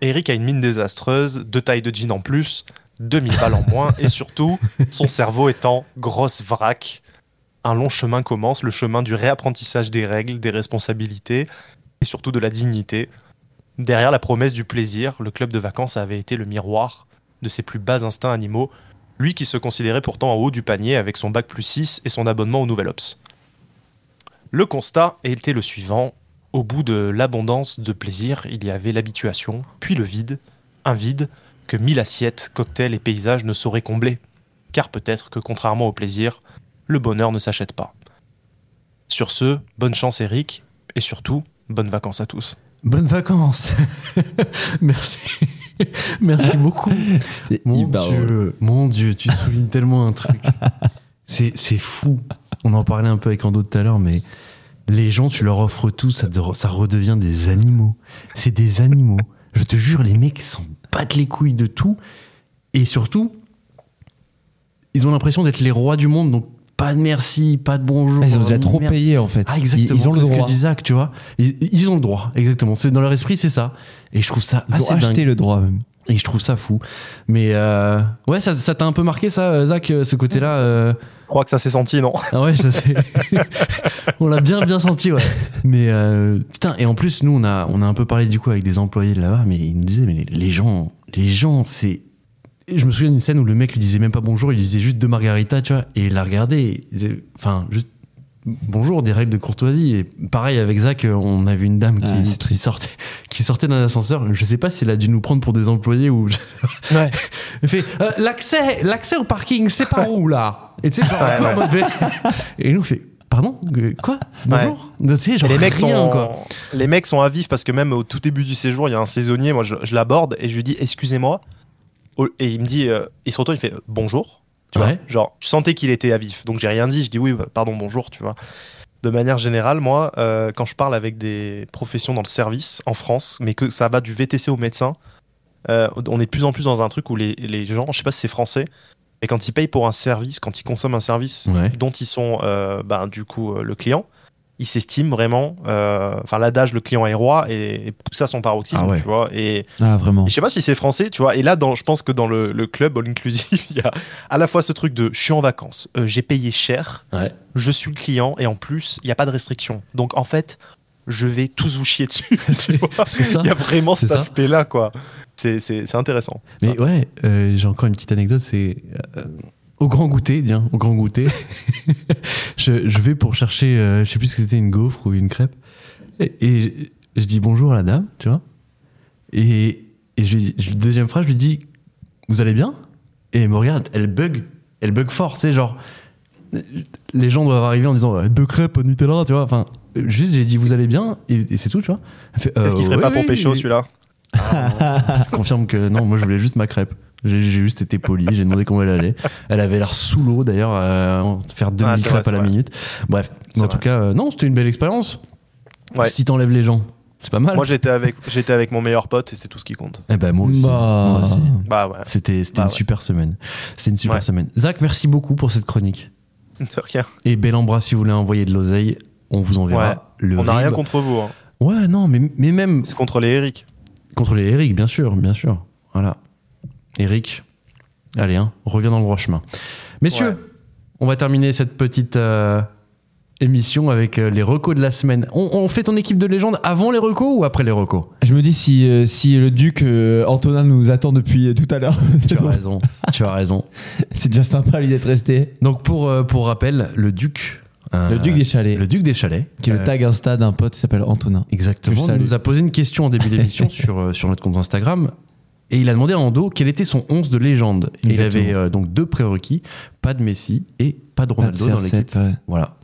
Speaker 4: Eric a une mine désastreuse, deux tailles de jean en plus, 2000 balles en moins et surtout, son cerveau est en grosse vrac. Un long chemin commence, le chemin du réapprentissage des règles, des responsabilités et surtout de la dignité. Derrière la promesse du plaisir, le club de vacances avait été le miroir de ses plus bas instincts animaux, lui qui se considérait pourtant en haut du panier avec son bac plus 6 et son abonnement au Nouvel Ops. Le constat était le suivant, au bout de l'abondance de plaisir, il y avait l'habituation, puis le vide, un vide que mille assiettes, cocktails et paysages ne sauraient combler, car peut-être que contrairement au plaisir, le bonheur ne s'achète pas. Sur ce, bonne chance Eric, et surtout, bonnes vacances à tous.
Speaker 2: Bonnes vacances. Merci. Merci beaucoup. Mon
Speaker 3: hyper
Speaker 2: Dieu, mon Dieu, tu soulignes tellement un truc. C'est c'est fou. On en parlait un peu avec Ando tout à l'heure, mais les gens, tu leur offres tout, ça, te- ça redevient des animaux. C'est des animaux. Je te jure, les mecs s'en battent les couilles de tout. Et surtout, ils ont l'impression d'être les rois du monde, donc pas de merci, pas de bonjour.
Speaker 3: Ah, ils ont déjà
Speaker 2: ni
Speaker 3: trop
Speaker 2: merde.
Speaker 3: payé, en fait.
Speaker 2: Ah, exactement.
Speaker 3: Ils- ils ont le
Speaker 2: C'est ce
Speaker 3: droit.
Speaker 2: que disait Zach, tu vois. Ils, ils ont le droit, exactement. C'est dans leur esprit, c'est ça. Et je trouve ça
Speaker 3: Ils ont
Speaker 2: assez
Speaker 3: acheté
Speaker 2: Oh, dingue.
Speaker 3: Ah, le droit, même.
Speaker 2: Et je trouve ça fou. Mais euh, ouais, ça ça t'a un peu marqué ça, euh, Zach, euh, ce côté-là. euh,
Speaker 4: Je crois que ça s'est senti, non
Speaker 2: Ah ouais, ça c'est. on l'a bien bien senti, ouais. Mais euh, putain, et en plus nous on a on a un peu parlé du coup avec des employés de là-bas, mais ils nous disaient mais les- les gens, les gens, c'est. Et je me souviens d'une scène où le mec lui disait même pas bonjour, il lui disait juste deux margaritas, tu vois, et il la regardait, et il disait, enfin juste. Bonjour, des règles de courtoisie. Et pareil avec Zach, euh, on a vu une dame qui, qui sortait, qui sortait d'un ascenseur. Je sais pas si elle a dû nous prendre pour des employés ou.
Speaker 4: Ouais.
Speaker 2: elle fait euh, l'accès, l'accès au parking, c'est par où là Et tu sais, genre,
Speaker 4: Ouais,
Speaker 2: un peu en
Speaker 4: ouais.
Speaker 2: mode fait- Et nous on fait pardon, euh, quoi Bonjour. Tu sais, genre
Speaker 4: Et les mecs
Speaker 2: rien,
Speaker 4: sont
Speaker 2: quoi.
Speaker 4: les mecs sont à vif parce que même au tout début du séjour, il y a un saisonnier, moi je, je l'aborde et je lui dis excusez-moi Au- et il me dit euh, il se retourne, il fait euh, bonjour, tu vois.
Speaker 2: Ouais.
Speaker 4: Genre je sentais qu'il était à vif. Donc j'ai rien dit, je dis oui, bah, pardon, bonjour, tu vois. De manière générale, moi euh, quand je parle avec des professions dans le service en France, mais que ça va du VTC au médecin, euh, on est de plus en plus dans un truc où les, les gens, je sais pas si c'est français, mais quand ils payent pour un service, quand ils consomment un service
Speaker 2: Ouais.
Speaker 4: dont ils sont euh, ben, du coup euh, le client, ils s'estiment vraiment. euh, Enfin, l'adage le client est roi et, et pousse à son paroxysme,
Speaker 3: Ah ouais.
Speaker 4: tu vois. Et,
Speaker 3: Ah, vraiment.
Speaker 4: et je sais pas si c'est français, tu vois. Et là, dans, je pense que dans le, le club all inclusive, il y a à la fois ce truc de je suis en vacances, euh, j'ai payé cher,
Speaker 2: Ouais.
Speaker 4: je suis le client, et en plus, il n'y a pas de restriction. Donc en fait, je vais tous vous chier dessus. tu vois.
Speaker 2: C'est ça.
Speaker 4: Il y a vraiment cet
Speaker 2: C'est ça.
Speaker 4: aspect-là, quoi. C'est- C'est c'est intéressant.
Speaker 2: Mais ouais, euh, j'ai encore une petite anecdote, c'est euh, au grand goûter, bien, au grand goûter. je, je vais pour chercher, euh, je sais plus si c'était une gaufre ou une crêpe, et, et je, je dis bonjour à la dame, tu vois. Et, et je, lui- je- deuxième phrase, je lui dis, vous allez bien Et elle me regarde, elle bug, elle bug fort, tu sais, genre, les gens doivent arriver en disant euh, deux crêpes au Nutella, tu vois. Enfin, juste j'ai dit vous allez bien et, et c'est tout, tu vois. Elle fait, euh,
Speaker 4: Est-ce qu'il ferait
Speaker 2: oui,
Speaker 4: pas pour
Speaker 2: oui,
Speaker 4: pécho
Speaker 2: oui.
Speaker 4: celui-là
Speaker 2: Je confirme que non, moi je voulais juste ma crêpe. J'ai j'ai juste été poli, j'ai demandé comment elle allait. Elle avait l'air sous l'eau d'ailleurs, euh, en- faire deux
Speaker 4: Ah,
Speaker 2: mille
Speaker 4: c'est vrai,
Speaker 2: crêpes à la
Speaker 4: c'est vrai.
Speaker 2: minute. Bref, mais en tout cas, euh, non, c'était une belle expérience.
Speaker 4: Ouais.
Speaker 2: Si t'enlèves les gens, c'est pas mal.
Speaker 4: Moi, j'étais avec, j'étais avec mon meilleur pote et c'est tout ce qui compte.
Speaker 2: eh ben moi aussi.
Speaker 3: Bah.
Speaker 2: moi aussi.
Speaker 4: Bah ouais.
Speaker 2: C'était c'était
Speaker 4: Bah
Speaker 2: une
Speaker 4: ouais.
Speaker 2: super semaine. C'était une super
Speaker 4: Ouais.
Speaker 2: semaine. Zach, merci beaucoup pour cette chronique.
Speaker 4: De rien.
Speaker 2: Et bel embrasse si vous voulez envoyer de l'oseille, on vous enverra
Speaker 4: Ouais.
Speaker 2: le
Speaker 4: On n'a rien
Speaker 2: RIB.
Speaker 4: contre vous. hein.
Speaker 2: Ouais, non, mais, mais même
Speaker 4: C'est contre les Eric.
Speaker 2: contre les Eric, bien sûr, bien sûr. Voilà. Eric, allez, hein, reviens dans le droit chemin. Messieurs,
Speaker 4: Ouais.
Speaker 2: on va terminer cette petite euh, émission avec euh, les recos de la semaine. On, on fait ton équipe de légende avant les recos ou après les recos
Speaker 3: Je me dis si, euh, si le duc euh, Antonin nous attend depuis euh, tout à l'heure.
Speaker 2: Tu as raison, tu as raison.
Speaker 3: C'est déjà sympa lui d'être resté.
Speaker 2: Donc pour, euh, pour rappel, le duc... euh,
Speaker 3: Le duc des Chalets,
Speaker 2: Le duc des Chalets.
Speaker 3: qui est le
Speaker 2: euh,
Speaker 3: tag Insta d'un pote qui s'appelle Antonin. que
Speaker 2: Exactement.
Speaker 3: je salue.
Speaker 2: Il nous a posé une question en début d'émission sur, euh, sur notre compte Instagram. Et il a demandé à Ando quel était son 11 de légende. Et il
Speaker 3: Exactement.
Speaker 2: avait euh, donc deux prérequis, pas de Messi et pas de
Speaker 3: Pas de
Speaker 2: Ronaldo dans
Speaker 3: CR7,
Speaker 2: l'équipe.
Speaker 3: ouais.
Speaker 2: Voilà.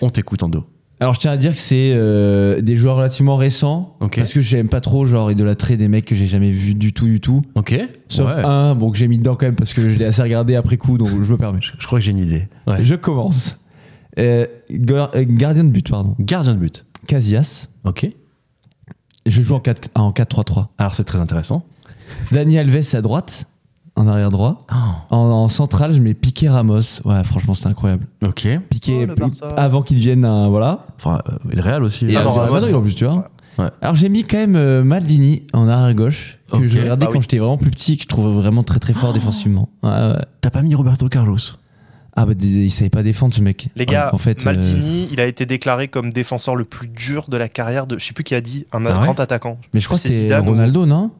Speaker 2: On t'écoute Ando.
Speaker 3: Alors je tiens à dire que c'est euh, des joueurs relativement récents
Speaker 2: Ok.
Speaker 3: parce que j'aime pas trop genre idolâtrer des mecs que j'ai jamais vus du tout du tout.
Speaker 2: Ok.
Speaker 3: Sauf
Speaker 2: Ouais.
Speaker 3: un bon que j'ai mis dedans quand même parce que je l'ai assez regardé après coup donc je me permets.
Speaker 2: Je crois que j'ai une idée. Ouais.
Speaker 3: Je commence. Euh, gar- euh, gardien de but pardon.
Speaker 2: Gardien de but.
Speaker 3: Casillas.
Speaker 2: Ok.
Speaker 3: Je joue en 4 en 4-3-3.
Speaker 2: Alors c'est très intéressant.
Speaker 3: Dani Alves à droite en arrière droit. En, en centrale je mets Piqué Ramos. Ouais franchement c'est incroyable.
Speaker 2: Ok.
Speaker 3: Piqué avant qu'il devienne un voilà.
Speaker 2: Enfin, euh, et le Real aussi.
Speaker 3: Et
Speaker 2: Ah,
Speaker 3: à
Speaker 2: non, Ramos,
Speaker 3: en plus, tu vois.
Speaker 2: Ouais.
Speaker 3: Alors j'ai mis quand même euh, Maldini en arrière-gauche, que
Speaker 2: Ok.
Speaker 3: je
Speaker 2: Ah
Speaker 3: regardais quand
Speaker 2: oui. Ah.
Speaker 3: j'étais vraiment plus petit, que je trouvais vraiment très très fort défensivement. Ouais, ouais.
Speaker 2: T'as pas mis Roberto Carlos.
Speaker 3: Ah bah des- il savait pas défendre ce mec.
Speaker 4: Les
Speaker 3: Donc,
Speaker 4: gars,
Speaker 3: en fait, euh,
Speaker 4: Maldini, il a été déclaré comme défenseur le plus dur de la carrière de, je sais plus qui a dit, un
Speaker 2: Ah ouais
Speaker 4: grand attaquant.
Speaker 3: Mais je crois que
Speaker 4: C'est
Speaker 3: c'était
Speaker 4: Zidane ou-
Speaker 3: Ronaldo, non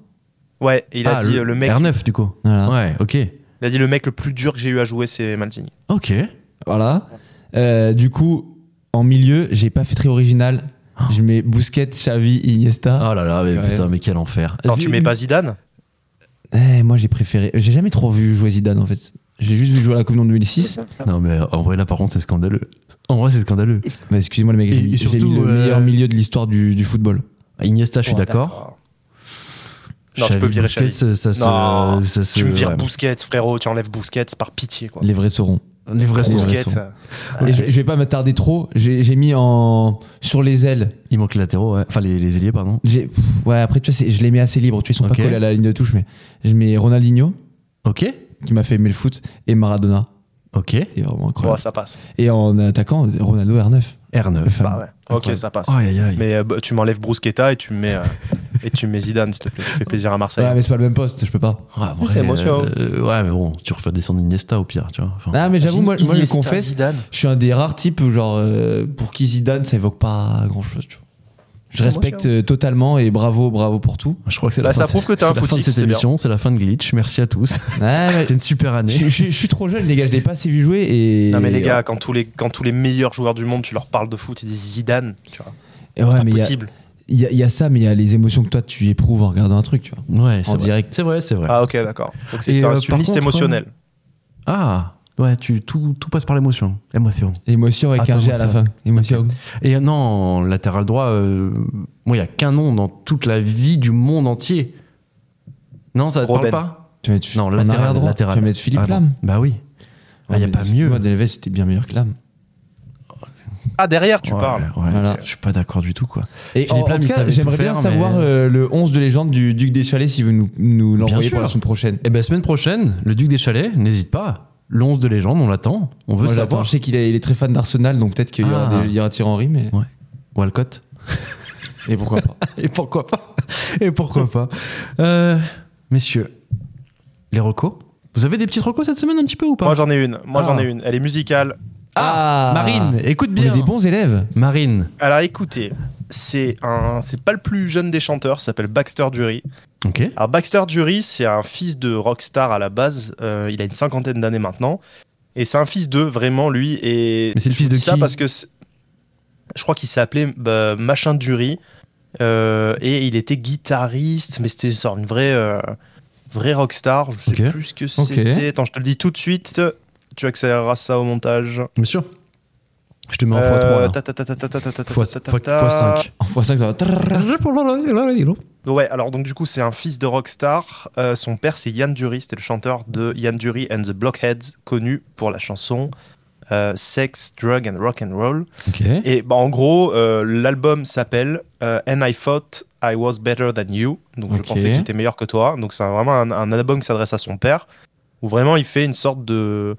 Speaker 4: Ouais, et il a
Speaker 2: Ah,
Speaker 4: dit euh, le mec, Ah.
Speaker 2: R9 du coup.
Speaker 3: Voilà.
Speaker 2: Ouais, ok.
Speaker 4: il a dit le mec le plus dur que j'ai eu à jouer, c'est Maldini.
Speaker 2: Ok.
Speaker 4: Ah.
Speaker 3: Voilà. Euh, du coup, en milieu, j'ai pas fait très original.
Speaker 2: Ah.
Speaker 3: Je mets Busquets, Xavi, Iniesta.
Speaker 2: Oh là là, mais
Speaker 3: Ouais.
Speaker 2: putain, mais quel enfer.
Speaker 4: Alors
Speaker 2: Zi-
Speaker 4: tu mets pas Zidane
Speaker 3: Eh, moi j'ai préféré. J'ai jamais trop vu jouer Zidane en fait. J'ai juste vu jouer à la Coupe du Monde 2006.
Speaker 2: Non, mais euh, en vrai, là par contre, c'est scandaleux. En vrai, c'est scandaleux.
Speaker 3: Bah, Excusez-moi le mec,
Speaker 2: Et-
Speaker 3: j'ai
Speaker 2: et
Speaker 3: j'ai
Speaker 2: surtout,
Speaker 3: mis le
Speaker 2: euh,
Speaker 3: meilleur milieu de l'histoire du, du football.
Speaker 2: Iniesta, je suis
Speaker 4: Ouais,
Speaker 2: d'accord.
Speaker 4: Non, tu
Speaker 2: Xavi
Speaker 4: peux virer
Speaker 2: Busquets, ça-
Speaker 4: Xavi.
Speaker 2: ça se-
Speaker 4: Non,
Speaker 2: ça se-
Speaker 4: tu me vires
Speaker 3: euh,
Speaker 2: ouais.
Speaker 4: Busquets, frérot, tu enlèves Busquets par pitié, quoi.
Speaker 3: Les vrais sauront.
Speaker 2: Les vrais
Speaker 3: Trop
Speaker 2: sont.
Speaker 3: Busquets.
Speaker 4: Busquets,
Speaker 3: raison.
Speaker 4: euh,
Speaker 3: Et je, je vais pas m'attarder trop. J'ai j'ai mis en sur les ailes.
Speaker 2: Il manque les latéraux, ouais. Enfin, les, les ailiers, pardon.
Speaker 3: J'ai- pff, ouais, après tu vois, c'est- je les mets assez libres. Tu vois, ils sont
Speaker 2: Ok.
Speaker 3: pas collés à la ligne de touche, mais je mets Ronaldinho
Speaker 2: Ok.
Speaker 3: qui m'a fait aimer le foot et Maradona.
Speaker 2: Ok.
Speaker 3: C'est vraiment
Speaker 4: oh,
Speaker 3: incroyable.
Speaker 4: ça passe.
Speaker 3: et en attaquant, Ronaldo R9.
Speaker 2: R9.
Speaker 3: Le fameux.
Speaker 4: Bah ouais. Ok,
Speaker 3: Incroyable.
Speaker 4: ça passe.
Speaker 2: Aïe, aïe, aïe.
Speaker 4: Mais euh, bah, tu m'enlèves Brusqueta et tu me mets euh, et tu me mets Zidane, s'il te plaît. Tu fais plaisir à Marseille.
Speaker 3: Ouais, mais c'est pas le même poste, je peux pas.
Speaker 2: Ah, en vrai,
Speaker 4: c'est émotion.
Speaker 2: euh, ouais, mais bon, tu refais descendre Iniesta au pire, tu vois.
Speaker 4: Bah,
Speaker 2: Enfin,
Speaker 3: Ah, mais j'avoue, moi, moi, je
Speaker 4: Iniesta,
Speaker 3: confesse,
Speaker 4: Zidane.
Speaker 3: je suis un des rares types où, genre, euh, pour qui Zidane, ça évoque pas grand chose, tu vois. Je
Speaker 4: hein.
Speaker 3: respecte euh, totalement et bravo, bravo pour tout.
Speaker 2: je crois que c'est
Speaker 4: Bah,
Speaker 2: la, fin,
Speaker 4: ça
Speaker 2: de-
Speaker 4: prouve que
Speaker 2: c'est
Speaker 4: t'es un
Speaker 2: la fin de
Speaker 4: footix,
Speaker 2: cette
Speaker 4: c'est bien.
Speaker 2: émission, c'est la fin de Glitch. Merci à tous.
Speaker 3: Ouais, mais
Speaker 2: C'était une super année.
Speaker 3: je, je- je suis trop jeune, les gars, je l'ai pas assez vu jouer et.
Speaker 4: Non mais les gars, quand tous les, quand tous les meilleurs joueurs du monde, tu leur parles de foot, ils disent Zidane, tu vois.
Speaker 3: Et ouais,
Speaker 4: c'est pas
Speaker 3: mais il y a-
Speaker 4: possible.
Speaker 3: Il y, a- il y a ça, mais il y a les émotions que toi tu éprouves en regardant un truc, tu vois.
Speaker 2: Ouais, c'est
Speaker 3: En
Speaker 2: vrai.
Speaker 3: direct.
Speaker 2: C'est vrai, c'est vrai.
Speaker 4: Ah ok, d'accord. Donc
Speaker 2: Et,
Speaker 4: c'est
Speaker 2: euh,
Speaker 4: un
Speaker 2: par
Speaker 4: sublimiste
Speaker 2: contre,
Speaker 4: émotionnel.
Speaker 2: Ah, ouais, tu, tout, tout passe par l'émotion. Émotion.
Speaker 3: Émotion avec
Speaker 2: Attends,
Speaker 3: un G à la
Speaker 2: ça.
Speaker 3: fin. Émotion.
Speaker 2: Et non, en latéral droit, euh, moi, il n'y a qu'un nom dans toute la vie du monde entier. Non, ça te
Speaker 4: Robben.
Speaker 2: parle pas
Speaker 3: Tu vas mettre
Speaker 2: Non,
Speaker 3: en
Speaker 2: latéral,
Speaker 3: arrière droit,
Speaker 2: latéral.
Speaker 3: Tu vas mettre Philippe
Speaker 2: Ah, non.
Speaker 3: Lam.
Speaker 2: Bah oui. Il n'y a
Speaker 3: mais
Speaker 2: pas mieux.
Speaker 3: excuse-moi, Delves, c'était bien meilleur que Lam.
Speaker 4: Ah derrière, tu
Speaker 2: Ouais,
Speaker 4: parles.
Speaker 2: ouais,
Speaker 3: Voilà.
Speaker 2: Je suis pas d'accord du tout, quoi.
Speaker 3: Et
Speaker 2: Philippe
Speaker 3: en,
Speaker 2: Lam,
Speaker 3: en
Speaker 2: il
Speaker 3: tout cas,
Speaker 2: savait tout
Speaker 3: j'aimerais bien
Speaker 2: faire,
Speaker 3: savoir
Speaker 2: mais-
Speaker 3: euh, le 11 de légende du Duc des Chalets si vous nous, nous l'envoyez
Speaker 2: sûr.
Speaker 3: pour la semaine prochaine.
Speaker 2: Et ben semaine prochaine, le Duc des Chalets, n'hésite pas. Le 11 de légende, on l'attend. On veut
Speaker 3: Moi, j'attends.
Speaker 2: savoir.
Speaker 3: Je sais qu'il est, il est très fan d'Arsenal, donc peut-être qu'il y aura,
Speaker 2: Ah.
Speaker 3: des- il y aura Thierry Henry, mais.
Speaker 2: Walcott.
Speaker 3: Et pourquoi pas
Speaker 2: Et pourquoi pas Et pourquoi pas Euh, Messieurs, les recos Vous avez des petits recos cette semaine un petit peu ou pas
Speaker 4: Moi j'en ai une. Moi j'en
Speaker 2: Ah.
Speaker 4: ai une. Elle est musicale.
Speaker 2: Ah, Marine, écoute bien.
Speaker 3: On est des bons élèves.
Speaker 2: Marine,
Speaker 4: Alors écoutez, c'est un, c'est pas le plus jeune des chanteurs. ça S'appelle Baxter Dury.
Speaker 2: ok.
Speaker 4: Alors Baxter Dury, c'est un fils de rockstar à la base. euh, il a une cinquantaine d'années maintenant. Et c'est un fils de vraiment lui. Et
Speaker 2: Mais c'est le
Speaker 4: je
Speaker 2: fils
Speaker 4: vous dis
Speaker 2: de
Speaker 4: ça
Speaker 2: qui
Speaker 4: parce que c'est- je crois qu'il s'appelait bah, Machin Dury. euh, et il était guitariste, mais c'était genre une vraie, euh, vraie rockstar. Je sais
Speaker 2: Ok.
Speaker 4: plus ce que
Speaker 3: Ok.
Speaker 4: c'était. Attends, je te le dis tout de suite. Tu accéléreras ça au montage.
Speaker 2: Bien sûr. Je te mets en
Speaker 4: Euh,
Speaker 2: x3 là.
Speaker 4: ta, ta, ta, ta, ta, ta, ta, ta, ta, ta, ta.
Speaker 2: x5.
Speaker 3: En x5, ça va. Trrr.
Speaker 4: Donc Ouais, alors donc du coup c'est un fils de rockstar. Euh, son père c'est Yann Dury, c'était le chanteur de Yann Dury and the Blockheads, connu pour la chanson euh, Sex, Drug and Rock and Roll.
Speaker 2: Ok.
Speaker 4: Et bah, en gros, euh, l'album s'appelle euh, And I Thought I Was Better Than You. Donc je
Speaker 3: Ok.
Speaker 4: pensais que j'étais meilleur que toi. Donc c'est un- vraiment un, un album qui s'adresse à son père, où vraiment il fait une sorte de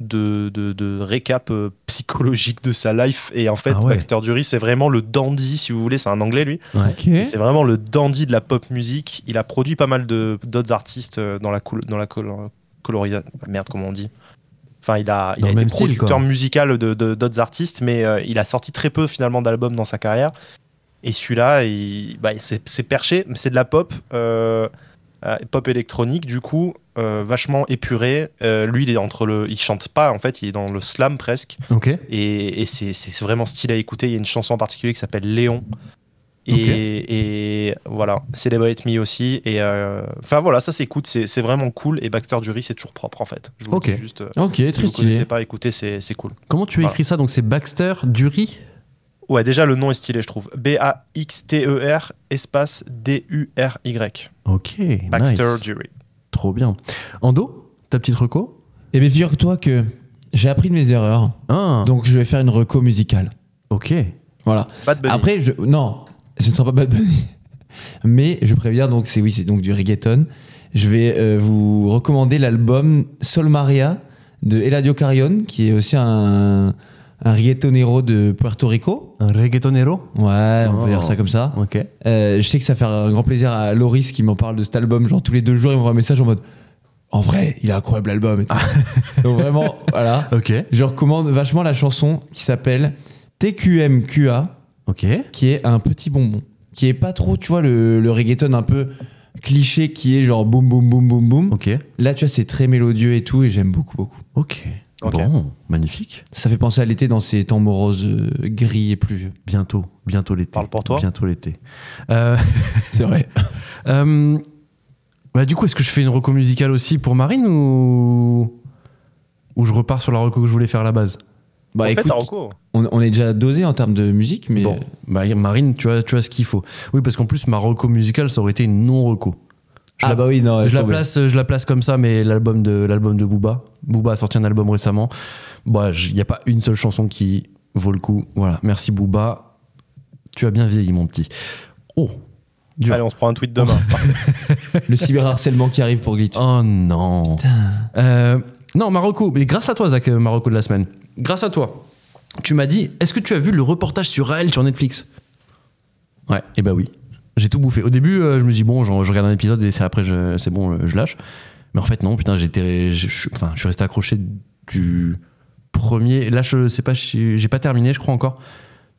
Speaker 4: de, de- de récap euh, psychologique de sa life. Et en fait,
Speaker 2: Ah ouais.
Speaker 4: Baxter Dury c'est vraiment le dandy, si vous voulez, c'est un anglais lui.
Speaker 3: Ok.
Speaker 4: Et C'est vraiment le dandy de la pop musique. Il a produit pas mal de- d'autres artistes euh, dans la, col- dans la colorisation. Merde, comment on dit Enfin, il a, il
Speaker 2: Dans le
Speaker 4: a été
Speaker 2: même style,
Speaker 4: producteur
Speaker 2: quoi.
Speaker 4: musical d'autres de, d'autres artistes, mais euh, il a sorti très peu finalement d'albums dans sa carrière. Et celui-là, il- bah, c'est c'est perché, mais c'est de la pop, euh, euh, pop électronique, du coup, euh, vachement épuré. Euh, lui, il est entre le, il chante pas en fait, il est dans le slam presque
Speaker 2: Ok.
Speaker 4: et, et c'est c'est vraiment stylé à écouter. Il y a une chanson en particulier qui s'appelle Léon. Et,
Speaker 2: Ok.
Speaker 4: et voilà, Celebrate Me aussi. Et euh, enfin voilà, ça s'écoute, c'est c'est vraiment cool. Et Baxter Dury, c'est toujours propre en fait. Je vous le
Speaker 2: Ok.
Speaker 4: dis juste, euh,
Speaker 3: Ok,
Speaker 4: si
Speaker 3: très
Speaker 4: vous connaissez
Speaker 3: stylé.
Speaker 4: pas, écoutez, c'est c'est cool.
Speaker 2: Comment tu as écrit ça Donc c'est Baxter Dury
Speaker 4: Ouais, déjà le nom est stylé, je trouve. B-A-X-T-E-R E espace D-U-R-Y.
Speaker 2: Ok.
Speaker 4: Baxter
Speaker 2: nice.
Speaker 4: Jury.
Speaker 2: Trop bien. Ando, ta petite reco
Speaker 3: Eh bien, figure-toi que j'ai appris de mes erreurs.
Speaker 2: Ah.
Speaker 3: Donc, je vais faire une reco musicale.
Speaker 2: Ok.
Speaker 3: Voilà.
Speaker 4: Bad Bunny.
Speaker 3: Après, je, non, ce ne sera pas Bad Bunny. Mais je préviens, donc, c'est oui, c'est donc du reggaeton. Je vais euh, vous recommander l'album Sol Maria de Eladio Carrion, qui est aussi un, un reggaetonero de Puerto Rico.
Speaker 2: Un reggaetonero
Speaker 3: Ouais, on
Speaker 2: Oh.
Speaker 3: peut dire ça comme ça.
Speaker 2: Ok.
Speaker 3: Euh, je sais que ça fait un grand plaisir à Loris qui m'en parle de cet album. Genre tous les deux jours, il m'envoie un message en mode En vrai, il a un incroyable l'album.
Speaker 4: Ah.
Speaker 3: Donc vraiment, voilà.
Speaker 2: Ok.
Speaker 3: Je recommande vachement la chanson qui s'appelle TQMQA,
Speaker 2: Ok.
Speaker 3: qui est un petit bonbon. Qui est pas trop, tu vois, le, le reggaeton un peu cliché qui est genre boum boum boum boum boum.
Speaker 2: Ok.
Speaker 3: Là, tu vois, c'est très mélodieux et tout, et j'aime beaucoup, beaucoup.
Speaker 2: Ok.
Speaker 4: Ok.
Speaker 2: Bon, magnifique.
Speaker 3: Ça fait penser à l'été dans ces temps moroses, euh, gris et pluvieux.
Speaker 2: Bientôt, bientôt l'été.
Speaker 4: Parle pour toi.
Speaker 2: Bientôt l'été. Euh,
Speaker 3: C'est vrai.
Speaker 2: euh, bah, du coup, est-ce que je fais une reco musicale aussi pour Marine ou ou je repars sur la reco que je voulais faire à la base
Speaker 3: Bah
Speaker 4: en fait,
Speaker 3: écoute,
Speaker 4: t'as recours.
Speaker 3: on, on est déjà dosé en termes de musique, mais.
Speaker 2: Bon, bah, Marine, tu as, tu as ce qu'il faut. Oui, parce qu'en plus, ma reco musicale, ça aurait été une non reco. Je
Speaker 3: ah
Speaker 2: la-
Speaker 3: bah oui, non,
Speaker 2: je la
Speaker 3: tombe.
Speaker 2: place euh, je la place comme ça mais l'album de l'album de Booba Booba a sorti un album récemment bah il n'y a pas une seule chanson qui vaut le coup voilà merci Booba tu as bien vieilli mon petit oh dur.
Speaker 4: Allez, on se prend un tweet demain. c'est parti.
Speaker 3: Le cyberharcèlement qui arrive pour Glitch.
Speaker 2: oh non Euh, non Marocco mais grâce à toi Zach euh, Marocco de la semaine grâce à toi tu m'as dit est-ce que tu as vu le reportage sur Raël sur Netflix ouais et bah oui j'ai tout bouffé au début euh, je me dis bon genre, je regarde un épisode et c'est après je- c'est bon euh, je lâche Mais en fait, non, putain, j'étais. Je, je- enfin, je suis resté accroché du premier. Là, je sais pas, si- j'ai pas terminé, je crois encore.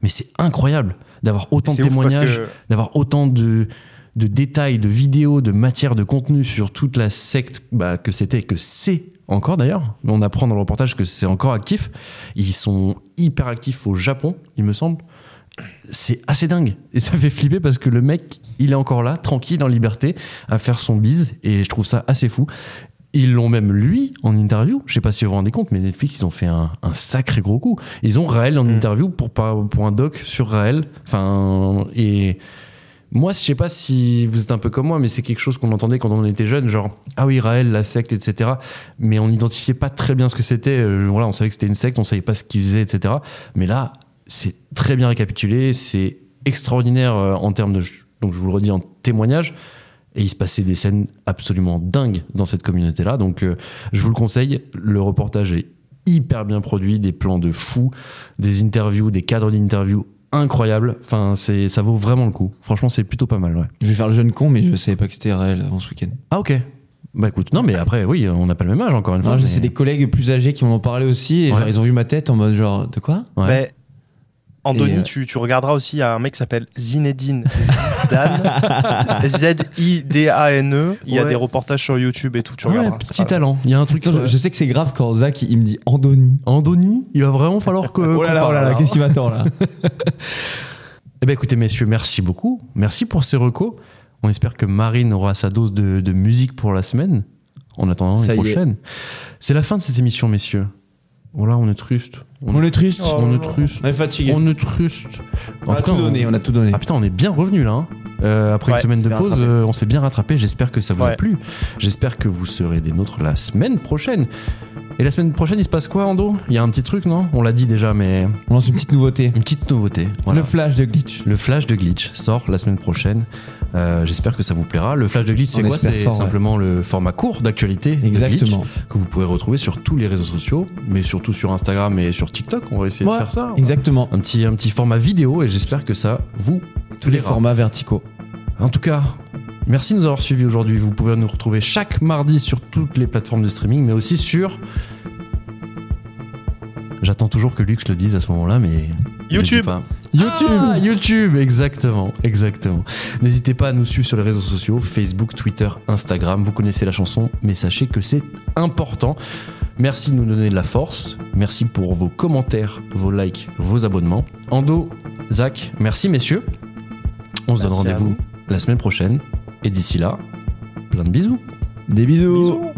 Speaker 2: Mais c'est incroyable d'avoir autant de
Speaker 4: C'est ouf parce
Speaker 2: témoignages,
Speaker 4: que-
Speaker 2: d'avoir autant de, de détails, de vidéos, de matière, de contenu sur toute la secte bah, que c'était, que c'est encore d'ailleurs. On apprend dans le reportage que c'est encore actif. Ils sont hyper actifs au Japon, il me semble. C'est assez dingue. Et ça fait flipper parce que le mec, il est encore là, tranquille, en liberté, à faire son bise. Et je trouve ça assez fou. Ils l'ont même lui en interview. Je sais pas si vous vous rendez compte, mais Netflix, ils ont fait un, un sacré gros coup. Ils ont Raël en interview pour, par- pour un doc sur Raël. Enfin, et moi, je sais pas si vous êtes un peu comme moi, mais c'est quelque chose qu'on entendait quand on était jeune, genre ah oui Raël, la secte, etc. Mais on n'identifiait pas très bien ce que c'était. Euh, Voilà, on savait que c'était une secte, on savait pas ce qu'ils faisaient, etc. Mais là, c'est très bien récapitulé, c'est extraordinaire euh, en termes de donc je vous le redis en témoignage. Et il se passait des scènes absolument dingues dans cette communauté-là. Donc, euh, je vous le conseille. Le reportage est hyper bien produit, des plans de fou, des interviews, des cadres d'interviews incroyables. Enfin, c'est, ça vaut vraiment le coup. Franchement, c'est plutôt pas mal, ouais.
Speaker 3: Je vais faire le jeune con, mais je savais pas que c'était réel avant ce week-end.
Speaker 2: Ah, ok. Bah écoute, non, mais après, oui, on n'a pas le même âge encore une fois.
Speaker 3: Non,
Speaker 2: mais-
Speaker 3: C'est des collègues plus âgés qui m'en ont parlé aussi, et
Speaker 2: Ouais.
Speaker 3: genre, ils ont vu ma tête en mode genre, de quoi
Speaker 2: Ouais.
Speaker 4: Mais, Ben, Anthony,
Speaker 3: Et, euh,
Speaker 4: tu, tu regarderas aussi, il y a un mec qui s'appelle Zinedine Zidane. Z-I-D-A-N-E. Il y a
Speaker 2: Ouais.
Speaker 4: des reportages sur YouTube et tout, tu
Speaker 2: Ouais,
Speaker 4: regarderas. c'est
Speaker 2: petit
Speaker 4: pas grave.
Speaker 2: talent. Il y a un truc.
Speaker 3: Putain, je, je sais que c'est grave quand Zach il me dit Andoni.
Speaker 2: Andoni, il va vraiment falloir que.
Speaker 3: oh là
Speaker 2: qu'on
Speaker 3: là, oh
Speaker 2: parle,
Speaker 3: là là,
Speaker 2: hein.
Speaker 3: qu'est-ce qui m'attend là
Speaker 2: Eh bien, écoutez, messieurs, merci beaucoup. Merci pour ces recos. On espère que Marine aura sa dose de, de musique pour la semaine. En attendant
Speaker 3: Ça
Speaker 2: les
Speaker 3: y est.
Speaker 2: prochaines. C'est la fin de cette émission, messieurs. Voilà, on est truste. On,
Speaker 3: On
Speaker 2: est
Speaker 3: est Oh triste,
Speaker 2: on est truste.
Speaker 3: on est fatigué.
Speaker 2: On est truste.
Speaker 3: On,
Speaker 2: En
Speaker 3: a
Speaker 2: tout cas,
Speaker 3: tout donné, on a tout donné.
Speaker 2: Ah putain, on est bien revenu là. hein. Euh, après une
Speaker 4: Ouais,
Speaker 2: semaine
Speaker 4: c'est
Speaker 2: de
Speaker 4: bien
Speaker 2: pause,
Speaker 4: rattrapé.
Speaker 2: euh, on s'est bien rattrapé. J'espère que ça vous a
Speaker 4: Ouais.
Speaker 2: plu. J'espère que vous serez des nôtres la semaine prochaine. Et la semaine prochaine, il se passe quoi, Ando Il y a un petit truc, non On l'a dit déjà, mais
Speaker 3: On lance une petite nouveauté.
Speaker 2: une petite nouveauté. Voilà.
Speaker 3: Le flash de glitch.
Speaker 2: Le flash de glitch sort la semaine prochaine. Euh, J'espère que ça vous plaira. Le flash de glitch, c'est
Speaker 3: On
Speaker 2: quoi
Speaker 3: espère
Speaker 2: C'est
Speaker 3: fort, ouais.
Speaker 2: simplement le format court d'actualité de
Speaker 3: Exactement.
Speaker 2: Glitch que vous pouvez retrouver sur tous les réseaux sociaux, mais surtout sur Instagram et sur TikTok. On va essayer
Speaker 3: Ouais,
Speaker 2: de faire ça.
Speaker 3: Exactement.
Speaker 2: Un petit, un petit format vidéo et j'espère que ça vous
Speaker 3: Tous les
Speaker 2: plaira.
Speaker 3: formats verticaux.
Speaker 2: En tout cas, merci de nous avoir suivis aujourd'hui. Vous pouvez nous retrouver chaque mardi sur toutes les plateformes de streaming, mais aussi sur. J'attends toujours que Lux le dise à ce moment-là, mais. je le dis
Speaker 4: YouTube.
Speaker 2: pas. Ah, YouTube, exactement, exactement. N'hésitez pas à nous suivre sur les réseaux sociaux, Facebook, Twitter, Instagram. Vous connaissez la chanson, mais sachez que c'est important. Merci de nous donner de la force. Merci pour vos commentaires, vos likes, vos abonnements. Ando, Zach, merci messieurs. On se donne
Speaker 4: Merci à
Speaker 2: rendez-vous la semaine prochaine. Et d'ici là, plein de bisous.
Speaker 3: Des bisous.
Speaker 4: Bisous.